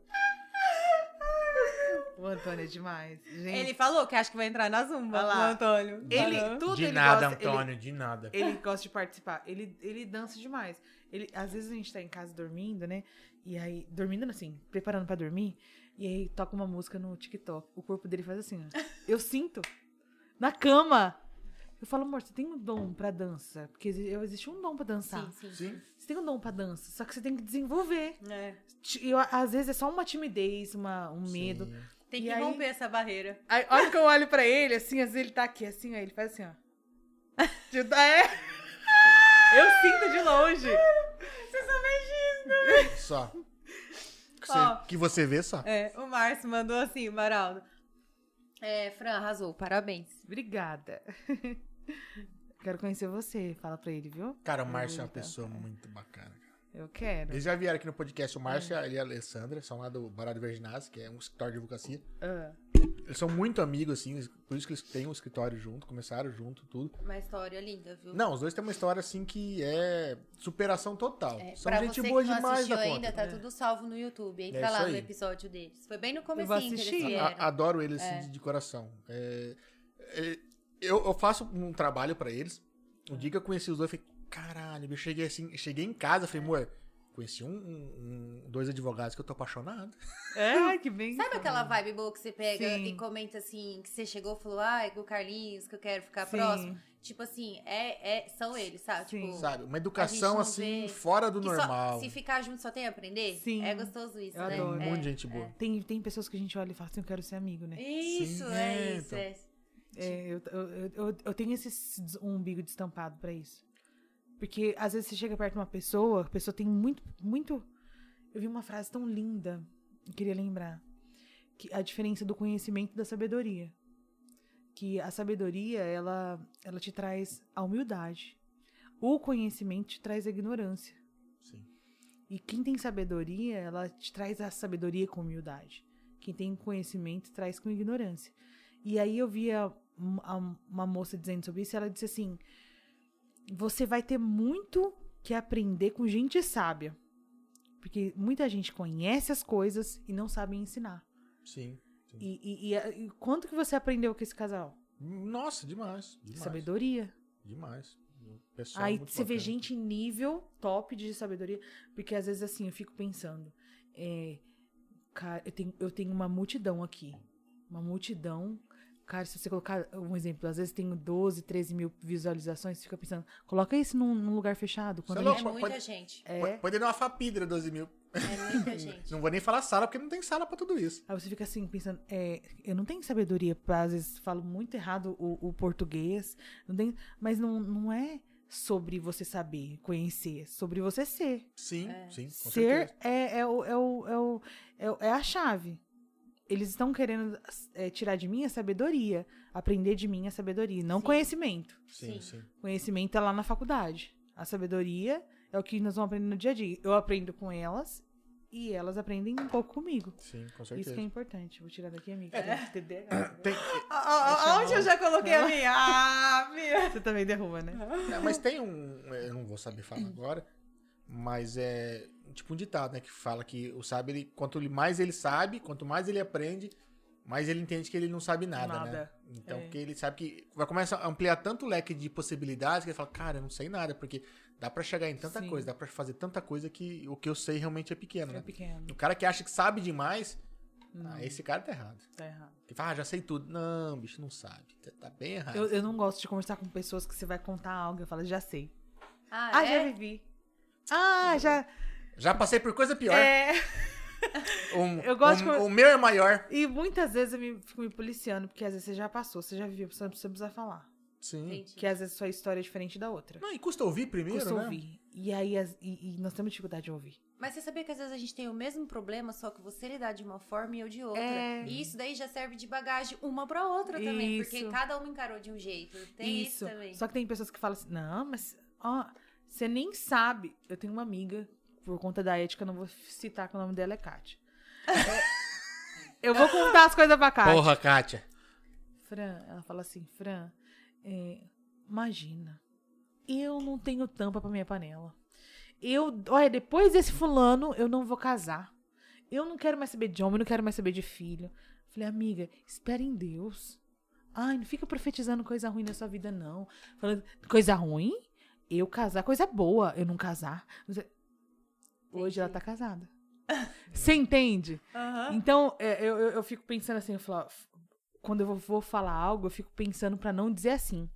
O Antônio é demais. Gente, Ele falou que acho que vai entrar na Zumba, Olha lá. o Antônio. ele, Falou. tudo de ele nada, gosta, ele- Antônio, de nada. Ele gosta de participar. Ele, ele dança demais. Ele, às vezes a gente tá em casa dormindo, né? E aí, dormindo assim, preparando pra dormir. E aí toca uma música no TikTok. O corpo dele faz assim, ó. Eu sinto. Na cama. Eu falo, amor, você tem um dom pra dança. Porque exi- eu existe um dom pra dançar. Sim, sim. Sim. Você tem um dom pra dança. Só que você tem que desenvolver. É. Ti- Eu, às vezes é só uma timidez, uma, um medo. Sim. Tem E que aí- romper essa barreira. Aí, a hora que eu olho pra ele, assim, às vezes ele tá aqui, assim, ó, ele faz assim, ó. Tipo, é. Eu sinto de longe. Só. Que você, Ó. que você vê só. É, o Márcio mandou assim, Maraldo. É, Fran, arrasou, parabéns. Obrigada. Quero conhecer você. Fala pra ele, viu? Cara, o Márcio é uma Eita. pessoa muito bacana. cara. Eu quero. Eles já vieram aqui no podcast, o Márcio ele e a Alessandra, são lá do Barado Verginaz, que é um escritório de advocacia. Ah, Eles são muito amigos, assim, por isso que eles têm um escritório junto, começaram junto, tudo. Uma história linda, viu? Não, os dois têm uma história, assim, que é superação total. É, são pra gente você que boa não demais assistiu da ainda, conta. É. tá tudo salvo no YouTube. Entra É isso lá aí. no episódio deles. Foi bem no vou comecinho que eles assistir. Ah, vieram. A- adoro eles, assim, de- de coração. É, é, eu, eu faço um trabalho pra eles. O dia que eu conheci os dois, eu falei, caralho, eu cheguei assim, cheguei em casa, falei, amor, conheci um, um- um- dois advogados que eu tô apaixonado. É, que bem. Sabe aquela vibe boa que você pega Sim. e comenta assim, que você chegou e falou, ai, com o Carlinhos, que eu quero ficar Sim. próximo? Tipo assim, é, é- são eles, sabe? Sim. Tipo, Sabe? Uma A gente educação, não assim, vê- fora do que só- normal. se ficar junto só tem a aprender? Sim. É gostoso isso, Eu né? Tem um adoro. É. monte de gente boa. Tem, tem pessoas que a gente olha e fala assim, eu quero ser amigo, né? Isso, Sim, é, é, isso. então. é. É, eu, eu, eu, eu tenho esse des- um umbigo destampado pra isso. Porque às vezes você chega perto de uma pessoa, a pessoa tem muito, muito. Eu vi uma frase tão linda, eu queria lembrar. Que a diferença do conhecimento e da sabedoria. Que a sabedoria, ela, ela te traz a humildade. O conhecimento te traz a ignorância. Sim. E quem tem sabedoria, ela te traz a sabedoria com humildade. Quem tem conhecimento traz com ignorância. E aí eu via um- a- uma moça dizendo sobre isso, e ela disse assim: você vai ter muito que aprender com gente sábia. Porque muita gente conhece as coisas e não sabe ensinar. Sim. sim. E, e- e a- e quanto que você aprendeu com esse casal? Nossa, demais. Demais. Sabedoria. Demais. Pessoal Aí muito você vê bacana. gente em nível top de sabedoria. Porque às vezes assim, eu fico pensando. é, cara, eu tenho, eu tenho uma multidão aqui. Uma multidão. Cara, se você colocar um exemplo, às vezes tenho 12, 13 mil visualizações, você fica pensando, coloca isso num, num lugar fechado. Quando Você a é É gente- Pode- muita gente. Pode- é, Pode dar uma fapidra, 12 mil. É muita gente. Não vou nem falar sala, porque não tem sala pra tudo isso. aí você fica assim, pensando, é, eu não tenho sabedoria, pra, às vezes falo muito errado o, o português, não tenho- mas não, não é sobre você saber, conhecer, é sobre você ser. Sim, sim. Com Ser certeza. é, é, o, é, o, é, o, é, o- é a chave. Eles estão querendo é, tirar de mim a sabedoria, aprender de mim a sabedoria, não Sim. conhecimento. Sim. Sim, sim. Conhecimento é lá na faculdade. A sabedoria é o que nós vamos aprender no dia a dia. Eu aprendo com elas e elas aprendem um pouco comigo. Sim, com Isso certeza. que é importante. Vou tirar daqui, amiga. É, né? Tem- Ah, Onde eu já coloquei a minha? Ah, minha. Você também derruba, né? é, mas tem um. Eu não vou saber falar agora. Mas é tipo um ditado, né? Que fala que o sábio, ele, quanto ele- mais ele sabe, quanto mais ele aprende, mais ele entende que ele não sabe nada, né? Nada, Então, é. porque ele sabe que vai começar a ampliar tanto o leque de possibilidades que ele fala, cara, eu não sei nada, porque dá pra chegar em tanta Sim. coisa, dá pra fazer tanta coisa que o que eu sei realmente é pequeno, É né? pequeno. O cara que acha que sabe demais, Não, ah, esse cara tá errado. tá errado. Que fala, ah, já sei tudo. Não, bicho, não sabe. Você tá bem errado. Eu, eu não gosto de conversar com pessoas que você vai contar algo e fala, já sei. Ah, Ah, já é? vivi. Ah, já. Já passei por coisa pior. É. Um- eu gosto um- de- O meu é maior. E muitas vezes eu me, fico me policiando, porque às vezes você já passou, você já viveu, você não precisa falar. Sim. Entendi. Que às vezes sua história é diferente da outra. Não, e custa ouvir primeiro, Custa né? ouvir. E aí as- e, e nós temos dificuldade de ouvir. Mas você sabia que às vezes a gente tem o mesmo problema, só que você lidar de uma forma e eu de outra. É. E isso daí já serve de bagagem uma pra outra também, porque Isso. cada uma encarou de um jeito. Tem isso, também. Só que tem pessoas que falam assim: não, mas ó, você nem sabe. Eu tenho uma amiga, por conta da ética, eu não vou citar que o nome dela é Kátia. É, eu vou contar as coisas pra Kátia. Porra, Kátia. Fran, ela fala assim, Fran, é, imagina, eu não tenho tampa pra minha panela. Eu, olha, depois desse fulano, eu não vou casar. Eu não quero mais saber de homem, eu não quero mais saber de filho. Eu falei, Falei, amiga, espere em Deus. Ai, não fica profetizando coisa ruim na sua vida, não. Falando, coisa ruim? Eu casar, coisa boa, eu não casar. Não sei. Hoje ela tá casada. Você entende? Aham. Então, é, eu, eu, eu fico pensando assim, eu falo, quando eu vou- vou falar algo, eu fico pensando pra não dizer assim.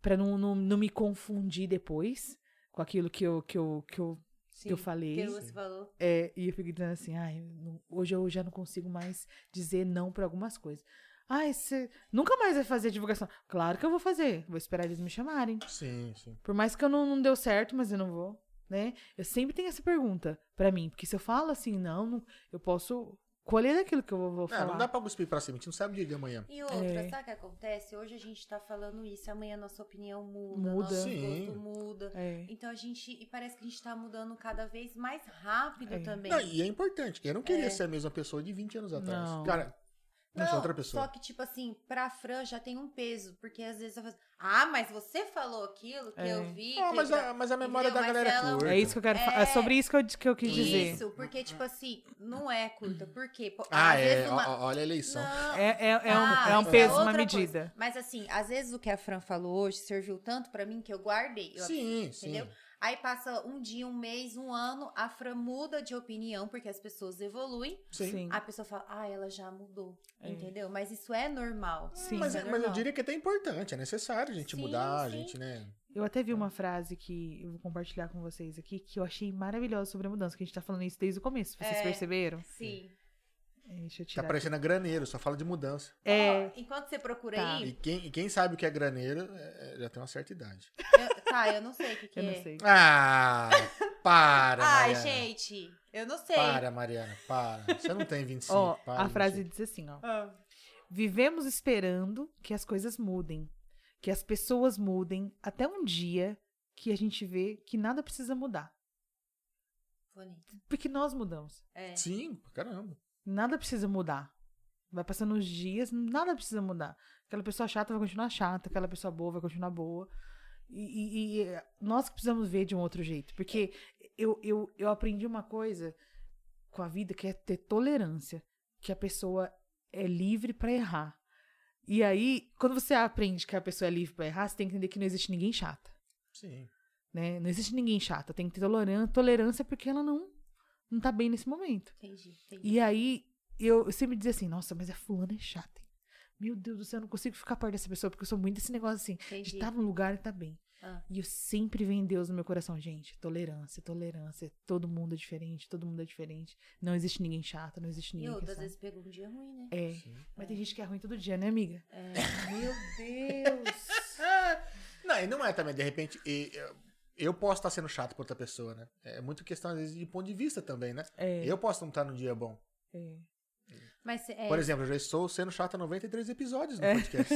Pra não, não, não me confundir depois com aquilo que eu, que eu, que eu, que eu Sim, falei. Que você falou. É, e eu fico dizendo assim, ai, não- hoje eu já não consigo mais dizer não pra algumas coisas. Ai, você nunca mais vai fazer divulgação. Claro que eu vou fazer. Vou esperar eles me chamarem. Sim, sim. Por mais que eu não, não deu certo, mas eu não vou, né? Eu sempre tenho essa pergunta pra mim. Porque se eu falo assim, não, não- eu posso colher daquilo que eu vou, vou É, É, Não, falar. não dá pra cuspir pra cima, a gente não sabe o dia de amanhã. E outra, É. sabe o que acontece? Hoje a gente tá falando isso, amanhã nossa opinião muda, Muda. nosso Sim. gosto muda. É. Então a gente. E parece que a gente tá mudando cada vez mais rápido É. também. Não, e é importante. Eu não queria ser a mesma pessoa de 20 anos atrás. Não. Cara, não, sou outra pessoa. Só que, tipo assim, pra Fran já tem um peso, porque às vezes eu falo assim, ah, mas você falou aquilo que É. eu vi. Ah, que mas, eu- a, mas a memória Entendeu? da Mas galera é ela- curta. É isso que eu quero falar. É É. sobre isso que eu, que eu quis dizer. Isso, porque, tipo assim, não é curta. Porque, pô, Ah, às é. vezes uma. ó- ó- Olha a eleição. Não, É, é, é um, Ah, é um mas peso, uma outra medida. coisa. Mas assim, às vezes o que a Fran falou hoje serviu tanto pra mim que eu guardei. Eu Sim, sim. entendeu? Aí passa um dia, um mês, um ano, a Fran muda de opinião, porque as pessoas evoluem. Sim. A pessoa fala, ah, ela já mudou. É. Entendeu? Mas isso é normal. Sim. Mas, é é- mas eu normal. diria que é até importante, é necessário a gente Sim, mudar, a sim. gente, né? Eu até Tá. vi uma frase que eu vou compartilhar com vocês aqui, que eu achei maravilhosa sobre a mudança, que a gente tá falando isso desde o começo, vocês É. perceberam? Sim. É, Deixa eu Tá tirar. parecendo a graneiro, só fala de mudança. É. Ó, enquanto você procura Tá. E aí. quem, e quem sabe o que é graneiro é, é, já tem uma certa idade. eu- tá, eu não sei o que, que Eu é. não sei. Ah, para, Ai, Mariana. gente, eu não sei. Para, Mariana, para. Você não tem 25. Ó, para, a frase 25. diz assim, ó. Ah. Vivemos esperando que as coisas mudem, que as pessoas mudem, até um dia que a gente vê que nada precisa mudar. Bonito. Porque nós mudamos. É. Sim, pra caramba. Nada precisa mudar. Vai passando os dias, nada precisa mudar. Aquela pessoa chata vai continuar chata, aquela pessoa boa vai continuar boa. E, e- e nós que precisamos ver de um outro jeito. Porque eu, eu, eu aprendi uma coisa com a vida que é ter tolerância. Que a pessoa é livre pra errar. E aí, quando você aprende que a pessoa é livre pra errar, você tem que entender que não existe ninguém chata Sim. né? Não existe ninguém chata, tem que ter toleran- tolerância porque ela não não tá bem nesse momento. Entendi, entendi. E aí eu, eu sempre dizia assim, nossa, mas a fulana é chata. Hein? Meu Deus do céu, eu não consigo ficar perto dessa pessoa porque eu sou muito desse negócio assim, de entendi. estar num lugar e tá bem. Ah. E eu sempre vi em Deus no meu coração, gente, tolerância, tolerância, todo mundo é diferente, todo mundo é diferente. Não existe ninguém chato, não existe E ninguém que é outras sabe. vezes pegou um dia ruim, né? É, sim. mas tem gente que é ruim todo dia, né, amiga? É. Meu Deus! Não, e não é também, de repente. e- eu posso estar sendo chato pra outra pessoa, né? É muito questão, às vezes, de ponto de vista também, né? É, Eu posso não estar num dia bom. é. Mas é, Por exemplo, eu já estou sendo chato a 93 episódios no podcast.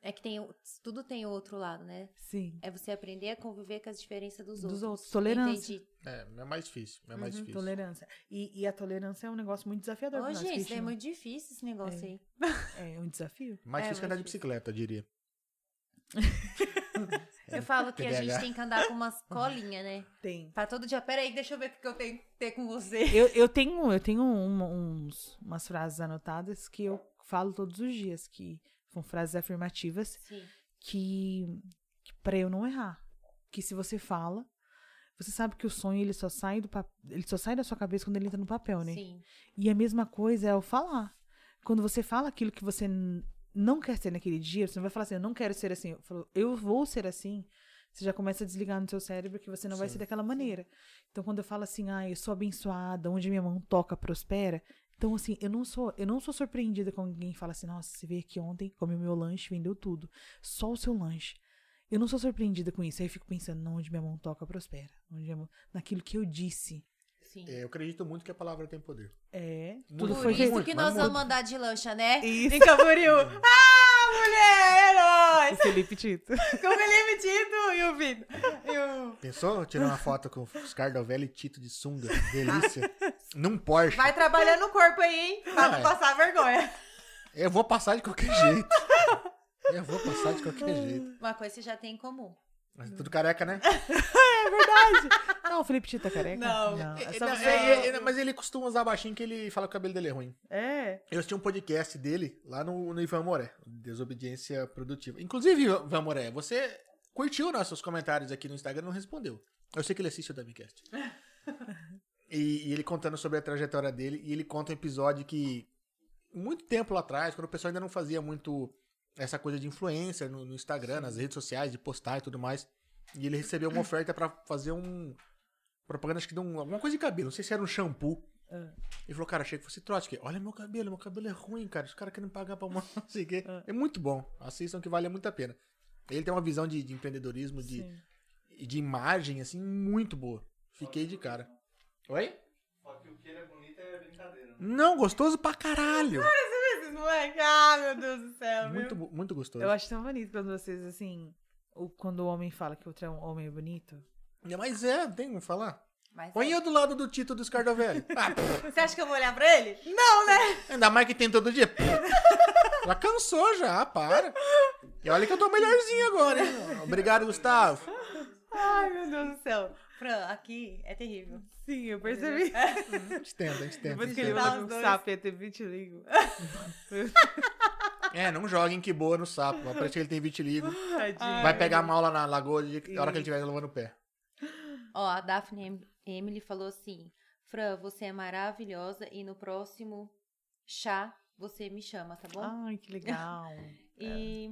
é que tem, o- tudo tem o outro lado, né? Sim. É você aprender a conviver com as diferenças dos, Dos outros. outros, tolerância. Entendi. É, é mais difícil. É mais Uhum, difícil. Tolerância. E, e a tolerância é um negócio muito desafiador. pra Ô, nós, gente, que isso a é gente muito difícil esse negócio É. aí. não- é um desafio. Mais É, difícil mais que andar de difícil. bicicleta, eu diria. Eu falo que a TDAH. gente tem que andar com umas colinhas, né? Tem. Pra todo dia. Pera aí, deixa eu ver o que que eu tenho que ter com você. Eu, eu tenho, eu tenho um- uns, umas frases anotadas que eu falo todos os dias, que são frases afirmativas Sim. que, que para eu não errar. Que se você fala, você sabe que o sonho ele só sai do pa- ele só sai da sua cabeça quando ele entra no papel, né? Sim. E a mesma coisa é o falar. Quando você fala aquilo que você n- não quer ser naquele dia, você não vai falar assim, eu não quero ser assim. Eu, falo, eu vou ser assim. Você já começa a desligar no seu cérebro que você não vai Sim. ser daquela maneira. Então, quando eu falo assim, ah, eu sou abençoada, onde minha mão toca, prospera. Então, assim, eu não sou, eu não sou surpreendida quando alguém fala assim, nossa, você veio aqui ontem, comeu meu lanche, vendeu tudo. Só o seu lanche. Eu não sou surpreendida com isso. Aí eu fico pensando, não, onde minha mão toca, prospera. Onde minha mão... Naquilo que eu disse. Sim. É, Eu acredito muito que a palavra tem poder. É. Muito Tudo Por foi isso muito, que mas nós muito. vamos andar de lancha, né? Isso. Em Camboriú. Ah, é mulher, O herói! Felipe Tito. Com o Felipe Tito e o Vitor. E o- Pensou? Tirar uma foto com os Cardovelli e Tito de sunga. Delícia. Num Porsche. Vai trabalhando o corpo aí, hein? Pra Ah, é. não passar vergonha. Eu vou passar de qualquer jeito. Eu vou passar de qualquer jeito. Uma coisa que você já tem em comum. Mas tudo careca, né? Não, o Felipe Tita careca. Não. é É, só não, você- é, é, é, mas ele costuma usar baixinho que ele fala que o cabelo dele é ruim. É. Eu assisti um podcast dele lá no, no Ivan Moré, Desobediência Produtiva. Inclusive, Ivan Moré, você curtiu nossos comentários aqui no Instagram e não respondeu. Eu sei que ele assiste o Dumbcast. e, e ele contando sobre a trajetória dele, e ele conta um episódio que, muito tempo lá atrás, quando o pessoal ainda não fazia muito essa coisa de influencer no, no Instagram, nas redes sociais, de postar e tudo mais, e ele recebeu uma oferta pra fazer um... Propaganda, acho que de um, alguma coisa de cabelo, não sei se era um shampoo. Ele falou, cara, achei que fosse trote. Olha meu cabelo, meu cabelo é ruim, cara. Os caras querem pagar pra mão, não sei o quê. Ah. É muito bom. Assistam que vale muito a pena. Ele tem uma visão de, de empreendedorismo, de, Sim. de imagem, assim, muito boa. Fiquei de cara. Oi? Só que o que ele é bonito é brincadeira. Né? Não, gostoso pra caralho. Esses moleque, ah, meu Deus do céu. viu? Muito, bo- muito gostoso. Eu acho tão bonito quando vocês, assim, o, quando o homem fala que outro é um homem bonito. Mas é, tem como falar. Mas é. Põe eu do lado do Tito dos Cardovelli. Ah, pff, Você acha que eu vou olhar pra ele? ainda mais que tem todo dia. Pff. Já cansou já, para. E olha que eu tô melhorzinho agora, hein? Obrigado, Gustavo. Ai, meu Deus do céu. É Fran, aqui é terrível. Sim, eu percebi. A gente tenta, a gente tenta. a Depois gente que ele tenta. Dá falou os que um dois. sapo ia ter vitiligo. É, não joguem que boa no sapo. Parece que ele tem vitiligo. Tadinho. Vai pegar mal lá na lagoa de- a hora que ele estiver levando o pé. Ó, a Daphne Em- Emily falou assim: Fran, você é maravilhosa e no próximo chá você me chama, tá bom? Ah, Ai, que legal. é. e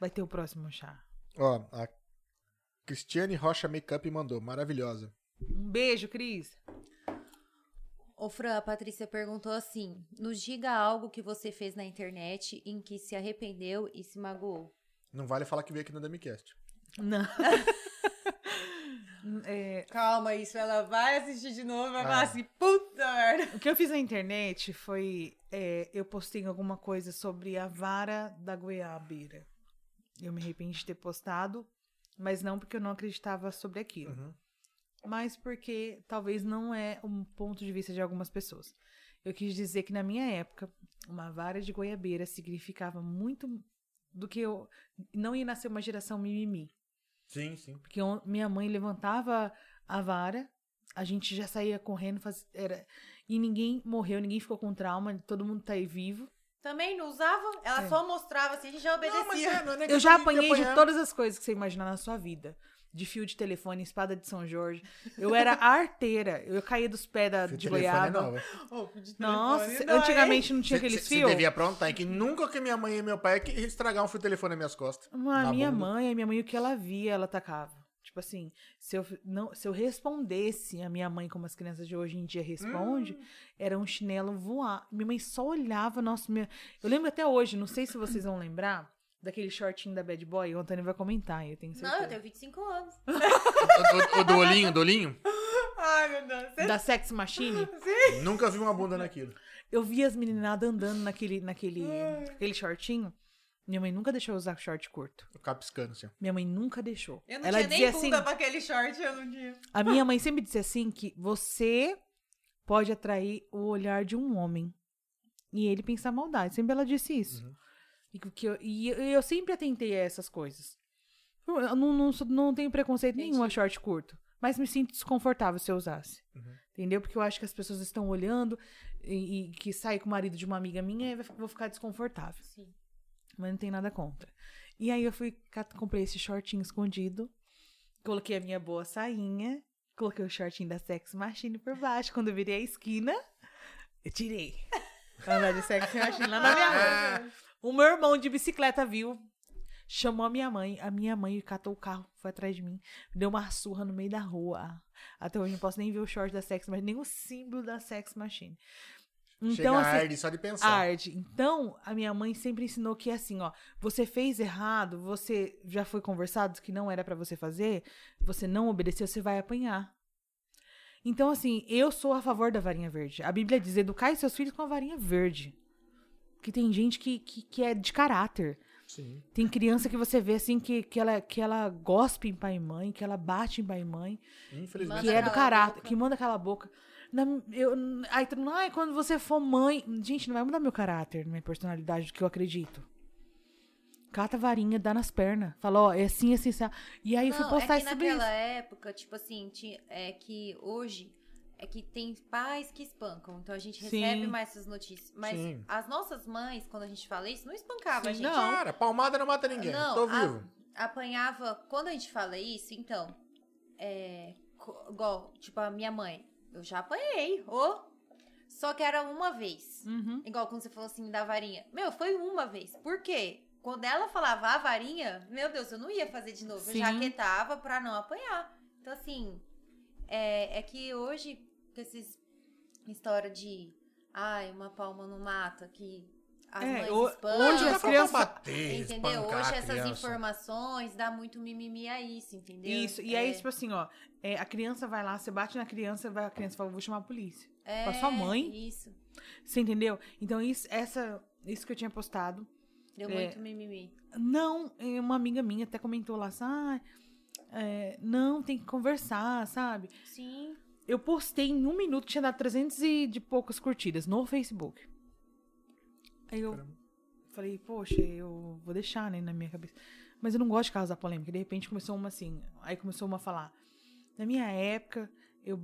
Vai ter o próximo chá. Ó, a Cristiane Rocha Makeup mandou. Maravilhosa. Um beijo, Cris. o Fran, a Patrícia perguntou assim: nos diga algo que você fez na internet em que se arrependeu e se magoou. Não vale falar que veio aqui no Demicast. Não. É, Calma, isso ela vai assistir de novo, vai falar Ah. assim, puta merda. o que eu fiz na internet foi. é, eu postei alguma coisa sobre a vara da goiabeira. Eu me arrependi de ter postado, mas não porque eu não acreditava sobre aquilo. Uhum. mas porque talvez não é um ponto de vista de algumas pessoas. Eu quis dizer que na minha época, uma vara de goiabeira significava muito do que eu. Não ia nascer uma geração mimimi. Sim, sim. Porque on- minha mãe levantava a vara, a gente já saía correndo, faz- era, e ninguém morreu, ninguém ficou com trauma, todo mundo tá aí vivo. Também não usava, ela É. só mostrava assim, a gente já obedecia. Não, mas é, não é nem Eu já questão de apanhei de apanhar. todas as coisas que você imaginar na sua vida. De fio de telefone, espada de São Jorge. Eu era arteira. Eu caía dos pés da, Fio de telefone é goiaba. nova. Ô, de telefone, Nossa, não, hein? antigamente não tinha é Cê- aqueles cê- cê fios. devia aprontar, é que nunca que minha mãe e meu pai é que estragar um fio telefone nas minhas costas. Uma, na minha bunda. mãe, a minha mãe, o que ela via, ela tacava. Tipo assim, se eu, não, se eu respondesse a minha mãe como as crianças de hoje em dia respondem, era um chinelo voar. Minha mãe só olhava, nossa, minha... eu lembro até hoje, não sei se vocês vão lembrar, daquele shortinho da Bad Boy, o Antônio vai comentar, eu tenho certeza. Não, eu tenho 25 anos. O, o, o do olhinho, do olhinho? Ai, meu Deus. Você Da Sex Machine, Nunca vi uma bunda naquilo. eu via as meninadas andando naquele, naquele aquele shortinho. Minha mãe nunca deixou eu usar short curto. Eu ficava piscando assim. ó. Minha mãe nunca deixou. Eu não Ela tinha dizia nem assim, bunda pra aquele short, eu não tinha. A minha mãe sempre disse assim que você pode atrair o olhar de um homem e ele pensar maldade. Sempre ela disse isso. E, que- que eu, e eu- eu sempre atentei a essas coisas. Eu eu não, não, sou- não tenho preconceito nenhum a short curto, mas me sinto desconfortável se eu usasse. Entendeu? Porque eu acho que as pessoas estão olhando e, e que sai com o marido de uma amiga minha e vai- vou ficar desconfortável. Sim. Mas não tem nada contra. E aí eu fui, cat- comprei esse shortinho escondido, coloquei a minha boa sainha, Coloquei o shortinho da Sex Machine por baixo. Quando eu virei a esquina, eu tirei. Andar de Sex Machine lá na minha rua. O meu irmão de bicicleta viu. Chamou a minha mãe. A minha mãe catou o carro, foi atrás de mim. Deu uma surra no meio da rua. Até hoje não posso nem ver o short da Sex Machine, nem o símbolo da Sex Machine. Chega Então, assim, arde só de pensar. Arde. Então, a minha mãe sempre ensinou que é assim, ó, você fez errado, você já foi conversado que não era pra você fazer, você não obedeceu, você vai apanhar. Então, assim, eu sou a favor da varinha verde. A Bíblia diz: educai seus filhos com a varinha verde. Que tem gente que, que, que é de caráter. Sim. Tem criança que você vê assim que, que, ela, que ela gospe em pai e mãe, que ela bate em pai e mãe Infelizmente. que é do calar a caráter, boca. que manda calar a boca. Na, eu, aí todo mundo, ai, quando você for mãe. Gente, não vai mudar meu caráter, minha personalidade, do que eu acredito. Cata a varinha, dá nas pernas. Fala, ó, é assim, assim, assim. E aí eu fui Não, postar é que isso sobre naquela isso. época, tipo assim, ti- é que hoje é que tem pais que espancam, então a gente Sim. recebe mais essas notícias. Mas Sim. as nossas mães, quando a gente fala isso, não espancava a Sim, gente. não. Cara, palmada não mata ninguém. Não, Tô a- vivo. apanhava. Quando a gente fala isso, então. É. co- Igual, tipo, a minha mãe. Eu já apanhei, ô. Só que era uma vez. Uhum. Igual quando você falou assim da varinha. Meu, foi uma vez. Por quê? Quando ela falava a varinha, meu Deus, eu não ia fazer de novo. Sim. Eu jaquetava pra não apanhar. Então, assim. É, é que hoje, com esses. História de. Ai, uma palma não mata, que. As É, mães o- espancam. onde as Dá pra crianças- bater, Entendeu? espancar Hoje a essas criança. informações dá muito mimimi a isso, entendeu? Isso. E aí, É, tipo assim, ó, é, a criança vai lá, você bate na criança, vai, a criança fala, vou chamar a polícia. é, pra sua mãe? Isso. Você entendeu? Então, isso, essa, isso que eu tinha postado. Deu É. muito mimimi. Não, é, uma amiga minha até comentou lá, assim, ah, é, não, tem que conversar, sabe? Sim. Eu postei em um minuto, tinha dado 300 e de poucas curtidas no Facebook. Aí eu Caramba. falei, poxa, eu vou deixar, né, na minha cabeça. Mas eu não gosto de causar polêmica. De repente começou uma assim, aí começou uma a falar. Na minha época, eu,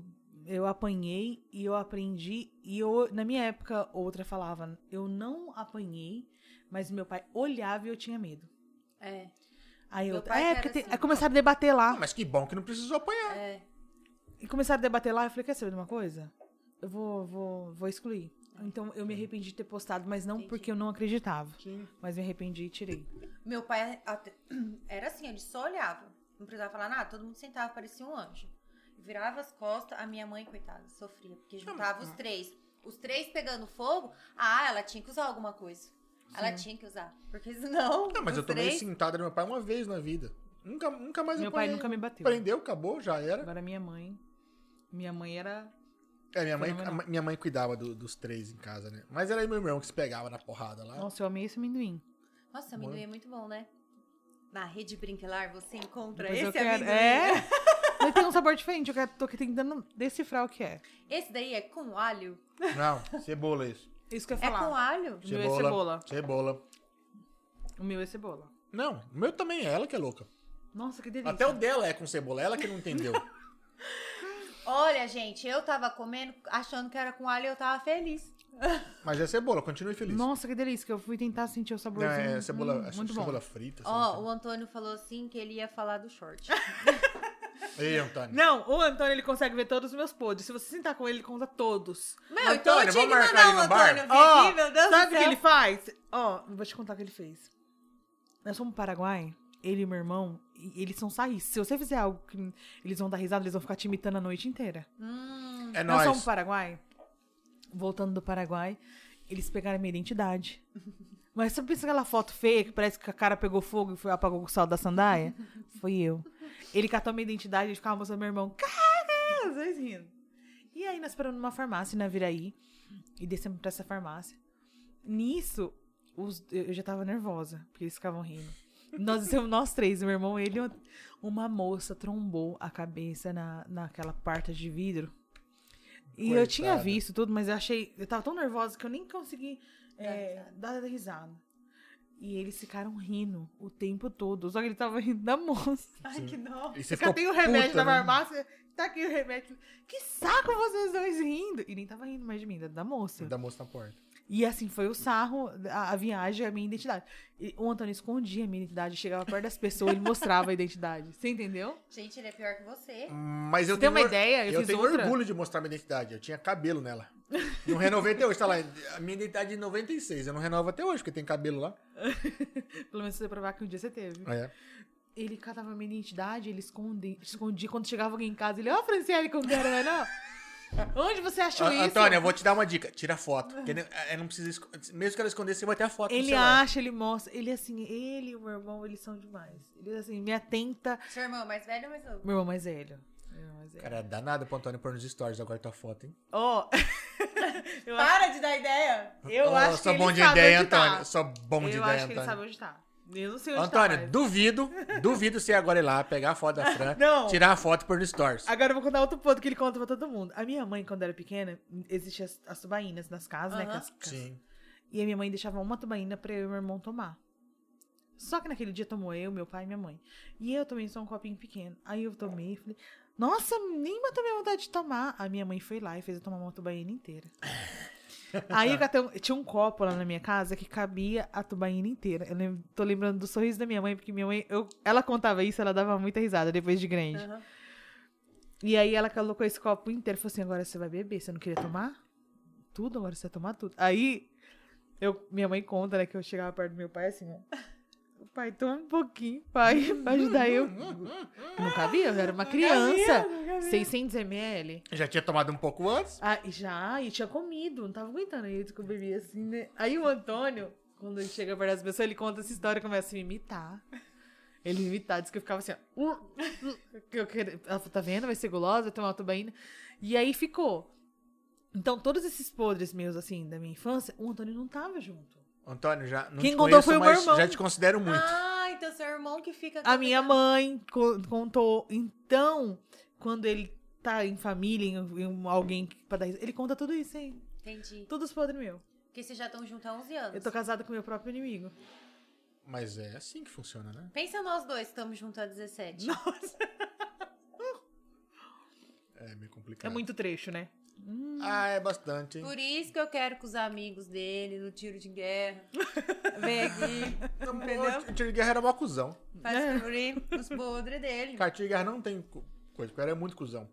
eu apanhei e eu aprendi. E eu, na minha época, outra falava, eu não apanhei, mas meu pai olhava e eu tinha medo. É. Aí Meu eu, pai é, era porque tem- assim, aí começaram a debater lá. Ah, mas que bom que não precisou apanhar. É, E começaram a debater lá, eu falei, quer saber de uma coisa? Eu vou, vou, vou excluir. Então eu me arrependi de ter postado, mas não Entendi. porque eu não acreditava. Sim. Mas me arrependi e tirei. Meu pai até- era assim, ele só olhava. Não precisava falar nada, todo mundo sentava, parecia um anjo. Virava as costas, a minha mãe, coitada, sofria, porque juntava os três. Os três pegando fogo, ah, ela tinha que usar alguma coisa. Ela tinha que usar. Porque senão. Não, mas os eu tomei três- cintada do meu pai uma vez na vida. Nunca, nunca mais Meu pai apanhei. nunca me bateu. Prendeu, acabou, já era. Agora minha mãe. Minha mãe era. É, minha mãe, Fenomenal. a- minha mãe cuidava do- dos três em casa, né? Mas era aí meu irmão que se pegava na porrada lá. Nossa, eu amei esse amendoim. Nossa, amendoim é muito bom, né? Na rede Brinquelar você encontra Depois eu esse quero- amendoim. É! Mas tem um sabor diferente, eu quero, tô aqui tentando decifrar o que é. Esse daí é com alho? Não, cebola isso. Isso que eu ia É com falar. alho? O meu é cebola. Cebola. O meu é cebola. Não, o meu também é ela que é louca. Nossa, que delícia. Até o dela é com cebola, ela que não entendeu. Olha, gente, eu tava comendo achando que era com alho e eu tava feliz. Mas é cebola, continue feliz. Nossa, que delícia, que eu fui tentar sentir o sabor. Não, é cebola, hum, é muito bom. cebola frita. sei Ó, lá. o Antônio falou assim que ele ia falar do short. Ei, Antônio. Não, o Antônio ele consegue ver todos os meus pods. Se você sentar com ele, ele conta todos. Meu, então Antônio, eu vamos marcar mandar ele o Antônio no bar? vir Ó, aqui, meu Deus do Sabe o que céu. ele faz? Ó, eu vou te contar o que ele fez. Nós somos Paraguai, ele e meu irmão, e eles são saís. Se você fizer algo que eles vão dar risada, eles vão ficar te imitando a noite inteira. Hum, É Nós nóis. somos Paraguai. Voltando do Paraguai, eles pegaram minha identidade. Mas você pensa aquela foto feia que parece que a cara pegou fogo e foi, apagou com o sal da sandália? Foi eu. Ele catou minha identidade e ficava mostrando meu irmão. Cara, os dois rindo. E aí nós paramos numa farmácia na Viraí e descemos pra essa farmácia. Nisso, os- eu eu já tava nervosa, porque eles ficavam rindo. Nós descemos nós três, meu irmão, ele e outra- uma moça trombou a cabeça na, naquela parte de vidro. E eu tinha Coitada. visto tudo, mas eu achei. Eu tava tão nervosa que eu nem consegui é, dar risada. E eles ficaram rindo o tempo todo. Só que ele tava rindo da moça. ai, que dó. E você Cadê o remédio puta, da né? farmácia? Tá aqui o remédio. Que saco vocês dois rindo! E nem tava rindo mais de mim, da, da moça. Da moça na porta. E assim, foi o sarro, a, a viagem, a minha identidade. E o Antônio escondia a minha identidade, chegava perto das pessoas e mostrava a identidade. Você entendeu? Gente, ele é pior que você. Mas eu Você tem tenho uma or- ideia? Eu, Eu, fiz tenho outra. orgulho de mostrar minha identidade. Eu tinha cabelo nela. Não renovei até hoje, tá lá. A minha identidade é de 96. Eu não renovo até hoje, porque tem cabelo lá. Pelo menos você provar que um dia você teve. É. Ele catava a minha identidade, ele escondia. escondia. Quando chegava alguém em casa, ele, ó, Franciele, como que era, né, não? Onde você achou Ó, isso? Antônia, eu vou te dar uma dica. Tira foto. Porque não- é, não precisa esco- Mesmo que ela esconder, você vai ter a foto no Ele celular. acha, ele mostra. Ele assim, ele e o meu irmão, eles são demais. Ele assim, me atenta. Seu irmão é mais velho ou mais novo? Meu irmão mais velho. Meu irmão mais velho. Cara, dá nada pro Antônio pôr nos stories agora tua foto, hein? Ó. eu acho, Para de dar ideia. eu Ó, acho que sou ele bom de sabe ideia, onde tá. Antônio. Sou bom de eu ideia, acho que ele sabe Antônio. onde tá. Eu não sei onde Antônio, tá. mas- duvido, duvido você ir agora ir lá, pegar a foto da Fran, Não. tirar a foto e pôr nos stories. Agora eu vou contar outro ponto que ele conta pra todo mundo. A minha mãe, quando era pequena, existia as, as tubaínas nas casas, né? Aham. aquelas- Sim. E a minha mãe deixava uma tubaína pra eu e meu irmão tomar. Só que naquele dia tomou eu, meu pai e minha mãe. E eu tomei só um copinho pequeno. Aí eu tomei e falei, nossa, nem matou minha vontade de tomar. A minha mãe foi lá e fez eu tomar uma tubaína inteira. Aí eu catei um- tinha um copo lá na minha casa que cabia a tubaína inteira. Eu lem- tô lembrando do sorriso da minha mãe, porque minha mãe, eu- ela contava isso, ela dava muita risada depois de grande. Aham. E aí ela colocou esse copo inteiro e falou assim: agora você vai beber, você não queria tomar? Tudo, agora você vai tomar tudo. Aí eu, minha mãe conta, né, que eu chegava perto do meu pai assim, ó. Pai, toma um pouquinho, pai, pra ajudar eu. Não cabia, eu era uma criança. 600 ml. Já tinha tomado um pouco antes? Ah, e já, e tinha comido, não tava aguentando aí que eu bebi assim, né? Aí o Antônio, quando ele chega perto das pessoas, ele conta essa história e começa a me imitar. Ele me imitar, diz que eu ficava assim, ó. "Uh, uh", que eu queria- Ela falou, tá vendo? Vai ser gulosa, vai tomar uma tubaína. E aí ficou. Então, todos esses podres meus, assim, da minha infância, o Antônio não tava junto. Antônio, já não Quem te contou conheço, foi o meu mas irmão. já te considero muito. Ah, então seu irmão que fica. A minha mãe co- contou. Então, quando ele tá em família, em, em alguém pra dar ris- ele conta tudo isso, hein? Entendi. Todos os podres meus. Porque vocês já estão juntos há 11 anos. Eu tô casada com meu próprio inimigo. Mas é assim que funciona, né? Pensa nós dois, estamos juntos há 17. É meio complicado. É muito trecho, né? Ah, é bastante, hein? Por isso que eu quero que os amigos dele no tiro de guerra venham aqui, Não, entendeu? o Tiro de Então, Guerra era mó cuzão. É. faz descobrir os podres dele. Cara, Tiro de Guerra não tem co- coisa, porque eu era muito cuzão.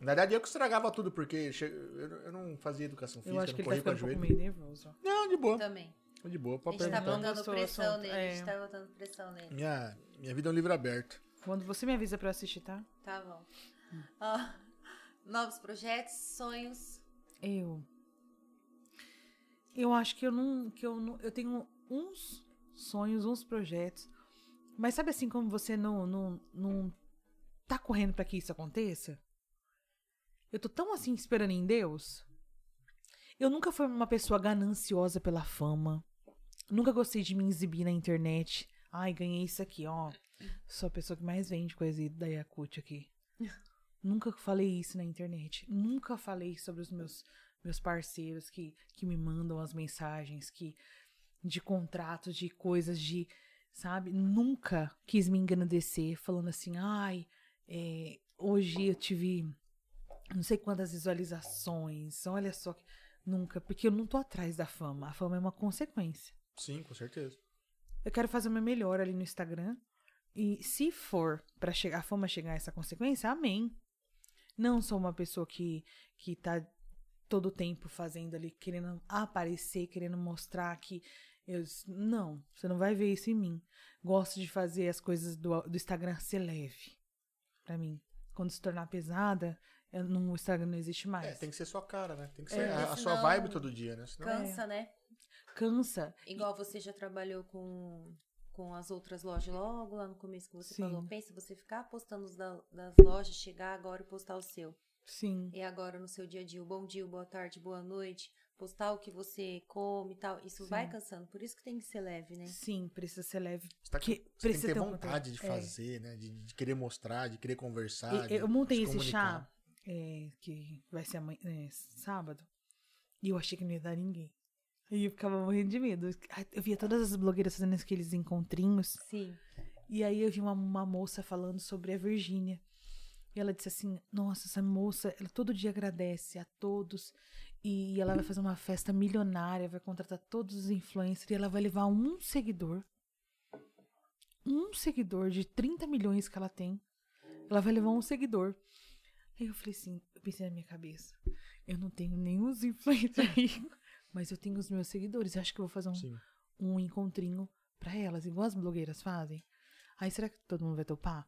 Na verdade, eu que estragava tudo, porque che- eu eu não fazia educação física, eu acho que não ele tá corria com a ficando um pouco joelho. meio nervoso. Não, de boa. Também. De boa, A pode gente tá perguntar. botando- botando Gostou do pressão assunto, nele. A gente é. tá botando pressão nele. Minha, minha vida é um livro aberto. Quando você me avisa pra eu assistir, tá? Tá bom. Ó, novos projetos, sonhos. Eu. Eu acho que eu não. Que eu, não eu tenho uns sonhos, uns projetos. Mas sabe assim como você não, não, não tá correndo pra que isso aconteça? Eu tô tão assim esperando em Deus. Eu nunca fui uma pessoa gananciosa pela fama. Nunca gostei de me exibir na internet. Ai, ganhei isso aqui, ó. Sou a pessoa que mais vende coisa da Yakut aqui. Nunca falei isso na internet. Nunca falei sobre os meus, meus parceiros que, que me mandam as mensagens que de contratos, de coisas, de. Sabe? Nunca quis me engrandecer falando assim, ai, é, hoje eu tive não sei quantas visualizações, olha só. que-" Nunca, porque eu não tô atrás da fama. A fama é uma consequência. Sim, com certeza. Eu quero fazer o meu melhor ali no Instagram. E se for pra chegar, a fama chegar a essa consequência, amém. Não sou uma pessoa que, que tá todo tempo fazendo ali, querendo aparecer, querendo mostrar que. Eu, não, você não vai ver isso em mim. Gosto de fazer as coisas do, do Instagram ser leve. Pra mim. Quando se tornar pesada, eu não- o Instagram não existe mais. É, tem que ser sua cara, né? Tem que É, ser a, a porque sua senão- vibe todo dia, né? Senão... Cansa, né? Cansa. Igual você já trabalhou com, com as outras lojas logo lá no começo que você Sim. falou. Pensa você ficar postando os da- das lojas, chegar agora e postar o seu. Sim. E agora no seu dia a dia, o bom dia, o boa tarde, boa noite, postar o que você come e tal. Isso Sim. vai cansando, por isso que tem que ser leve, né? Sim, precisa ser leve. Você, tá, Que você tem que precisa ter ter um vontade de conteúdo. É. fazer, né? De, de querer mostrar, de querer conversar. E- de eu montei se esse chá comunicar. é, que vai ser amanhã, é, sábado e eu achei que não ia dar ninguém. Aí eu ficava morrendo de medo. Ai, Eu via todas as blogueiras fazendo aqueles encontrinhos. Sim. E aí eu vi uma, uma moça falando sobre a Virgínia. E ela disse assim: Nossa, essa moça, ela todo dia agradece a todos. E ela vai fazer uma festa milionária, vai contratar todos os influencers. E ela vai levar um seguidor. Um seguidor de 30 milhões que ela tem. Ela vai levar um seguidor. Aí eu falei assim: Eu pensei na minha cabeça. Eu não tenho nenhum influencer rico, mas eu tenho os meus seguidores. Eu acho que eu vou fazer um Sim. um encontrinho pra elas, igual as blogueiras fazem. Aí será que todo mundo vai topar?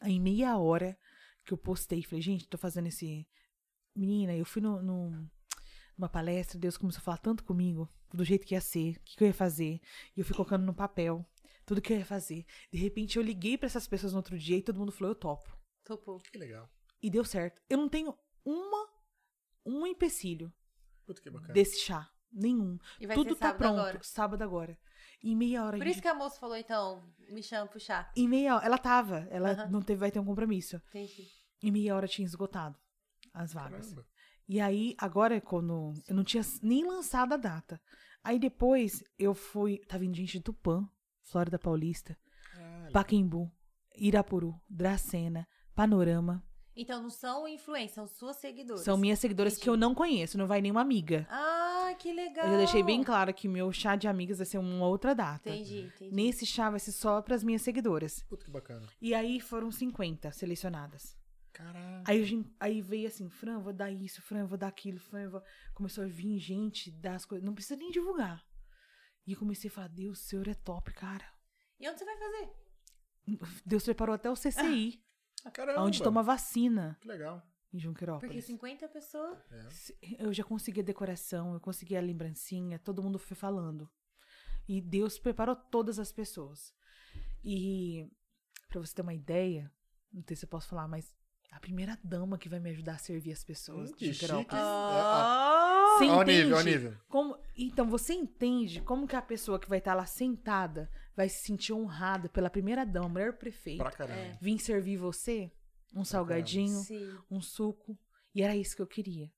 Aí em meia hora que eu postei, falei, gente, tô fazendo esse. Menina, eu fui no, no- numa palestra, Deus começou a falar tanto comigo, do jeito que ia ser, o que, que eu ia fazer. E eu fui colocando no papel tudo que eu ia fazer. De repente eu liguei pra essas pessoas no outro dia e todo mundo falou, eu topo. Topou. Que legal. E deu certo. Eu não tenho uma, um empecilho Puta que bacana. desse chá. Nenhum. E vai Tudo ser tá sábado pronto. agora. Sábado agora. Em meia hora a Por gente isso que a moça falou, então, me chama pro chá. Em meia hora. Ela tava. Ela Aham. não teve, vai ter um compromisso. Entendi. Em meia hora tinha esgotado as vagas. Caramba. E aí, agora, quando. Eu não tinha nem lançado a data. Aí depois eu fui. Tá vindo gente de Tupã Flórida Paulista, Caralho. Paquembu, Irapuru, Dracena, Panorama. Então não são influências, são suas seguidoras. São minhas seguidoras que eu não conheço, não vai nenhuma amiga. Ah, que legal. Eu já deixei bem claro que meu chá de amigas vai ser uma outra data. Entendi, entendi. Nesse chá vai ser só pras minhas seguidoras. Puta que bacana. E aí foram 50 selecionadas. Caralho. Aí, a gente- aí veio assim, Fran, vou dar isso, Fran, vou dar aquilo, Fran, eu vou... Começou a vir gente das coisas, não precisa nem divulgar. E eu comecei a falar, Deus, o senhor é top, cara. E onde você vai fazer? Deus preparou até o CCI, Ah, Caramba. assim, onde toma vacina Que legal. em Porque Junquerópolis. 50 pessoas. Se- Eu já consegui a decoração, eu consegui a lembrancinha, todo mundo foi falando. E Deus preparou todas as pessoas. E pra você ter uma ideia, não sei se eu posso falar, mas a primeira dama que vai me ajudar a servir as pessoas Hum, de que Junquerópolis. chique. Ah, Você Olha o entende? nível, olha o nível. Como- então, você entende como que a pessoa que vai estar lá sentada vai se sentir honrada pela primeira dama, a mulher prefeita, Pra caramba. vir servir você um salgadinho, sim. um suco. E era isso que eu queria.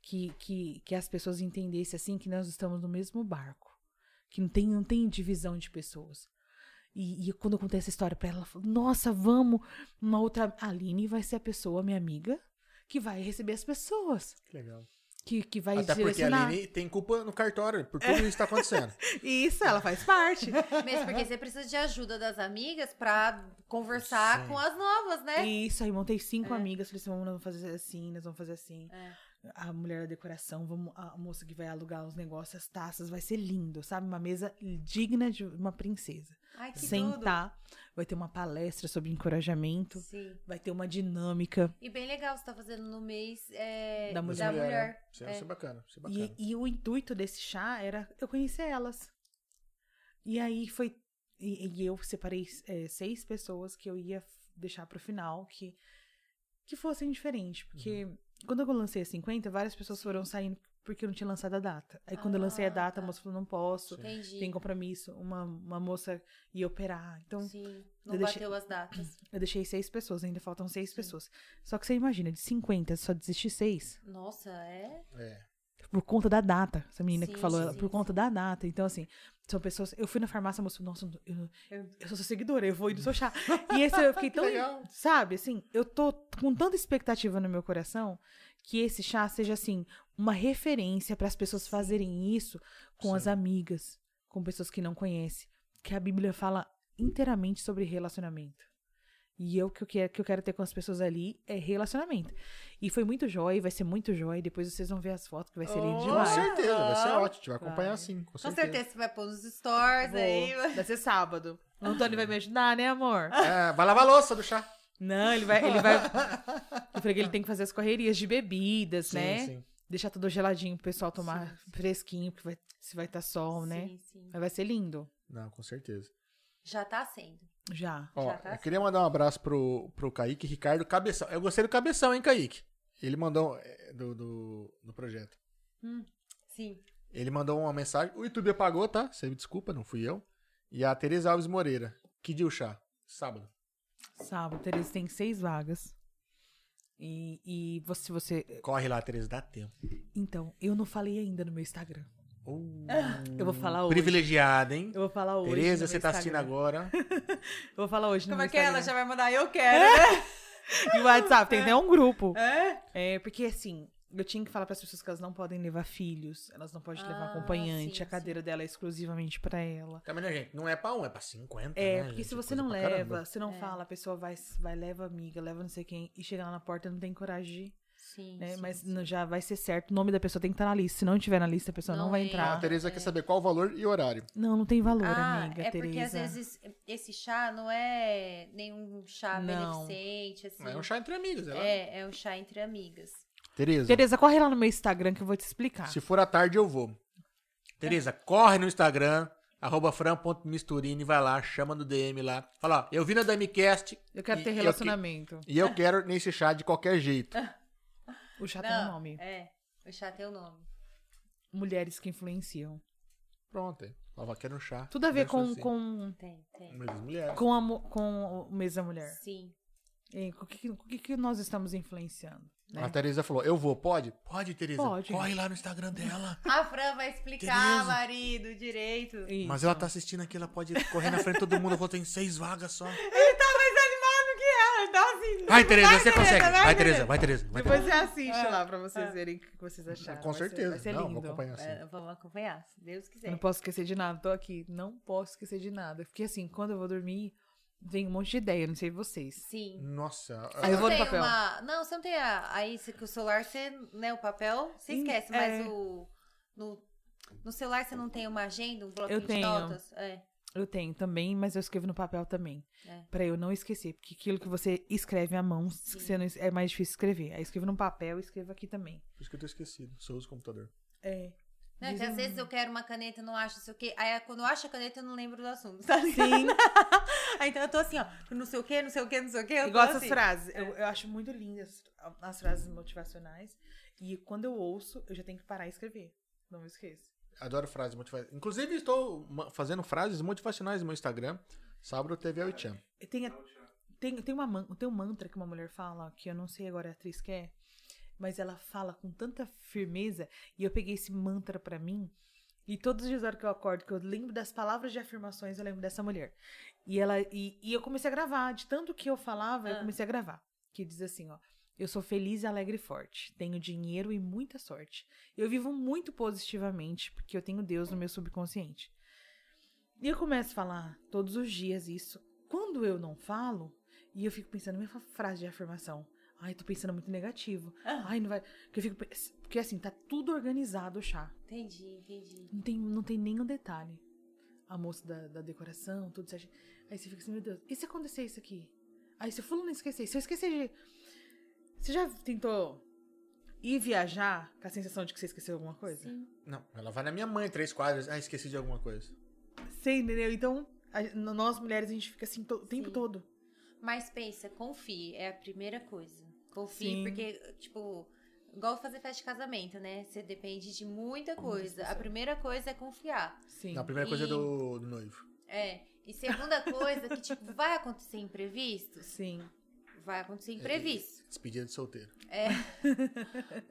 Que, que, que as pessoas entendessem assim que nós estamos no mesmo barco. Que não tem, não tem divisão de pessoas. E, e quando eu contei essa história pra ela, ela falou, nossa, vamos, uma outra. A Aline vai ser a pessoa, minha amiga, que vai receber as pessoas. Que legal. Que, que vai Até porque a direcionar. Aline tem culpa no cartório por tudo isso que tá acontecendo. Isso, ela faz parte. Mesmo porque você precisa de ajuda das amigas pra conversar Sim. com as novas, né? Isso, aí montei cinco amigas, falei assim, "Vamos, nós vamos fazer assim, nós vamos fazer assim. É. A mulher da decoração, vamos, a moça que vai alugar os negócios, as taças, vai ser lindo, sabe? Uma mesa digna de uma princesa. Ai, que Sentar, vai ter uma palestra sobre encorajamento, tudo. Sim. vai ter uma dinâmica. E bem legal, você tá fazendo no mês é, Da da mulher. mulher. Isso é, isso é bacana. Isso é bacana. E, e o intuito desse chá era eu conhecer elas. E aí foi. E, e eu separei é, seis pessoas que eu ia f- deixar pro final que, que fossem diferentes. Porque Uhum. quando eu lancei a 50, várias pessoas foram saindo porque eu não tinha lançado a data. Aí quando eu lancei a Ah, data, a tá. moça falou: não posso, Sim. Entendi. tem compromisso. Uma, uma moça ia operar. Então Sim. Não Eu deixei- bateu as datas. eu deixei seis pessoas, ainda faltam seis pessoas. Só que você imagina, de 50, só desiste seis. Nossa, é? É. por conta da data. Essa menina que Sim, falou, sim, ela, sim, por conta da data. Então, assim, são pessoas. Eu fui na farmácia, a moça falou, nossa, eu, eu sou sua seguidora, eu vou ir no seu chá. e esse eu fiquei tão. legal. Sabe, assim, eu tô com tanta expectativa no meu coração que esse chá seja, assim, uma referência para as pessoas fazerem isso com as Sim. amigas, com pessoas que não conhecem. Que a Bíblia fala inteiramente sobre relacionamento. E eu que eu quero, que eu quero ter com as pessoas ali é relacionamento. E foi muito jóia, e vai ser muito jóia. Depois vocês vão ver as fotos que vai ser lindo Com demais. certeza, vai ser Ah. ótimo. A gente vai acompanhar Vai. sim, com Com certeza. certeza você vai pôr nos stores aí. Vou. Tá Vai ser sábado. O Antônio vai me ajudar, né, amor? É, vai lavar a louça do chá. Não, ele vai. Ele vai... Eu falei que ele tem que fazer as correrias de bebidas, Sim, né? sim. Deixar tudo geladinho pro pessoal tomar fresquinho, porque vai, se vai estar sol, né? Sim, sim. Mas vai ser lindo. Não, com certeza. Já tá sendo. Já. Ó, Já tá eu queria mandar um abraço pro, pro Kaique Ricardo Cabeção. Eu gostei do Cabeção, hein, Kaique? Ele mandou é, do, do, do projeto. Sim. Ele mandou uma mensagem. O YouTube apagou, tá? Você me desculpa, não fui eu. E a Tereza Alves Moreira. Que dia o chá? Sábado. Sábado, Tereza tem seis vagas. E, e você, se você. Corre lá, Tereza, dá tempo. Então, eu não falei ainda no meu Instagram. Uh, Eu vou falar hoje. Privilegiada, hein? Eu vou falar hoje. Tereza, no você meu tá assistindo Instagram. agora. Eu vou falar hoje. no Como meu é que é? ela Instagram. já vai mandar? Eu quero. né? E o WhatsApp tem até um grupo. É? É, porque assim, eu tinha que falar para as pessoas que elas não podem levar filhos, elas não podem levar Ah, acompanhante, sim, a cadeira dela é exclusivamente para ela. Também, né, gente? Não é pra um, é pra 50. É, né, porque gente? se você Coisa não pra leva, caramba. se não fala, a pessoa vai, vai, leva amiga, leva não sei quem, e chega lá na porta não tem coragem de ir, Sim. né? sim, Mas sim. não- já vai ser certo, o nome da pessoa tem que estar na lista. Se não tiver na lista, a pessoa não, é. Não vai entra. A entrar. Tereza quer saber qual o valor e horário. Não, não tem valor, Ah, amiga, é porque Tereza. às vezes esse chá não é nenhum chá Não. beneficente, assim. É um chá entre amigos, é lá. É, é um chá entre amigas. Tereza, Tereza, corre lá no meu Instagram que eu vou te explicar. se for à tarde eu vou. Tereza, corre no Instagram, arroba fran.misturini, vai lá, chama no DM lá. Fala, ó, eu vi na Damicast Eu quero E- ter e eu que- relacionamento. e eu quero nesse chá de qualquer jeito. O chá tem um Não, nome. é. O chá tem o nome. Mulheres que influenciam. Pronto, aí. Fala, quero um chá. Tudo a ver Começa com, assim. com Tem, tem. Mas as mulheres. Com a, mu- com o mês da mulher. Sim. Em- O que, que- o que, que nós estamos influenciando? né? A Tereza falou, eu vou, pode? Pode, Tereza. Pode. Corre lá no Instagram dela. A Fran vai explicar, Tereza. marido, direito. Isso. Mas ela tá assistindo aqui, ela pode correr na frente de todo mundo. Eu vou ter seis vagas só. tá Então, assim, Vai, Tereza, você Tereza, consegue. vai, Vai, Tereza. Tereza, vai, Tereza. vai, Depois você assiste É, lá pra vocês verem o que vocês acharam. tá. Com Vai ser- certeza. Vai ser Não, lindo. vou acompanhar assim. É, vamos acompanhar, se Deus Eu quiser. não posso esquecer de nada, tô aqui. Não posso esquecer de nada. Porque assim, quando eu vou dormir, vem um monte de ideia, não sei vocês. Sim. Nossa. ah, Você Aí eu não vou no tem papel. uma- Não, você não tem a... aí você- que o celular, você, né, o papel, você Sim, esquece, é. mas o... No... no celular você não tem uma agenda, um bloquinho Eu tenho. de notas? É. Eu tenho também, mas eu escrevo no papel também. É. Pra eu não esquecer. Porque aquilo que você escreve à mão, se você não es- é mais difícil escrever. Aí eu escrevo no papel e escrevo aqui também. Por isso que eu tô esquecido. Só uso computador. É. Né, que Dizem- um. às vezes eu quero uma caneta, não acho, não sei o quê. Aí quando eu acho a caneta, eu não lembro do assunto. Tá ligado? Sim, Aí, então eu tô assim, ó, não sei o quê, não sei o quê, não sei o quê. Eu igual tô essas assim. frases. Eu, eu acho muito lindas as, as frases motivacionais. E quando eu ouço, eu já tenho que parar e escrever. Não me esqueço. Adoro frases motivacionais. Inclusive, estou ma- fazendo frases motivacionais no meu Instagram. Sabro é TV ao Chan. E Tem, a- tem, tem, uma, man- tem um mantra que uma mulher fala, que eu não sei agora a atriz que é, mas ela fala com tanta firmeza, e eu peguei esse mantra pra mim, e todos os dias na hora que eu acordo, que eu lembro das palavras de afirmações, eu lembro dessa mulher. E, ela, e, e eu comecei a gravar, de tanto que eu falava, eu Ah. comecei a gravar. Que diz assim, ó, eu sou feliz, alegre e forte, tenho dinheiro e muita sorte. Eu vivo muito positivamente, porque eu tenho Deus no meu subconsciente. E eu começo a falar todos os dias isso, quando eu não falo, e eu fico pensando, minha fa- frase de afirmação. Ai, tô pensando muito negativo. Ah. Ai, não vai. Porque eu fico. pe- Porque assim, tá tudo organizado o chá. Entendi, entendi. Não tem, não tem nenhum detalhe. A moça da, da decoração, tudo certinho. Aí você fica assim, meu Deus, e se acontecer isso aqui? Aí se o fulano esquecer, se eu esquecer de. Você já tentou ir viajar com a sensação de que você esqueceu alguma coisa? Sim. Não, ela vai na minha mãe, três quadras. Ah, esqueci de alguma coisa. Você entendeu? Então, a- no- nós mulheres, a gente fica assim to- o tempo Sim. todo. Mas pensa, confie, é a primeira coisa. Confie, Sim. porque, tipo, igual fazer festa de casamento, né? Você depende de muita coisa. A primeira coisa é confiar. Sim. Não, a primeira coisa é E- do, do noivo. É. E segunda coisa, que, tipo, vai acontecer imprevistos? Sim. Vai É acontecer imprevisto. Despedida de solteiro.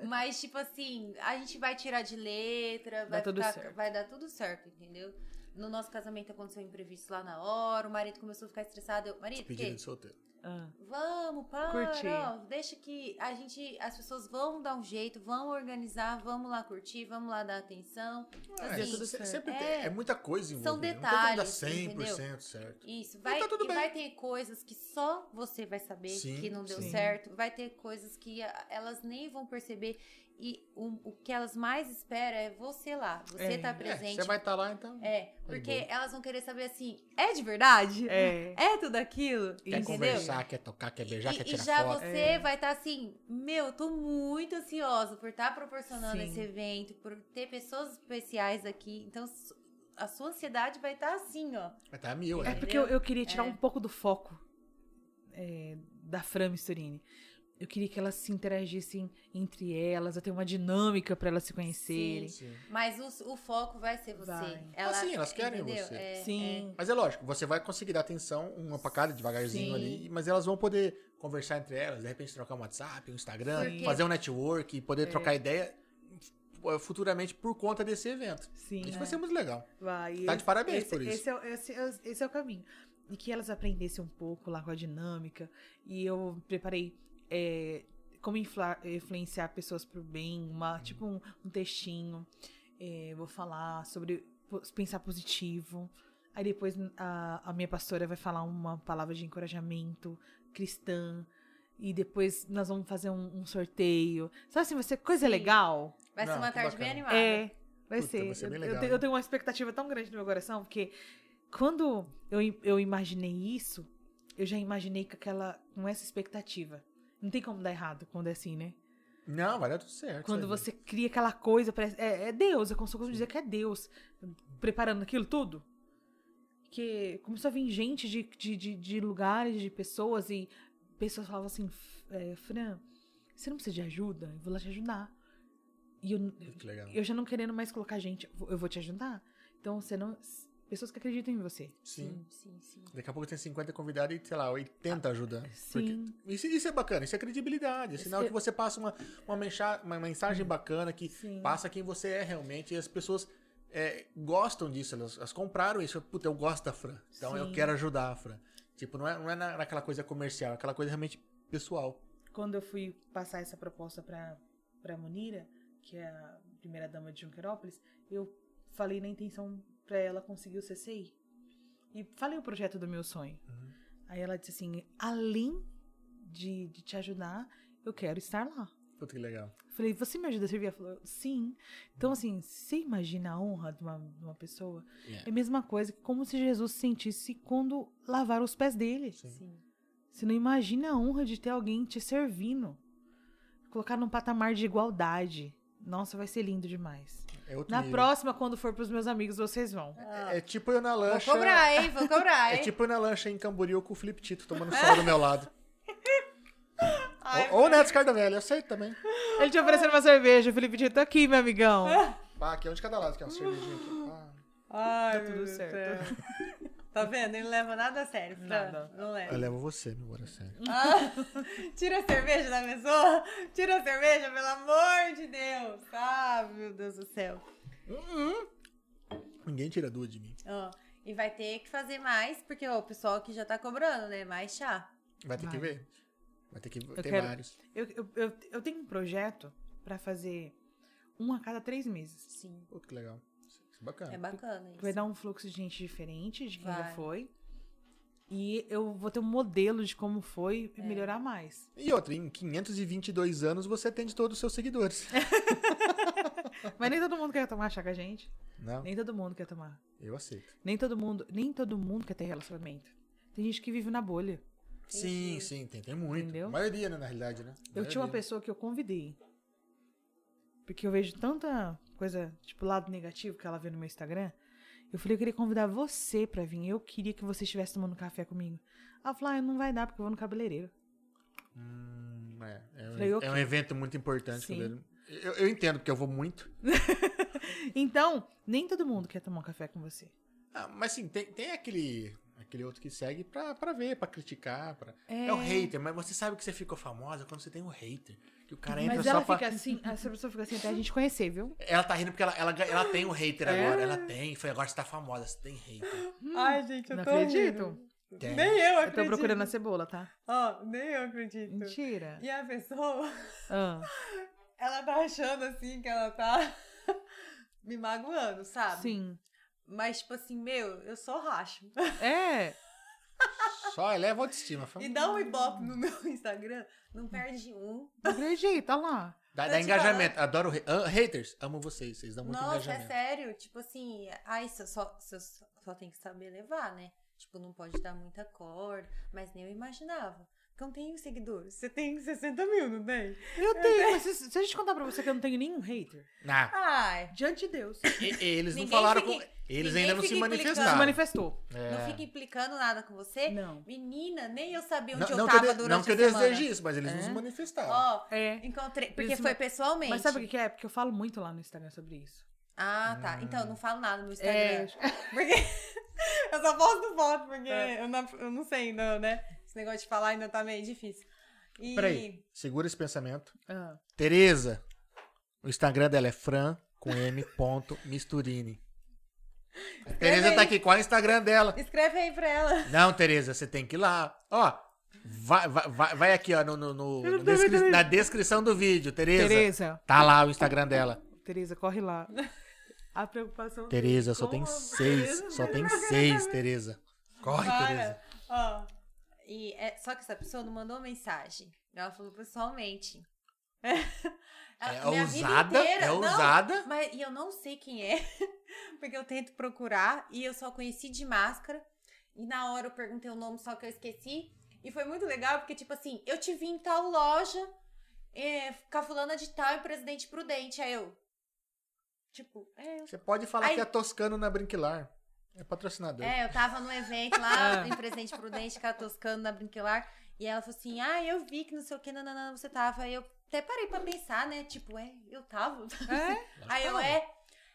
Mas, tipo assim, a gente vai tirar de letra, vai, tudo ficar- certo. vai dar tudo certo, entendeu? No nosso casamento aconteceu um imprevisto lá na hora, o marido começou a ficar estressado. Eu, marido, o Despedida quê? de solteiro. Ah, Vamos, para, Curtir. ó, deixa que a gente, as pessoas vão dar um jeito, vão organizar, vamos lá curtir, vamos lá dar atenção. É, Assim, tudo se- sempre É. tem- é muita coisa São envolvida. detalhes, Não tem como dar 100% entendeu? certo. isso, vai, tá tudo e bem. vai ter coisas que só você vai saber Sim, que não deu sim. certo, vai ter coisas que ah, elas nem vão perceber e o, o que elas mais esperam é você lá, você É. tá É, É, presente. você vai estar lá, então... É, Foi porque boa. elas vão querer saber assim, é de verdade? É. É tudo aquilo? Quer entendeu? conversar, quer tocar, quer beijar, quer E, e tirar já foto. você É. vai estar assim, meu, eu tô muito ansiosa por estar proporcionando Sim. esse evento, por ter pessoas especiais aqui. Então, su- a sua ansiedade vai estar assim, ó. Mas tá mil, É né? porque eu, Entendeu? eu queria tirar um pouco do foco é, da Fran Misturine. Eu queria que elas se interagissem entre elas, eu ter uma dinâmica pra elas se conhecerem. Sim. Sim. Mas o, o foco vai ser você. Vai. Ela, Ah, sim, elas querem entendeu? você. É, Mas é lógico, você vai conseguir dar atenção, uma pra cada, devagarzinho Sim. ali, mas elas vão poder conversar entre elas, de repente trocar um WhatsApp, um Instagram, Porque- fazer um network, e É. poder trocar ideia f- futuramente por conta desse evento. Isso vai né? ser muito legal. Vai, e Tá de parabéns esse, por isso. Esse é, o- esse é o- esse é o caminho. E que elas aprendessem um pouco lá com a dinâmica. E eu preparei é, como infla- influenciar pessoas pro bem, Uhum. uma, tipo um, um textinho. É, vou falar sobre po- pensar positivo. Aí depois a, a minha pastora vai falar uma palavra de encorajamento cristã. E depois nós vamos fazer um, um sorteio. Sabe assim, vai ser coisa Sim. legal. Vai ser Não, uma que tarde bacana. bem animada. É, vai Puta, ser. vai ser Eu- bem eu, legal, te- eu né? tenho uma expectativa tão grande no meu coração, porque quando eu, im- eu imaginei isso, eu já imaginei com aquela. com essa expectativa. Não tem como dar errado quando é assim, né? Não, vai dar tudo certo. é Quando sabe? você cria aquela coisa, parece. É, é Deus, eu consigo dizer que é Deus. Preparando aquilo tudo. Que começou a vir gente de, de, de, de lugares, de pessoas, e pessoas falavam assim, "F- é, Fran, você não precisa de ajuda? Eu vou lá te ajudar. E eu, Que legal. eu já não querendo mais colocar gente, eu vou- eu vou te ajudar. Então você não. Pessoas que acreditam em você. Sim. sim, sim. Daqui a pouco tem 50 convidados e, sei lá, 80 ajudando. Ah, Sim. Isso, isso é bacana, isso é credibilidade. É sinal que você passa uma, uma, mencha- uma mensagem bacana que Sim. passa quem você é realmente. E as pessoas é, gostam disso, elas, elas compraram isso. Puta, eu gosto da Fran, então eu Sim. quero ajudar a Fran. Tipo, não é, não é na- naquela coisa comercial, é aquela coisa realmente pessoal. Quando eu fui passar essa proposta pra, pra Munira, que é a primeira dama de Junquerópolis, eu falei na intenção pra ela conseguir o CCI. E falei o projeto do meu sonho. Uhum. Aí ela disse assim: além de, de te ajudar, eu quero estar lá. Puta que legal. Falei, você me ajuda a servir? Ela falou, sim. Então, assim, você imagina a honra de uma, de uma pessoa? Yeah. É a mesma coisa que como se Jesus sentisse quando lavaram os pés dele. Sim. Você não imagina a honra de ter alguém te servindo. Colocar num patamar de igualdade. Nossa, vai ser lindo demais. É outro Na nível. próxima, quando for pros meus amigos, vocês vão. É, é tipo eu na lancha. Vou cobrar, hein? Vou cobrar, É hein? tipo eu na lancha em Camboriú com o Flip Tito tomando sol do meu lado. Ai, ou ou na descarga velha, eu sei também. Ele te oferecendo uma cerveja. Felipe, eu tô aqui, meu amigão. Pá, aqui é um de cada lado, que é uma cervejinha aqui. Ah, Pá. Ai, Tá tudo meu certo. Deus. Tá vendo? Ele não leva nada a sério, Fran. Nada. Não leva. Ah, Eu levo você, meu amor, é sério. Tira a cerveja da pessoa. Tira a cerveja, pelo amor de Deus. Ah, meu Deus do céu. Ninguém tira dúvida de mim. Ó, e vai ter que fazer mais, porque ó, o pessoal aqui já tá cobrando, né? Mais chá. Vai ter que Vai. ver. Vai ter que ver. Tem quero- vários. Eu, eu, eu, eu tenho um projeto pra fazer um a cada três meses. Sim. Pô, que legal. Isso é bacana. É bacana isso. Vai dar um fluxo de gente diferente de quem já Vai. foi. E eu vou ter um modelo de como foi e melhorar mais. E outra, em 522 anos você atende todos os seus seguidores. Mas nem todo mundo quer tomar chá com a gente. Não, Nem todo mundo quer tomar. eu aceito. Nem todo mundo, nem todo mundo quer ter relacionamento. Tem gente que vive na bolha. Sim, sim, tem, tem muito. Entendeu? A maioria, né, na realidade, né? A Eu tinha uma maioria. pessoa que eu convidei. Porque eu vejo tanta coisa, tipo, lado negativo que ela vê no meu Instagram. Eu falei, eu queria convidar você pra vir. Eu queria que você estivesse tomando café comigo. Ela falou, ah, não vai dar porque eu vou no cabeleireiro. Hum, é, é, um, Falei, é ok. um evento muito importante. Sim. quando ele- Eu, eu entendo, porque eu vou muito. Então, nem todo mundo quer tomar um café com você. Ah, mas sim, tem, tem aquele, aquele outro que segue pra, pra ver, pra criticar. Pra... É... o hater, mas você sabe que você ficou famosa quando você tem um hater. Que o cara entra Mas só ela pra. fica assim, essa pessoa fica assim até a gente conhecer, viu? Ela tá rindo porque ela, ela, ela tem um hater É. agora. Ela tem. Foi agora você tá famosa, você tem hater. Ai, gente, eu não tô acredito. rindo. Tem. Nem eu Eu tô acredito. procurando a cebola, tá? Ó, nem eu acredito. Mentira. E a pessoa, Ah, ela tá achando assim que ela tá me magoando, sabe? sim. Mas, tipo assim, meu, eu só racho. Hum. É. Só eleva a autoestima. fala. E dá um ibope no meu Instagram, não perde um. Não acredito, olha lá. Dá, Eu dá te engajamento. Adoro ha- ah, haters. Amo vocês. Vocês dão muito Nossa, é engajamento. sério. Tipo assim, ai, só, só, só, só tem que saber levar, né? Tipo, não pode dar muita corda, mas nem eu imaginava. Porque eu não tenho seguidores. Você tem 60 mil, não tem? Eu tenho, mas se, se a gente contar pra você que eu não tenho nenhum hater, Ah, Ai, diante de Deus, e- e- eles não Ninguém falaram fica- com. Eles ninguém ainda não se fica implicando. manifestaram. se manifestou. É. não fica implicando nada com você. Não. Menina, nem eu sabia Não- onde não eu que eu tava de- durante Não que eu a semana. deseje isso, mas eles não É. se manifestaram. Ó, É. encontrei. Porque Eles- foi pessoalmente. Mas sabe o que que é? Porque eu falo muito lá no Instagram sobre isso. Ah, tá. Então, eu não falo nada no Instagram. É. Porque eu só posto foto, porque É. eu, não, eu não sei ainda, né? Esse negócio de falar ainda tá meio difícil. E Peraí, segura esse pensamento. Ah, Tereza, o Instagram dela é fran com m ponto misturini. A Tereza aí. tá aqui, qual é o Instagram dela? escreve aí pra ela. Não, Tereza, você tem que ir lá. Ó, vai, vai, vai, vai aqui, ó, no, no- no- Eu não no tô descri- vendo. na descrição do vídeo, Tereza. Tereza, Tá lá o Instagram dela. Tereza, corre lá. A preocupação. Tereza, só Com tem a seis. Tereza, Só tem seis, Tereza. Corre, Tereza. Para. Ó. E é, só que essa pessoa não mandou mensagem. Ela falou pessoalmente. É Minha vida ousada, inteira- é não, ousada. mas e eu não sei quem é, porque eu tento procurar e eu só conheci de máscara. E na hora eu perguntei o nome, só que eu esqueci. E foi muito legal, porque, tipo assim, eu te vi em tal loja, é, com a fulana de tal e presidente prudente. Aí eu. Tipo, é, eu. Você pode falar Ai. que é toscano na Brinquilar. É patrocinador. É, eu tava no evento lá, Ah. em Presidente Prudente, com a Toscana na Brinquilar. E ela falou assim: Ah, eu vi que não sei o que, nananã, você tava. Aí eu até parei pra pensar, né? Tipo, é, eu tava. É? Aí eu, é.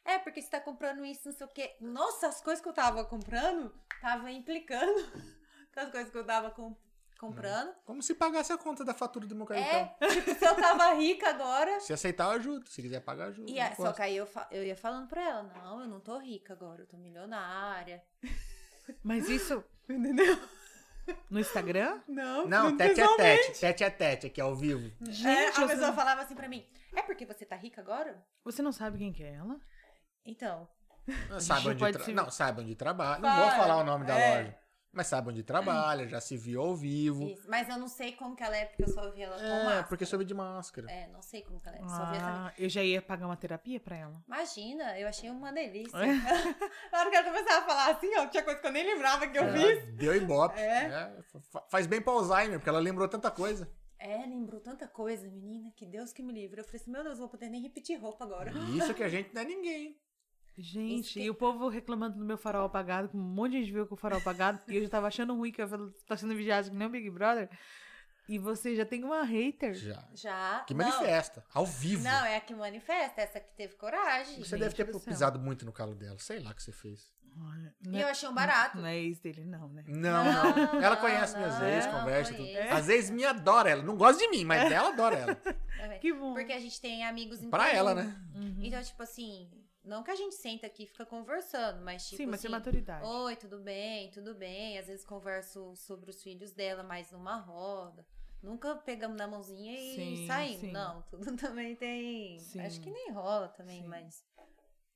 É, porque você tá comprando isso, não sei o quê. Nossa, as coisas que eu tava comprando, tava implicando com as coisas que eu tava com- comprando. Como se pagasse a conta da fatura do meu É, cartão. tipo, se eu tava rica agora. Se aceitar, eu ajudo. Se quiser pagar, eu ajudo. E Não a, só gosto. que aí eu, fa- eu ia falando pra ela: não, eu não tô rica agora, eu tô milionária. Mas isso Entendeu? no Instagram? Não, Não, tete a tete. Tete a tete, aqui ao vivo. É, Gente, a você, pessoa falava assim pra mim: é porque você tá rica agora? você não sabe quem que é ela? Então, Não, gente Sabe não onde pode tra- se- Não, sabe onde trabalha. Não vou Para. falar o nome da É. Hum. loja. Mas sabe onde trabalha, já se viu ao vivo. isso. Mas eu não sei como que ela é, porque eu só vi ela com Hum. É, máscara. porque soube de máscara. É, não sei como que ela é, só vi ela. Ah, eu já ia pagar uma terapia pra ela. Imagina, eu achei uma delícia. É. Na hora que ela começava a falar assim, ó, tinha coisa que eu nem lembrava que eu Ela vi. Deu ibope. É. É, fa- Faz bem pra Alzheimer, porque ela lembrou tanta coisa. É, lembrou tanta coisa, menina, que Deus que me livre. Eu falei assim, meu Deus, não vou poder nem repetir roupa agora. E Isso que a gente não é ninguém. Gente, Esse- e o povo reclamando do meu farol apagado, que um monte de gente viu com o farol apagado, e eu já tava achando ruim que eu falei, tá sendo vigiado que nem o Big Brother. E você já tem uma hater. Já. Já. Hum. Que não, manifesta. Ao vivo. Não, é a que manifesta, essa que teve coragem. Você Gente deve ter do céu. pisado muito no calo dela. Sei lá o que você fez. E eu achei um barato. é Não é ex dele, não, né? Não, Não, não. né? Ela não, conhece minhas não, ex, não, conversa e tudo. É. conheço. As ex me adora ela. Não gosta de mim, mas dela adora ela. É, Que bom. Porque a gente tem amigos em Pra comum. ela, né? Uhum. Então, tipo assim, não que a gente senta aqui e fica conversando, mas tipo Sim, mas assim, tem maturidade. Oi, tudo bem? Tudo bem? Às vezes converso sobre os filhos dela, mas numa roda. Nunca pegamos na mãozinha e Sim, saímos. sim. Não, tudo também tem. Sim. Acho que nem rola também, Sim. mas.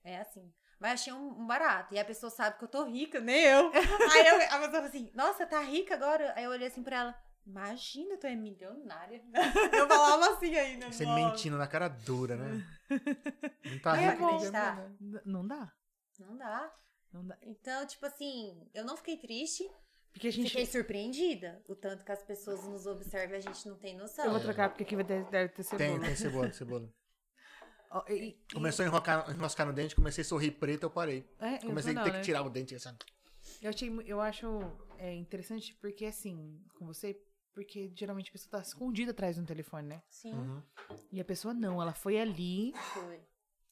É assim. Mas achei um, um barato. E a pessoa sabe que eu tô rica, nem eu. Aí eu- a pessoa falou assim: Nossa, tá rica agora? Aí eu olhei assim pra ela: Imagina, tu é milionária. Eu falava assim ainda. Você nossa. mentindo na cara dura, né? Não tá Não ia rica, ninguém acreditar. vai, né? É N- Não dá. Não dá. Não dá. Então, tipo assim, eu não fiquei triste. Porque a gente. Fiquei surpreendida. O tanto que as pessoas nos observam, a gente não tem noção. Eu vou trocar porque aqui vai ter- deve Tem, ter cebola. tem cebola, cebola. Ó, e- e- Começou a enrocar- enroscar no dente, comecei a sorrir preto, eu parei. é, eu Comecei tô a não, ter né? que tirar o dente. Assim. Eu, achei, mu- eu acho é, interessante porque, assim, com você, porque geralmente a pessoa tá escondida atrás de um telefone, né? Sim, Uhum. E a pessoa não, ela foi ali foi.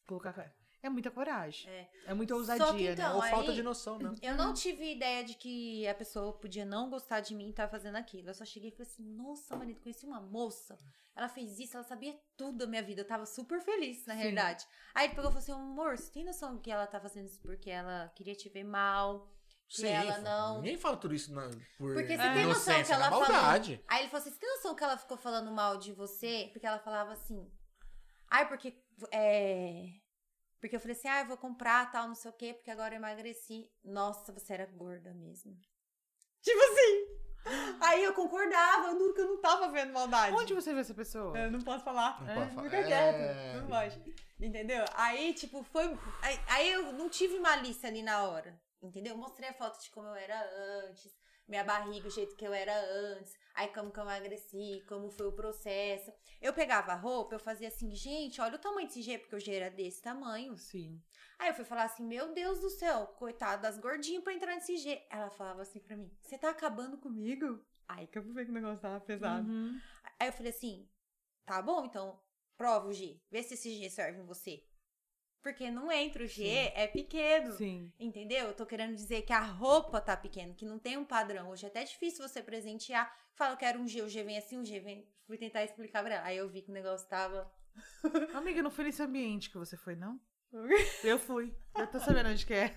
colocar. co- É muita coragem. É. É muita Só que ousadia, então- Ou aí- falta de noção, né? Eu não tive ideia de que a pessoa podia não gostar de mim e tá fazendo aquilo. Eu só cheguei e falei assim: nossa, marido, conheci uma moça. Ela fez isso, ela sabia tudo da minha vida. Eu tava super feliz, na Sim. realidade. Aí ele pegou e falou assim: amor, você tem noção que ela tá fazendo isso porque ela queria te ver mal? Sim, ela fala. não- Ninguém fala tudo isso na, por Porque você noção tem inocência, que ela na maldade. Aí ele falou assim: você tem noção que ela ficou falando mal de você? Porque ela falava assim. Ai, porque. É. Porque eu falei assim, ah, eu vou comprar tal, não sei o quê, porque agora eu emagreci. Nossa, você era gorda mesmo. Tipo assim. Aí eu concordava, eu nunca não tava vendo maldade. Onde você viu essa pessoa? Eu não posso falar. Não pode falar. Fica É. quieto, não pode. Entendeu? Aí, tipo, foi. Aí, aí eu não tive malícia ali na hora. Entendeu? Eu mostrei a foto de como eu era antes, minha barriga, o jeito que eu era antes, aí como que eu emagreci, como foi o processo. Eu pegava a roupa, eu fazia assim, gente, olha o tamanho desse G, porque o G era desse tamanho. Sim. Aí eu fui falar assim, meu Deus do céu, coitado das gordinhas pra entrar nesse G. Ela falava assim pra mim, você tá acabando comigo? Aí que eu fui ver que o negócio tava pesado. Uhum. Aí eu falei assim: tá bom, então prova o G. Vê se esse G serve em você. Porque não entra o G, Sim. é pequeno. Sim. Entendeu? Eu tô querendo dizer que a roupa tá pequena, que não tem um padrão. Hoje é até difícil você presentear. Fala, eu quero um G, o G vem assim, o G vem. Fui tentar explicar pra ela. Aí eu vi que o negócio tava. Amiga, não foi nesse ambiente que você foi, não? Eu fui. Eu tô sabendo onde que é.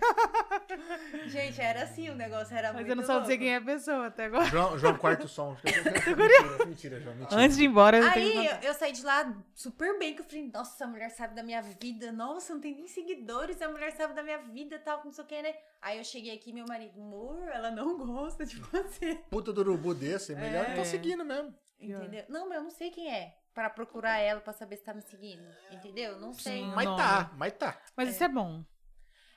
Gente, era assim, o negócio era Mas muito. eu não sabia dizer louco. quem é a pessoa até agora. João, João quarto som. mentira, mentira, João, mentira. Antes de ir embora, eu tenho que Aí contar. eu, eu saí de lá super bem, que eu falei, nossa, essa mulher sabe da minha vida, nossa, não tem nem seguidores, a mulher sabe da minha vida tal, não sei o que, né? Aí eu cheguei aqui, meu marido, amor, ela não gosta de você. Puta do urubu desse, é melhor É. não tá seguindo mesmo. Pior. Entendeu? Não, mas eu não sei quem é. Pra procurar ela pra saber se tá me seguindo. Entendeu? Não sei. Sim. Mas Nome. tá, mas tá. Mas isso é bom.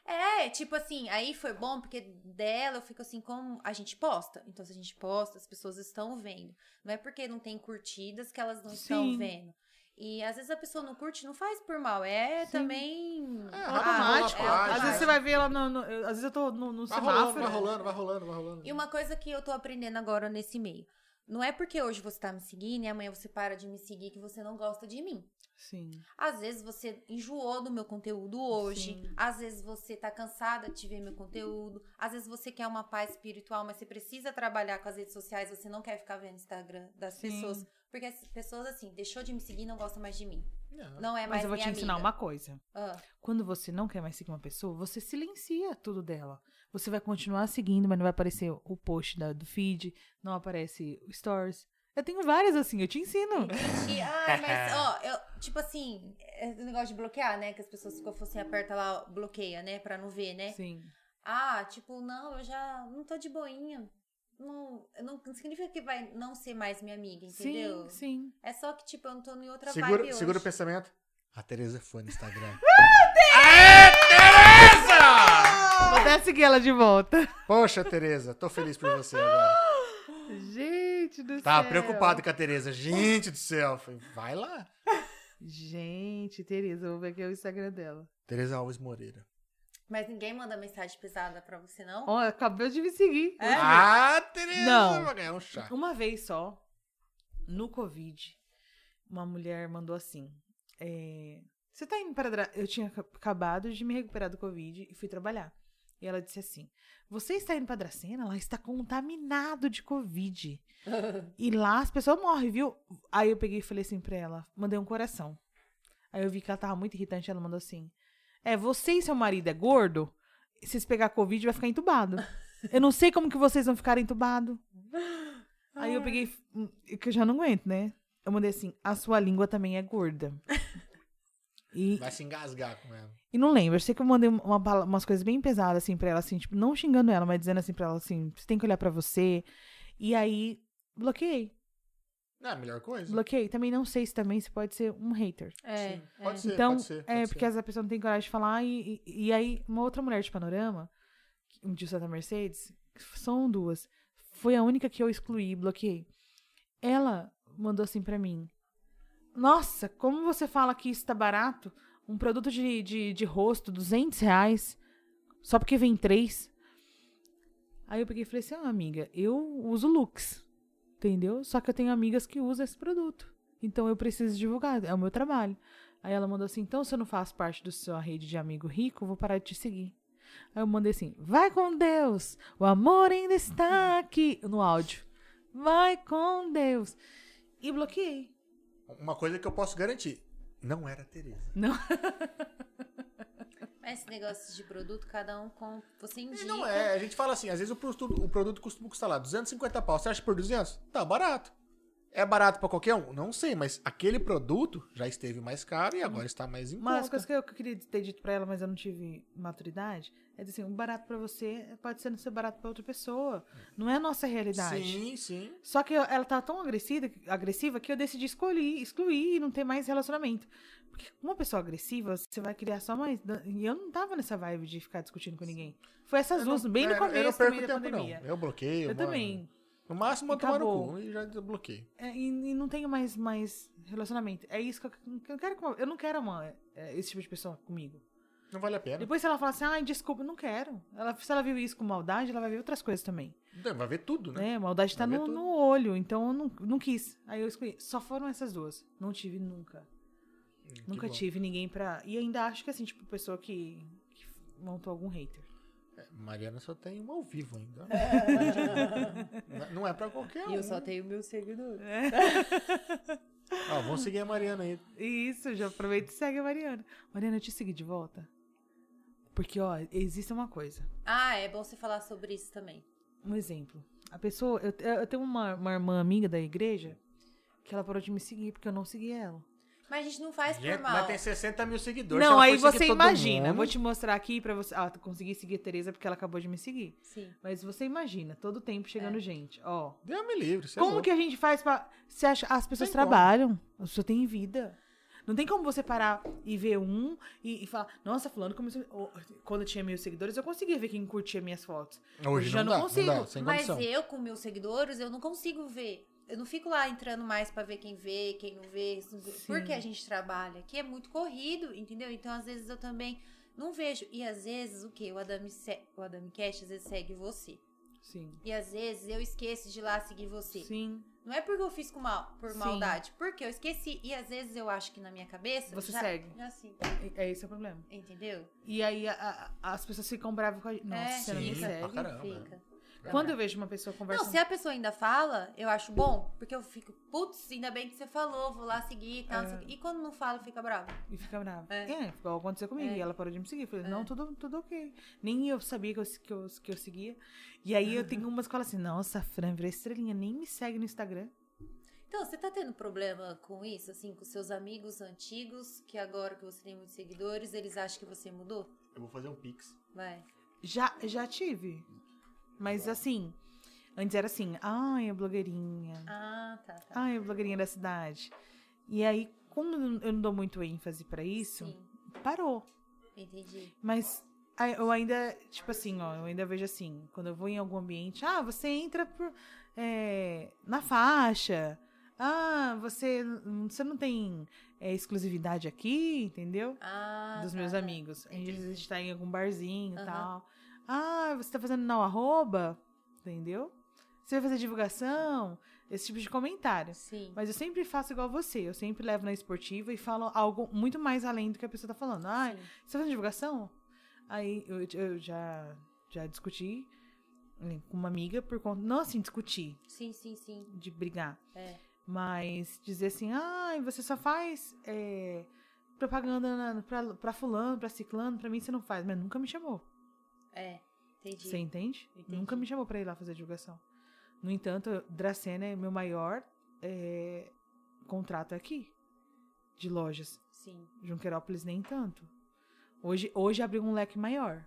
É, tipo assim, aí foi bom porque dela eu fico assim, como a gente posta. Então, se a gente posta, as pessoas estão vendo. Não é porque não tem curtidas que elas não Sim. estão vendo. E às vezes a pessoa não curte, não faz por mal. É Sim. também. É, Ah, automático, é eu acho. Às vezes você vai ver ela no. no- eu- às vezes eu tô no, no Vai rolando, semáforo. vai rolando, vai rolando, vai rolando. E uma coisa que eu tô aprendendo agora nesse meio. Não é porque hoje você tá me seguindo e amanhã você para de me seguir que você não gosta de mim. Sim. Às vezes você enjoou do meu conteúdo hoje, Sim. às vezes você tá cansada de ver meu conteúdo, às vezes você quer uma paz espiritual, mas você precisa trabalhar com as redes sociais, você não quer ficar vendo o Instagram das Sim. pessoas, né, porque as pessoas assim, deixou de me seguir, não gosta mais de mim. Não. Não é Mas, mais eu vou te minha ensinar amiga. uma coisa. Ah, Quando você não quer mais seguir uma pessoa, você silencia tudo dela. Você vai continuar seguindo, mas não vai aparecer o post da- do feed, não aparece o stories. Eu tenho várias assim, eu te ensino. entendi. Ai, mas ó, eu, tipo assim, é o negócio de bloquear, né, que as pessoas ficam assim, aperta lá, bloqueia, né, Pra não ver, né? Sim. Ah, tipo, não, eu já não tô de boinha. Não, não não significa que vai não ser mais minha amiga, entendeu? Sim, sim. É só que, tipo, eu não tô em outra vibe Segura, hoje. segura o pensamento. A Tereza é fã no Instagram. Vou até seguir ela de volta. Poxa, Tereza, tô feliz por você agora. Gente do céu. Tava Tá preocupado com a Tereza. Gente do céu. Falei, Vai lá. Gente, Tereza, vou ver aqui o Instagram dela. Tereza Alves Moreira. Mas ninguém manda mensagem pesada pra você, não? Ó, acabou de me seguir. É? Ah, Tereza Não. vai ganhar um chá. Uma vez só, no Covid, uma mulher mandou assim: é, Você tá indo para. dra- Eu tinha ac- acabado de me recuperar do Covid e fui trabalhar. E ela disse assim: Você está indo pra Dracena? Lá está contaminado de Covid. e lá as pessoas morrem, viu? Aí eu peguei e falei assim pra ela: Mandei um coração. Aí eu vi que ela tava muito irritante. Ela mandou assim: É, você e seu marido é gordo? Se vocês pegar Covid, vai ficar entubado. Eu não sei como que vocês vão ficar entubado. Aí eu peguei, hum, que eu já não aguento, né? Eu mandei assim, a sua língua também é gorda. E, Vai se engasgar com ela. e não lembro, eu sei que eu mandei uma, pala- umas coisas bem pesadas, assim, pra ela, assim, tipo, não xingando ela, mas dizendo assim pra ela, assim, você tem que olhar pra você. E aí, bloqueei. Não é a melhor coisa? Bloqueei. Também não sei se também você pode ser um hater. É. Pode ser, Então, pode ser. pode é, ser. porque às vezes a pessoa não tem coragem de falar. E, e, e aí, uma outra mulher de panorama, que- um de Santa Mercedes, são duas. Foi a única que eu excluí e bloqueei. Ela mandou assim pra mim: Nossa, como você fala que isso tá barato? Um produto de, de, de rosto, 200 reais, só porque vem três. Aí eu peguei e falei assim: ah, amiga, eu uso Lux, entendeu? Só que eu tenho amigas que usam esse produto. Então eu preciso divulgar, é o meu trabalho. Aí ela mandou assim: então se eu não faço parte da sua rede de amigo rico, eu vou parar de te seguir. Aí eu mandei assim: vai com Deus, o amor ainda está aqui. No áudio. Vai com Deus. E bloqueei. Uma coisa que eu posso garantir. Não era a Tereza. Mas esse negócio de produto, cada um com. Você indica. E não é. A gente fala assim, às vezes o produto, o produto costuma custar lá 250 pau. Você acha por 200? Tá barato. É barato pra qualquer um? Não sei, mas aquele produto já esteve mais caro e agora está mais em Uma das conta. coisas que eu que eu queria ter dito pra ela, mas eu não tive maturidade, é dizer assim: o barato pra você pode ser não ser barato pra outra pessoa. Não é a nossa realidade. Sim, sim. Só que eu- ela tá tão agressiva, agressiva que eu decidi escolher, excluir e não ter mais relacionamento. Porque com uma pessoa agressiva, você vai criar só mais. dan- E eu não tava nessa vibe de ficar discutindo com ninguém. Foi essas Eu duas, não- bem no é, Eu não começo perco também da tempo, não. pandemia. Eu bloqueio. Eu, mano. também. No máximo eu E tomar no acabou. cu e já desbloqueio. É, e, e não tenho mais, mais relacionamento. É isso que eu, que eu quero. com uma- Eu não quero uma, é, esse tipo de pessoa comigo. Não vale a pena. Depois se ela falar assim, ai, desculpa, não quero. Ela, se ela viu isso com maldade, ela vai ver outras coisas também. Não, Vai ver tudo, né? Né? Maldade tá Vai ver no, tudo. no olho, então eu não, não quis. Aí eu escolhi. Só foram essas duas. Não tive nunca. Que É, Nunca bom. tive ninguém pra. E ainda acho que assim, tipo, pessoa que, que montou algum hater. É, Mariana só tem um ao vivo ainda. não é pra qualquer um. E eu só tenho meu seguidor. É. Ó, vamos seguir a Mariana aí. Isso, já aproveita e segue a Mariana. Mariana, eu te segui de volta. Porque, ó, existe uma coisa. Ah, é bom você falar sobre isso também. Um exemplo. A pessoa. Eu, eu tenho uma, uma irmã amiga da igreja que ela parou de me seguir porque eu não segui ela. Mas a gente não faz Gente, por mal. mas tem 60 mil seguidores. se Não, ela aí for seguir você todo imagina. mundo- Vou te mostrar aqui pra você. Ah, tu consegui seguir a Tereza porque ela acabou de me seguir. Sim. Mas você imagina, todo tempo chegando gente. Ó. Deus me livre. você é como louco. que a gente faz pra. Você acha... As pessoas Tem como. trabalham, a pessoa tem vida. Não tem como você parar e ver um e, e falar, nossa, fulano começou. Ô, Quando eu tinha mil seguidores, eu conseguia ver quem curtia minhas fotos. Hoje já não, não dá, consigo, Não dá, sem Mas condição. eu, com meus seguidores, eu não consigo ver. Eu não fico lá entrando mais pra ver quem vê, quem não vê. isso- Sim. Porque a gente trabalha aqui, é muito corrido, entendeu? Então, às vezes, eu também não vejo. E às vezes, o quê? O Adami, se- o Adami Cash às vezes segue você. Sim. E às vezes eu esqueço de ir lá seguir você. Sim. Não é porque eu fiz com mal, por Sim. maldade, porque eu esqueci. E às vezes eu acho que na minha cabeça. Você já, segue. já assim, É esse é o problema. entendeu? É. E aí a- a- as pessoas ficam bravas com a gente. Nossa, você não me Sim, pra segue. caramba. Fica. Quando eu vejo uma pessoa Não, conversando. se a pessoa ainda fala, eu acho bom, porque eu fico, putz, ainda bem que você falou, vou lá seguir e tal. não É. sei o quê. E quando não fala, fica bravo. E fica brava. É. É, igual aconteceu comigo. E ela parou de me seguir. Eu falei, não, tudo, tudo ok. Nem eu sabia que eu, que eu, que eu seguia. E aí eu tenho umas que falam assim, nossa, a Fran virou estrelinha, nem me segue no Instagram. Então, você tá tendo problema com isso, assim, com seus amigos antigos, que agora que você tem muitos seguidores, eles acham que você mudou? Eu vou fazer um pix. Vai. Já, já tive. Mas assim, antes era assim, ai, a blogueirinha. Ah, tá, tá. Ai, a blogueirinha da cidade. E aí, como eu não dou muito ênfase pra isso, Sim, parou. entendi. Mas a- eu ainda, tipo assim, ó, eu ainda vejo assim, quando eu vou em algum ambiente, ah, você entra por, é, na faixa, ah, você, n- você não tem é, exclusividade aqui, entendeu? Ah, Dos tá, meus tá. amigos. Às vezes a Entendi. gente tá em algum barzinho e Aham. tal. Ah, você tá fazendo não arroba, entendeu? Você vai fazer divulgação, esse tipo de comentário. Sim. Mas eu sempre faço igual você, eu sempre levo na esportiva e falo algo muito mais além do que a pessoa tá falando. Ah, sim. você tá fazendo divulgação? Aí eu, eu já, já discuti né, com uma amiga por conta. Não assim, discutir, Sim, sim, sim. de brigar. É. Mas dizer assim, ah, você só faz é, propaganda na, pra, pra fulano, pra ciclano, pra mim você não faz. Mas nunca me chamou. É, entendi. Você entende? Entendi. Nunca me chamou pra ir lá fazer divulgação. No entanto, Dracena é meu maior é, contrato aqui de lojas. Sim. Junquerópolis nem tanto. Hoje, hoje abriu um leque maior.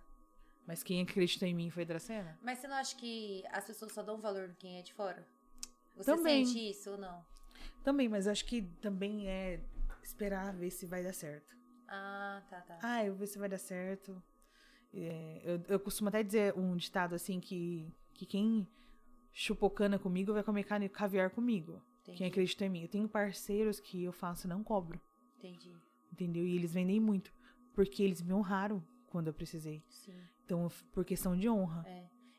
Mas quem acreditou em mim foi Dracena? Mas você não acha que as pessoas só dão valor em quem é de fora? Você Também. sente isso ou não? Também, mas acho que também é esperar ver se vai dar certo. Ah, tá, tá. Ah, eu vou ver se vai dar certo. É, eu, eu costumo até dizer um ditado assim que, que quem chupou cana comigo vai comer carne- caviar comigo. entendi, Quem acreditou em mim. Eu tenho parceiros que eu faço e não cobro, entendi. entendeu? E eles vendem muito. Porque eles me honraram quando eu precisei. Sim. Então, eu f- por questão de honra.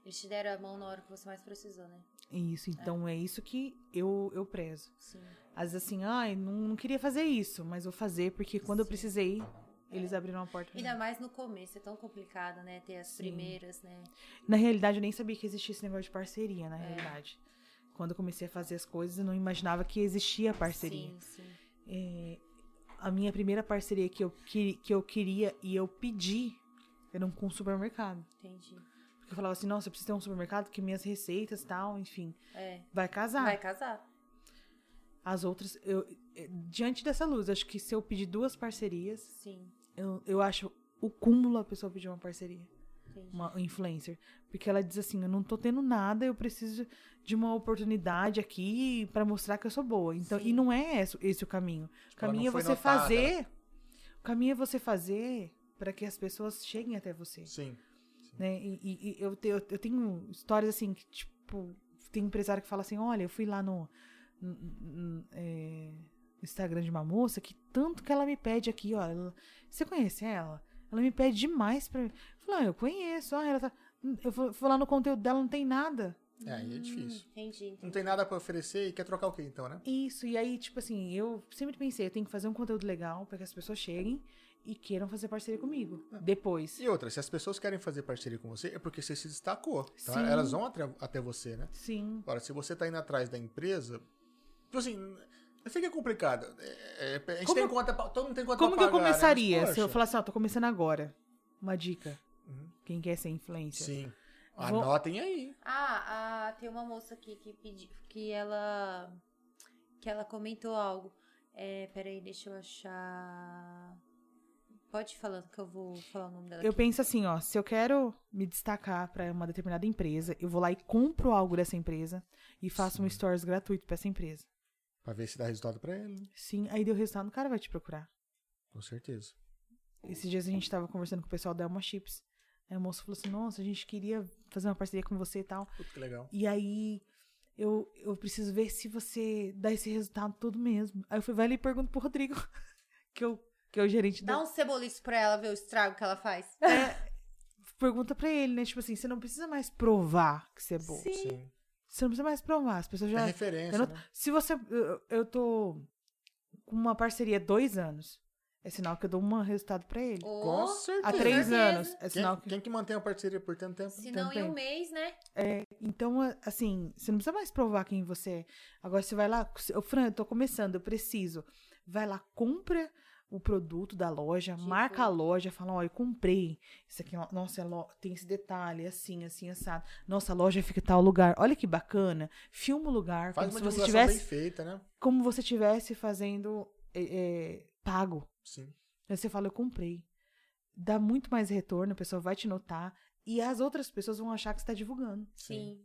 Eles te deram a mão na hora que você mais precisou, né? Isso, então é, isso que eu, eu prezo. Sim. Às vezes assim, ai, não, não queria fazer isso, mas vou fazer porque quando eu precisei, eles abriram a porta. pra Ainda mim. mais no começo, é tão complicado, né? Ter as Sim. primeiras, né? Na realidade, eu nem sabia que existia esse negócio de parceria, na É. realidade. Quando eu comecei a fazer as coisas, eu não imaginava que existia parceria. Sim, sim. É, a minha primeira parceria que eu, que, que eu queria e eu pedi era um com um supermercado. Entendi. Porque eu falava assim, nossa, eu preciso ter um supermercado porque minhas receitas tal, enfim, É. vai casar. Vai casar. As outras, eu, eh, diante dessa luz, acho que se eu pedir duas parcerias, Sim. eu, eu acho o cúmulo a pessoa pedir uma parceria, Entendi. uma influencer. Porque ela diz assim: eu não tô tendo nada, eu preciso de uma oportunidade aqui pra mostrar que eu sou boa. Então, Sim. e não é esse, esse o caminho. O Tipo, ela não caminho é foi você notada. né? fazer. O caminho é você fazer pra que as pessoas cheguem até você Sim. né? E, e- e eu, te- eu, eu tenho histórias assim que, tipo, tem empresário que fala assim: olha, eu fui lá no, no- no- é, Instagram de uma moça que tanto que ela me pede aqui, ó. ela- você conhece ela? Ela me pede demais pra mim. Eu falo, ah, eu conheço, ah, ela tá. Eu vou, vou lá no conteúdo dela, não tem nada. É, aí é difícil. Entendi, Não entendi. tem nada pra oferecer e quer trocar o quê então, né? Isso, e aí, tipo assim, eu sempre pensei, eu tenho que fazer um conteúdo legal pra que as pessoas cheguem e queiram fazer parceria comigo. Depois. E outra, se as pessoas querem fazer parceria com você, é porque você se destacou. Então Sim. elas vão atra- até você, né? Sim. Agora, se você tá indo atrás da empresa, tipo assim, fica complicado. É, é, a gente Como tem eu- conta, pra- todo mundo tem conta Como pra que eu pagar, né? Mas, começaria? Se eu poxa, falasse, ó, tô começando agora. Uma dica. Uhum. Quem quer ser influencer? Sim. Vou- Anotem aí. Ah, ah, tem uma moça aqui que pediu que ela que ela comentou algo. É, peraí, deixa eu achar. Pode ir falando que eu vou falar o nome dela. Eu aqui. penso assim, ó, se eu quero me destacar pra uma determinada empresa, eu vou lá e compro algo dessa empresa e faço um stories gratuito pra essa empresa. Pra ver se dá resultado pra ele, né? Sim, aí deu resultado, o cara vai te procurar. Com certeza. Esses dias a gente tava conversando com o pessoal da Elma Chips. Aí o moço falou assim: "Nossa, a gente queria fazer uma parceria com você e tal". Puta que legal. E aí eu, eu preciso ver se você dá esse resultado todo mesmo. Aí eu fui vai ali e pergunto pro Rodrigo, que eu que é o gerente da Dá um ceboliço pra ela ver o estrago que ela faz. pergunta pra ele, né? Tipo assim, você não precisa mais provar que você é bom. Sim. Você não precisa mais provar. As pessoas É já. referência, eu não- né? Se você. Eu, eu tô com uma parceria dois anos. É sinal que eu dou um resultado pra ele. Ô, Com Há certeza. três certeza. anos. É Quem, sinal que. quem que mantém a parceria por tanto tempo? se não, em também. um mês, né? Então, a- assim, você não precisa mais provar quem você é. Agora você vai lá, eu, Fran, eu tô começando, eu preciso. Vai lá, compra o produto da loja, Tipo- marca a loja, fala, ó, eu comprei. Isso aqui, ó, nossa, é lo- tem esse detalhe, assim, assim, assado. Nossa, a loja fica em tal lugar. Olha que bacana. Filma o lugar, Faz como uma se você divulgação tivesse, bem feita, né? como você tivesse fazendo é, é, pago. Sim. Aí você fala, eu comprei. Dá muito mais retorno, a pessoa vai te notar. E as outras pessoas vão achar que você está divulgando. Sim.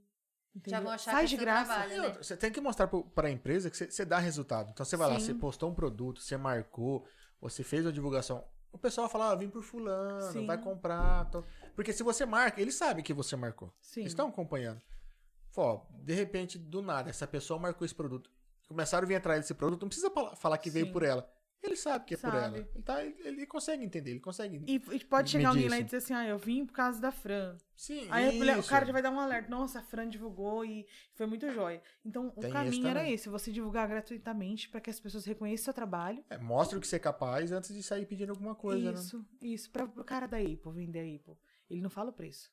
Já entendeu? vão achar Faz que é de seu graça. trabalho, E né? outra, Você tem que mostrar pro- pra empresa que você- você dá resultado. Então você vai lá, Sim. você postou um produto, você marcou, você fez a divulgação. O pessoal fala, ah, vim por fulano, Sim. vai comprar. tal. Porque se você marca, eles sabem que você marcou. Sim. Eles estão acompanhando. Fala, ó, de repente, do nada, essa pessoa marcou esse produto. Começaram a vir atrás desse produto, não precisa fala- falar que veio Sim. por ela. Ele sabe que é por Sabe. ela. Ele, tá- ele- ele consegue entender, ele consegue. E, e pode chegar Me alguém lá e disse. dizer assim, ah, eu vim por causa da Fran. Sim, Aí a mulher- o isso. cara já vai dar um alerta. Nossa, a Fran divulgou e foi muito joia. Então, o Tem isso caminho era também. esse. Você divulgar gratuitamente para que as pessoas reconheçam o seu trabalho. É, mostra o que você é capaz antes de sair pedindo alguma é, né? coisa, né? isso, isso. Para o cara da Apple vender a Apple. Ele não fala o preço.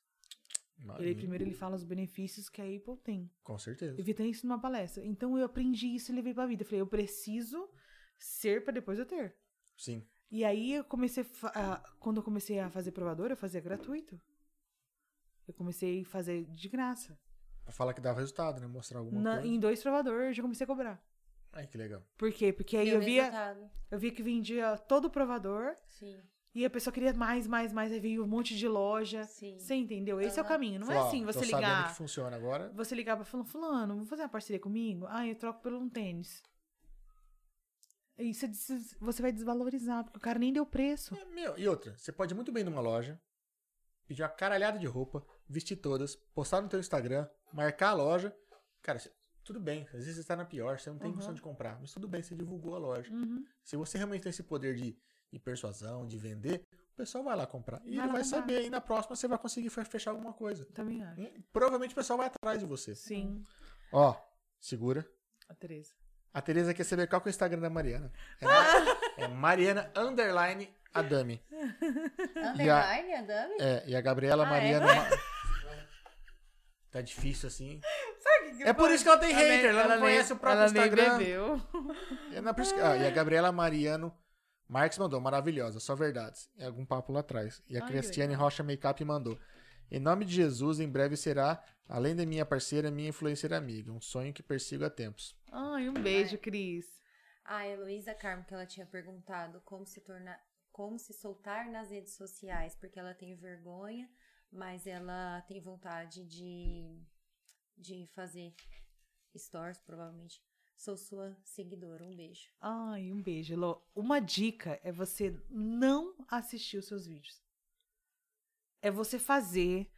né? Ele primeiro ele fala os benefícios que a Apple tem. Com certeza. Eu vi até isso numa palestra. Então eu aprendi isso e levei pra vida. Eu falei, eu preciso ser pra depois eu ter. Sim. E aí eu comecei. a fa- a- quando eu comecei a fazer provador, eu fazia gratuito. Eu comecei a fazer de graça. Pra falar que dava resultado, né? Mostrar alguma Na- coisa. em dois provadores, eu já comecei a cobrar. Ai, que legal. Por quê? Porque aí Deu eu via, resultado. eu via que vendia todo o provador Sim, e a pessoa queria mais, mais, mais. Aí veio um monte de loja. sim. Você entendeu? Esse é o Aham. caminho. Não é Fala, ó, assim você tô ligar. sabendo que funciona agora. Você ligar pra falar, fulano, vamos fazer uma parceria comigo? Ah, eu troco por um tênis. E você, des- você vai desvalorizar, porque o cara nem deu preço. É, meu, e outra, você pode muito bem ir numa loja, pedir uma caralhada de roupa, vestir todas, postar no teu Instagram, marcar a loja. Cara, cê- tudo bem. Às vezes você tá na pior, você não tem Uhum. condição de comprar. Mas tudo bem, você divulgou a loja. Uhum. Se você realmente tem esse poder de, de persuasão, de vender, o pessoal vai lá comprar. E Vai ele lá vai comprar. saber. E na próxima você vai conseguir fe- fechar alguma coisa. Também acho. Hum, Provavelmente o pessoal vai atrás de você. Sim, Ó, segura. a Tereza. A Tereza quer saber qual que é o Instagram da Mariana. É, Ah! Ma- é Mariana Underline Adami. Underline, andame? É, e a Gabriela Ah, é? Mariana. Ma- Tá difícil assim. É por pode- isso que ela tem nem- hater, ela não nem- conhece o próprio ela nem Instagram. bebeu. É, não, por isso que- ah, e a Gabriela Mariano Marques mandou, maravilhosa, só verdades. É algum papo lá atrás. E a Ai, Cristiane Rocha Makeup mandou. Em nome de Jesus, em breve será, além da minha parceira, minha influencer amiga. Um sonho que persigo há tempos. Ai, um beijo, Cris. A Heloísa Carmo, que ela tinha perguntado como se tornar, como se soltar nas redes sociais, porque ela tem vergonha, mas ela tem vontade de, de fazer stories, provavelmente. Sou sua seguidora, um beijo. Ai, um beijo, Elô. Uma dica é você não assistir os seus vídeos. É você fazer.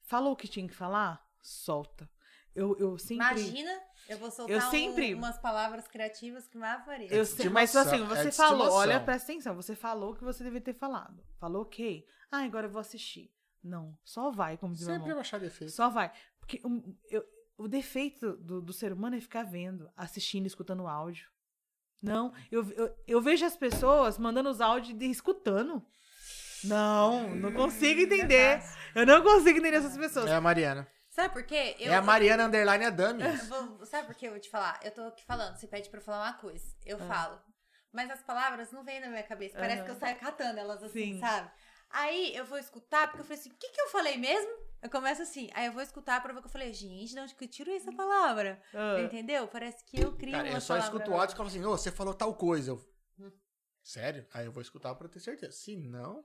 Falou o que tinha que falar? Solta. Eu, eu sempre. Imagina, eu vou soltar Eu sempre- um- umas palavras criativas que mais apareçam. Eu de sei, mas estimação, assim, é você de falou, estimação. olha, presta atenção, você falou o que você devia ter falado. Falou, ok. Ah, agora eu vou assistir. Não, só vai, como diz meu Sempre irmão. vai achar defeito. Só vai. Porque um, eu- o defeito do, do ser humano é ficar vendo, assistindo, escutando áudio. Não, eu, eu, eu vejo as pessoas mandando os áudios e escutando. Não, não consigo entender. Eu não consigo entender essas pessoas. É a Mariana. Sabe por quê? Eu, é a Mariana Underline Adami. eu vou- sabe por que eu vou te falar? Eu tô aqui falando, você pede pra eu falar uma coisa, eu Ah. falo. Mas as palavras não vêm na minha cabeça, parece Aham. que eu saio catando elas assim, Sim. sabe? Aí eu vou escutar, porque eu falei assim, o que que eu falei mesmo? Eu começo assim, aí eu vou escutar pra ver o que eu falei, gente, de onde que eu tiro essa palavra? Hum. Ah, Entendeu? Parece que eu crio Cara, uma eu só palavra escuto o áudio e falo assim, ô, você falou tal coisa. Eu, "Hum, Sério? Aí eu vou escutar pra ter certeza. Se não...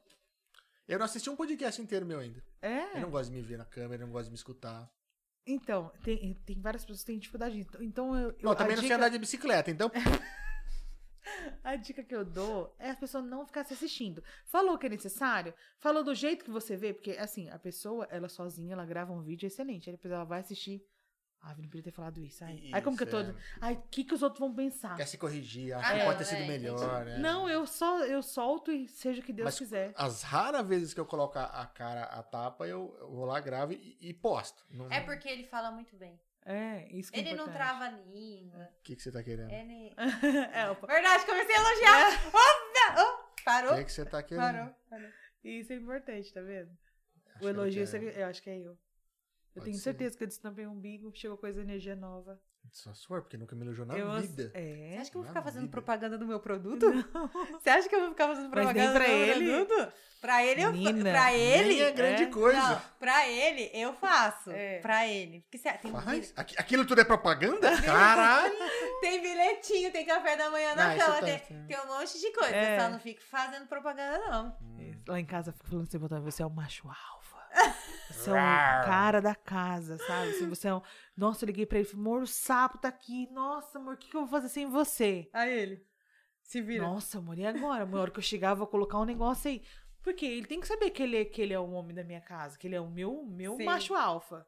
Eu não assisti um podcast inteiro meu ainda. Eu é. não gosto de me ver na câmera, eu não gosto de me escutar. Então, tem, tem várias pessoas que têm dificuldade. Então, eu, eu Bom, eu também a não sei dica- É. andar de bicicleta, então... A dica que eu dou é a pessoa não ficar se assistindo. Falou o que é necessário, falou do jeito que você vê, porque assim, a pessoa, ela sozinha, ela grava um vídeo excelente, aí depois ela vai assistir Ah, eu não podia ter falado isso. Ai, Isso, ai como que eu tô. é. Ai, o que, que os outros vão pensar? Quer se corrigir, acha Ah, que é, pode ter sido é, melhor, né? Não, eu só eu solto e seja o que Deus Mas- quiser. As raras vezes que eu coloco a, a cara a tapa, eu, eu vou lá, gravo e, e posto. Não- É porque ele fala muito bem. É, isso que é Ele não importante. trava a língua. O que, que você tá querendo? Ele... é, opa, Verdade, comecei a elogiar. É. Oh, não. Oh, O parou? que, que você tá querendo? Parou. isso é importante, tá vendo? Acho que O eu elogio, quero. você- eu acho que é eu. Eu Pode tenho ser. certeza que eu destampei o umbigo, chegou coisa energia nova. Só suor, porque nunca me elogiou na eu, vida. É. Você acha que eu vou Na ficar fazendo vida. propaganda do meu produto? Você acha que eu vou ficar fazendo Mas nem propaganda pra do meu ele? produto? Pra ele eu faço. Menina, Pra ele. Nem é grande É? coisa. Não, pra ele eu faço. É. Pra ele. Porque você- tem, Faz. bil- Aqui- Aquilo tudo é propaganda? Caralho! tem bilhetinho, tem café da manhã na Ah, isso cama, tá- tem, tem um monte de coisa. É. Eu só não fico fazendo propaganda, não. Hum. Lá em casa fica falando assim, botando, você é um macho alfa. Você é um cara da casa, sabe? Assim, você é um... Nossa, eu liguei pra ele, falei, amor, o sapo tá aqui. Nossa, amor, o que, que eu vou fazer sem você? Aí ele. Se vira. Nossa, amor, e agora? Amor, a hora que eu chegar, eu vou colocar um negócio aí. Porque ele tem que saber que ele, é- que ele é um homem da minha casa, que ele é o meu, meu Sim. macho alfa.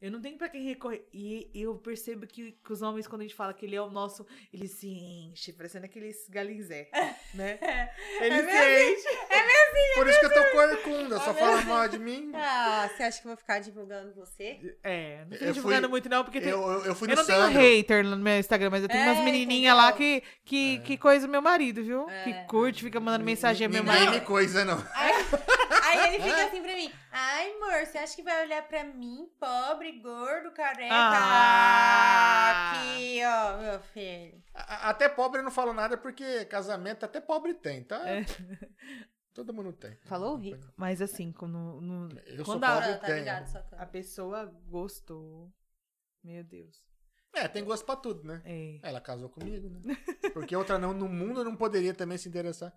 Eu não tenho pra quem recorrer. E eu percebo que, que os homens, quando a gente fala que ele é o nosso, ele se enche, parecendo aqueles galinzé, né? Ele É se enche. é Por isso que eu tô corcunda, só Ah, fala mal de mim. Ah, você acha que eu vou ficar divulgando você? É, não Eu tô divulgando fui- muito não, porque Eu, tem, eu, eu, eu fui no não tenho Sandro. hater no meu Instagram, mas eu tenho É, umas menininhas lá que, É. que, que coisa meu marido, viu? É. Que curte, fica mandando mensagem ao é meu Ninguém marido. me coisa, não. Aí ele fica assim pra mim. Ai, amor, você acha que vai olhar pra mim, pobre, gordo, careca? Ah. Aqui, ó, meu filho. A- Até pobre eu não falo nada, porque casamento até pobre tem, tá? É. Todo mundo tem. Falou o rico. Mas assim, quando, no, Eu sou Quando a- pobre, Não, eu tá tenho. ligado, só A pessoa gostou. Meu Deus. É, tem gosto pra tudo, né? É. Ela casou comigo, né? Porque outra não, no mundo não poderia também se interessar.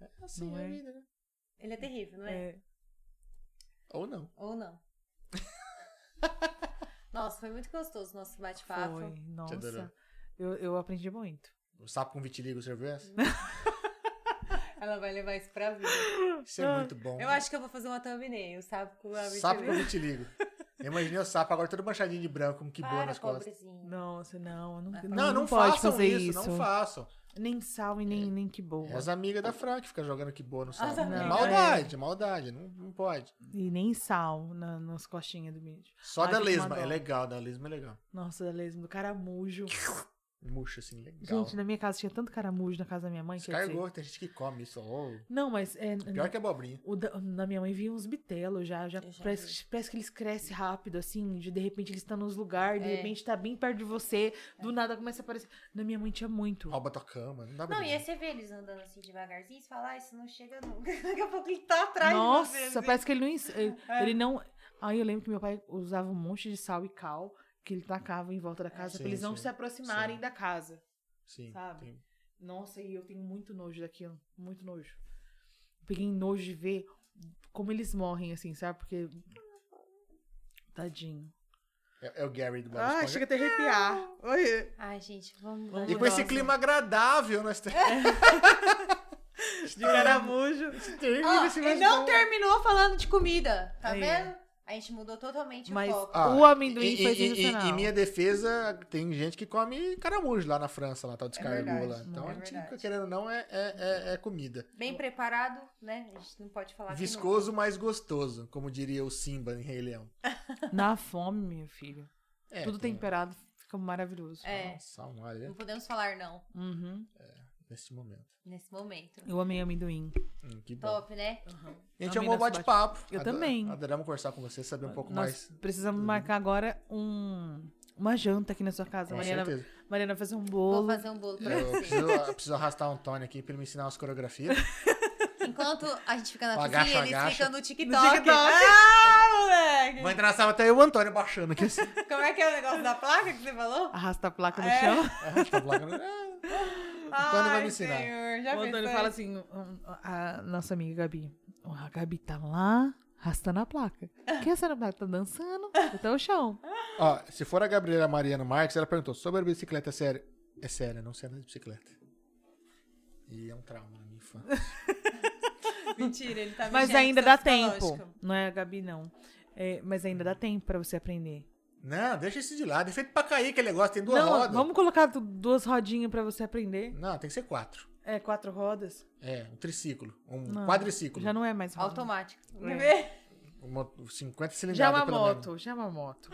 É assim Não a é? vida, né? Ele é terrível, não é? É. Ou não. Ou não. Nossa, foi muito gostoso o nosso bate-papo. Foi. adorou. Nossa. Eu, eu aprendi muito. O sapo com vitiligo serveu essa? Ela vai levar isso pra vida. Isso é muito bom. Eu acho que eu vou fazer uma thumbnail, sabe? Com a Sapo com Vitiligo. vitiligo. Eu imaginei o sapo agora todo manchadinho de branco, com que boa Para, nas costas. pobrezinho. Nossa, não, não, É. não, Não, não, não pode façam fazer isso, isso. não É. façam. Nem sal e nem, nem que boa. As amigas da Fran que ficam jogando que boa no sapo. amigas. É maldade, é maldade, não, não pode. E nem sal na, nas costinhas do bicho. Só Ai, da fico com uma lesma, dó. é legal, da lesma é legal. Nossa, lesma, do caramujo. Murcha assim, legal. Gente, na minha casa tinha tanto caramujo na casa da minha mãe que eu Descargou, tem gente que come isso. ó. Não, mas é, Pior que abobrinha. O da, na minha mãe vinha uns bitelos já, já, Eu já parece, parece que eles crescem rápido, assim, de, de repente eles estão nos lugares, de É. repente tá bem perto de você, do nada começa a aparecer. Na minha mãe tinha muito. Rouba tua cama, não dá pra Não, e aí dizer. você vê eles andando assim devagarzinho e você fala, ah, isso não chega nunca. Daqui a pouco ele tá atrás de você. Nossa, assim. parece que ele não. ens- Ele, É. ele não. Aí eu lembro que meu pai usava um monte de sal e cal que ele tacava em volta da É. casa Sim, pra eles não sim, se aproximarem sim. da casa. Sim, sabe? tem- Nossa, e eu tenho muito nojo daquilo. Muito nojo. Peguei nojo de ver como eles morrem, assim, sabe? Porque. Tadinho. É, é o Gary do Bob Ah, Esponja. chega até arrepiar. Oi. Ai, gente, vamos Vamos E lá. com esse Nossa. clima agradável, nós temos. De caramujo. Termina Ó, esse ele mais Ah, é, não bom. terminou falando de comida, tá Aí. vendo? A gente mudou totalmente Mas- o foco. Ah, O amendoim e- e- foi e- e- sensacional. Em minha defesa, tem gente que come caramujo lá na França, lá tá o descargo verdade, lá. Então é a gente, verdade. querendo ou não, é, é, é- é comida. Bem preparado, né? A gente não pode falar que não. Viscoso, mas gostoso, como diria o Simba em Rei Leão. Na fome, minha filha. É, Tudo tem- temperado fica maravilhoso. É, Nossa, um alho, não né? podemos falar não Uhum. nesse momento. nesse momento. Eu amei amendoim. Hum, que bom. Top, né? A gente Amei amou o nosso bate-papo. Eu Ado- também. Adoramos conversar com você, saber um pouco Nós mais. precisamos marcar agora um, uma janta aqui na sua casa. Com Mariana, É, certeza. Mariana vai fazer um Vou bolo. fazer um bolo pra Eu você. preciso, eu preciso arrastar um Tony aqui pra ele me ensinar umas coreografias. Enquanto a gente fica na O cozinha, agacha, eles agacha. ficam no No TikTok. TikTok. Ah, moleque! Vou entrar na sala até eu e o Antônio baixando aqui. assim. Como é que é o negócio da placa que você falou? Arrasta a placa no É. chão. Tá placando- Ah, Antônio vai me ensinar. Senhor, já O Antônio pensou fala isso? assim, um, a nossa amiga Gabi. "Ó, A Gabi tá lá arrastando a placa. que essa na placa? Tá dançando até o chão. Ó, se for a Gabriela Mariano Marques, ela perguntou sobre a bicicleta, é sério? É sério, não sei andar de bicicleta. E é um trauma na minha infância. Mentira, ele tá Mas mexendo ainda com seu dá tempo. psicológico. Não é a Gabi, não. É, mas ainda dá tempo pra você aprender. Não, deixa isso de lado. É feito pra cair aquele negócio, tem duas não, rodas. vamos colocar du- duas rodinhas pra você aprender. Não, tem que ser quatro. É, quatro rodas. É, um triciclo. Um Não, quadriciclo. Já não é mais roda. Automática. É. Uma, 50 Já é cilindradas, uma pelo moto, já é uma moto.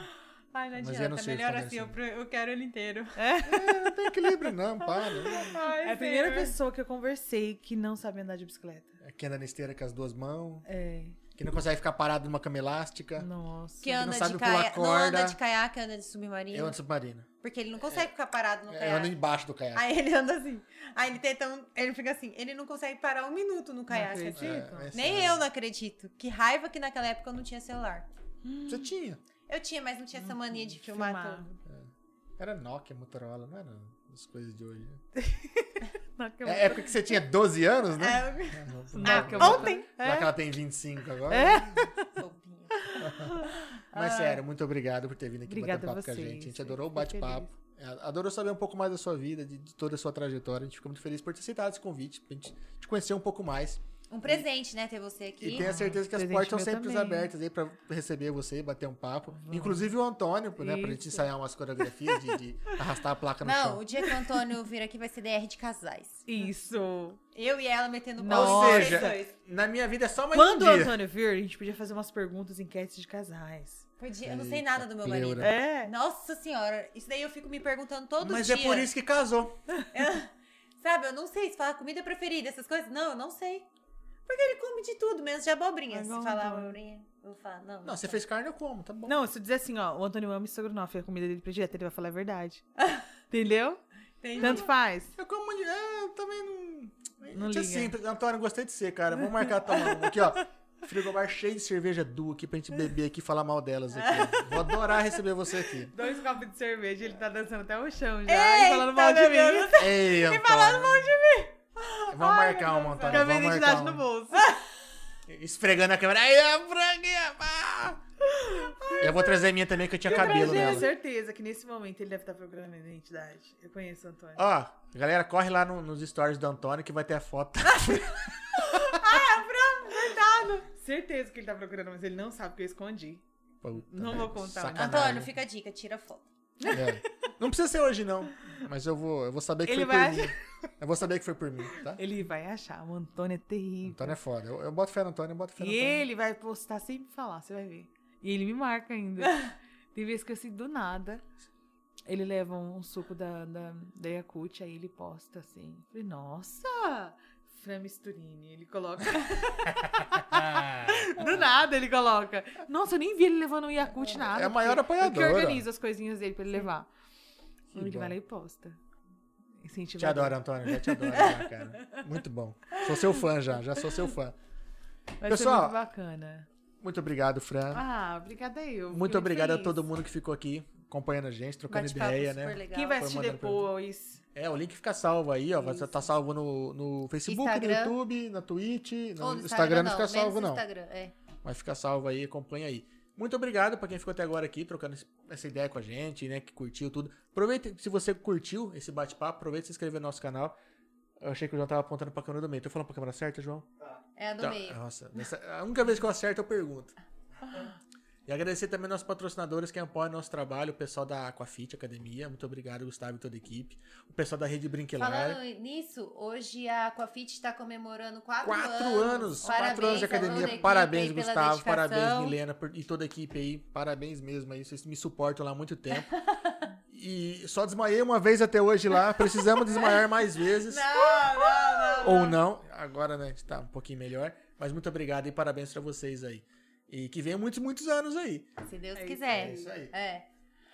Ai, não Mas eu adianta. não sei melhor fazer assim. isso. Eu, pre- eu quero ele inteiro. menos. É, não tem equilíbrio não, para. né? Ai, É a primeira Senhor. pessoa que eu conversei que não sabe andar de bicicleta. É Que anda na esteira com as duas mãos. É. Que não consegue ficar parado numa cama elástica. Nossa. Que anda, sabe de pular caia... não anda corda. de caiaque, anda de submarino. Eu ando submarino. Porque ele não consegue ficar parado no É, eu ando caiaque. embaixo do caiaque. Aí ele anda assim. Aí ele tenta. um- Ele fica assim. Ele não consegue parar um minuto no caiaque. acredito. acredita? Chico. mas Nem sim. eu não acredito. Que raiva que naquela época eu não tinha celular. Você tinha. Eu tinha, mas não tinha essa mania de de filmar, filmar. tudo. Era Nokia, Motorola, não era as coisas de hoje. né? Não, que eu- É a época que você tinha 12 anos, né? É, É, não, Ah, que eu- ontem. Já que ela tem 25 agora. É? Bobinha. Mas sério, muito obrigado por ter vindo aqui Ah. bater Obrigada papo a vocês. com a gente. A gente Fiquei adorou o bate-papo. É, Adorou saber um pouco mais da sua vida, de, de toda a sua trajetória. A gente fica muito feliz por ter aceitado esse convite, pra gente te conhecer um pouco mais. Um presente, né, ter você aqui. E tenha certeza que as presente portas estão meu sempre também. abertas aí pra receber você, bater um papo. Inclusive o Antônio, né? Pra gente Isso. ensaiar umas coreografias de, de arrastar a placa no Não, chão. o dia que o Antônio vir aqui vai ser DR de casais. Isso. Eu e ela metendo pau. Nossa. Ou seja, Vocês dois. na minha vida é só mais Quando um o dia. Antônio vir, a gente podia fazer umas perguntas, enquetes de casais. Podia- eu não sei nada do meu Eita, marido. pleura. É. Nossa senhora, isso daí eu fico me perguntando todo Mas dia. é por isso que casou. Sabe, eu não sei se fala comida preferida, essas coisas. Não, eu não sei. Porque ele come de tudo, menos de abobrinha. Ai, se não, falar não. abobrinha, eu falo, não. Não, você fez carne, eu como, tá bom. Não, se eu dizer assim, ó, o Antônio ama estrogonofe, é a comida dele predileta, ele vai falar a verdade. Entendeu? Entendi. Tanto faz. Eu como de. É, eu também não. Não Gente, é liga. simples. Antônio, gostei de ser, cara. Vamos marcar tomar uma aqui, ó. Frigobar cheio de cerveja duas aqui pra gente beber aqui e falar mal delas aqui. Vou adorar receber você aqui. Dois copos de cerveja, ele tá dançando até o chão já. e falando mal de meu mim. Ei, Antônio. falando mal de mim. Vamos marcar uma, Antônio. Com a minha Vamos identidade marcar no uma. bolso. Esfregando a câmera. Aí, a franguinha. pá! Eu vou trazer a minha também, que eu tinha cabelo tenho nela. certeza que nesse momento ele deve estar procurando a identidade. Eu conheço o Antônio. Ó, galera, corre lá no- nos stories do Antônio que vai ter a foto. Certeza que ele tá procurando, mas ele não sabe que eu escondi. Puta Não merda, vou contar. sacanagem. Antônio, fica a dica, tira foto. É. Não precisa ser hoje, não. Mas eu vou, eu vou saber que Ele foi vai por mim. Eu vou saber que foi por mim, tá? Ele vai achar, o Antônio é terrível. Antônio é foda. Eu, eu boto fé no Antônio, eu boto fé Tá no E Antônio. ele vai postar sempre falar, você vai ver. E ele me marca ainda. Tem vezes que eu assim, do nada, ele leva um suco da, da, da Yakult, aí ele posta assim. Eu Falei, nossa! Fran Misturini, ele coloca. Do nada ele coloca. Nossa, eu nem vi ele levando um Yakult nada. É a maior porque eu que apoiadora. organizo as coisinhas dele pra ele levar. Que ele bom. vai lá e posta. Incentivador. Te adoro, Antônio. Já te adoro, já, cara. Muito bom. Sou seu fã já, já sou seu fã. Vai Pessoal, ser muito bacana. Muito obrigado, Fran. Ah, obrigada eu. Muito fiquei obrigado a feliz. todo mundo que ficou aqui acompanhando a gente, trocando Bate-papo ideia, super né? legal. Quem vai Foi assistir mandando depois? É, o link fica salvo aí, ó. Você tá salvo no, no Facebook, Instagram. no YouTube, na Twitch, no, Ou Instagram, não, não fica salvo, menos no não. Instagram, é. Mas fica salvo aí, acompanha aí. Muito obrigado pra quem ficou até agora aqui, trocando esse- essa ideia com a gente, né? Que curtiu tudo. Aproveita, se você curtiu esse bate-papo, aproveita e se inscrever no nosso canal. Eu achei que o João tava apontando pra câmera do meio. Tô falando pra câmera certa, João? É a do Tá. meio. Nossa, nessa- a única vez que eu acerto, eu pergunto. E agradecer também aos nossos patrocinadores que apoiam nosso trabalho, o pessoal da Aquafit Academia. Muito obrigado, Gustavo e toda a equipe. O pessoal da Rede Brinquelar. Falando nisso, hoje a Aquafit está comemorando quatro, Quatro anos, anos. quatro anos de a toda a academia. equipe Parabéns, aí pela Gustavo. dedicação. Parabéns, Milena por- e toda a equipe aí. Parabéns mesmo aí. Vocês me suportam lá há muito tempo. e só desmaiei uma vez até hoje lá. Precisamos desmaiar mais vezes. Ou não. Agora, né, tá um pouquinho melhor. Mas muito obrigado e parabéns pra vocês aí. E que venham muitos, muitos anos aí. Se Deus É isso quiser. isso aí. É.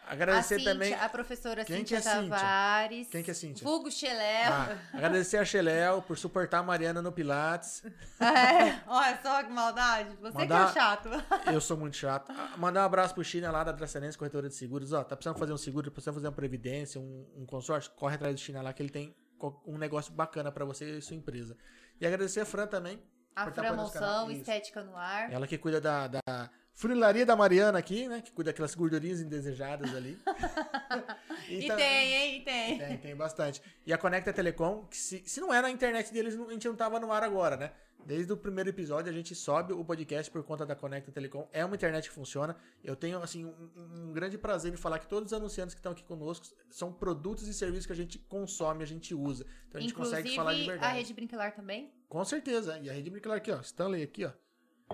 Agradecer A, Cíntia, também. a professora Quem que Cíntia é Cíntia? Tavares. Quem que é Cíntia? Vulgo Xeléu. Ah, agradecer a Xeléu por suportar a Mariana no Pilates. É, olha só que maldade. Você Mandar- que é o chato. Eu sou muito chato. Ah, Mandar um abraço pro China lá da Dracenense, corretora de seguros. Ó, tá precisando fazer um seguro, tá precisando fazer uma previdência, um, um consórcio? Corre atrás do China lá que ele tem co- um negócio bacana pra você e sua empresa. E agradecer a Fran também. A Por tá Fran apoiando os canais, Monção, isso. É, Estética no Ar. Ela que cuida da, da funilaria da Mariana aqui, né? Que cuida daquelas gordurinhas indesejadas ali. E, tam- tem, hein? E tem. Tem, tem bastante. E a Conecta Telecom, que se, se não era a internet deles, não- a gente não tava no ar agora, né? Desde o primeiro episódio, a gente sobe o podcast por conta da Conecta Telecom. É uma internet que funciona. Eu tenho, assim, um, um grande prazer em falar que todos os anunciantes que estão aqui conosco são produtos e serviços que a gente consome, a gente usa. Então a gente consegue Inclusive, falar de a verdade. Rede Brinquilar também. um Com certeza. E a Rede Brinquilar aqui, ó. Stanley aqui, ó.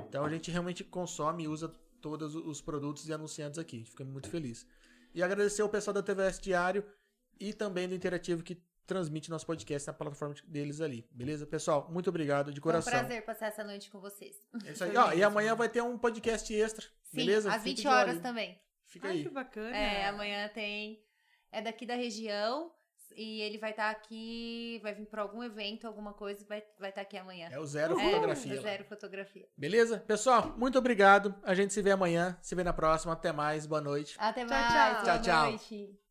Então a gente realmente consome e usa todos os produtos e anunciantes aqui. A gente fica muito feliz. E agradecer ao pessoal da TVS Diário e também do Interativo que transmite nosso podcast na plataforma deles ali. Beleza, pessoal? Muito obrigado de coração. Foi um prazer passar essa noite com vocês. É isso aí. Ó, e amanhã vai ter um podcast extra. Sim, beleza? às Fique 20 de olho horas aí. também. Fica Ai, que aí. bacana. É, amanhã tem. É daqui da região e ele vai estar aqui, vai vir para algum evento, alguma coisa, e vai estar vai tá aqui amanhã. É o zero É, fotografia. lá. zero fotografia. Beleza? Pessoal, muito obrigado. A gente se vê amanhã. Se vê na próxima. Até mais. Boa noite. Até Tchau, mais. tchau. boa Tchau, tchau. noite.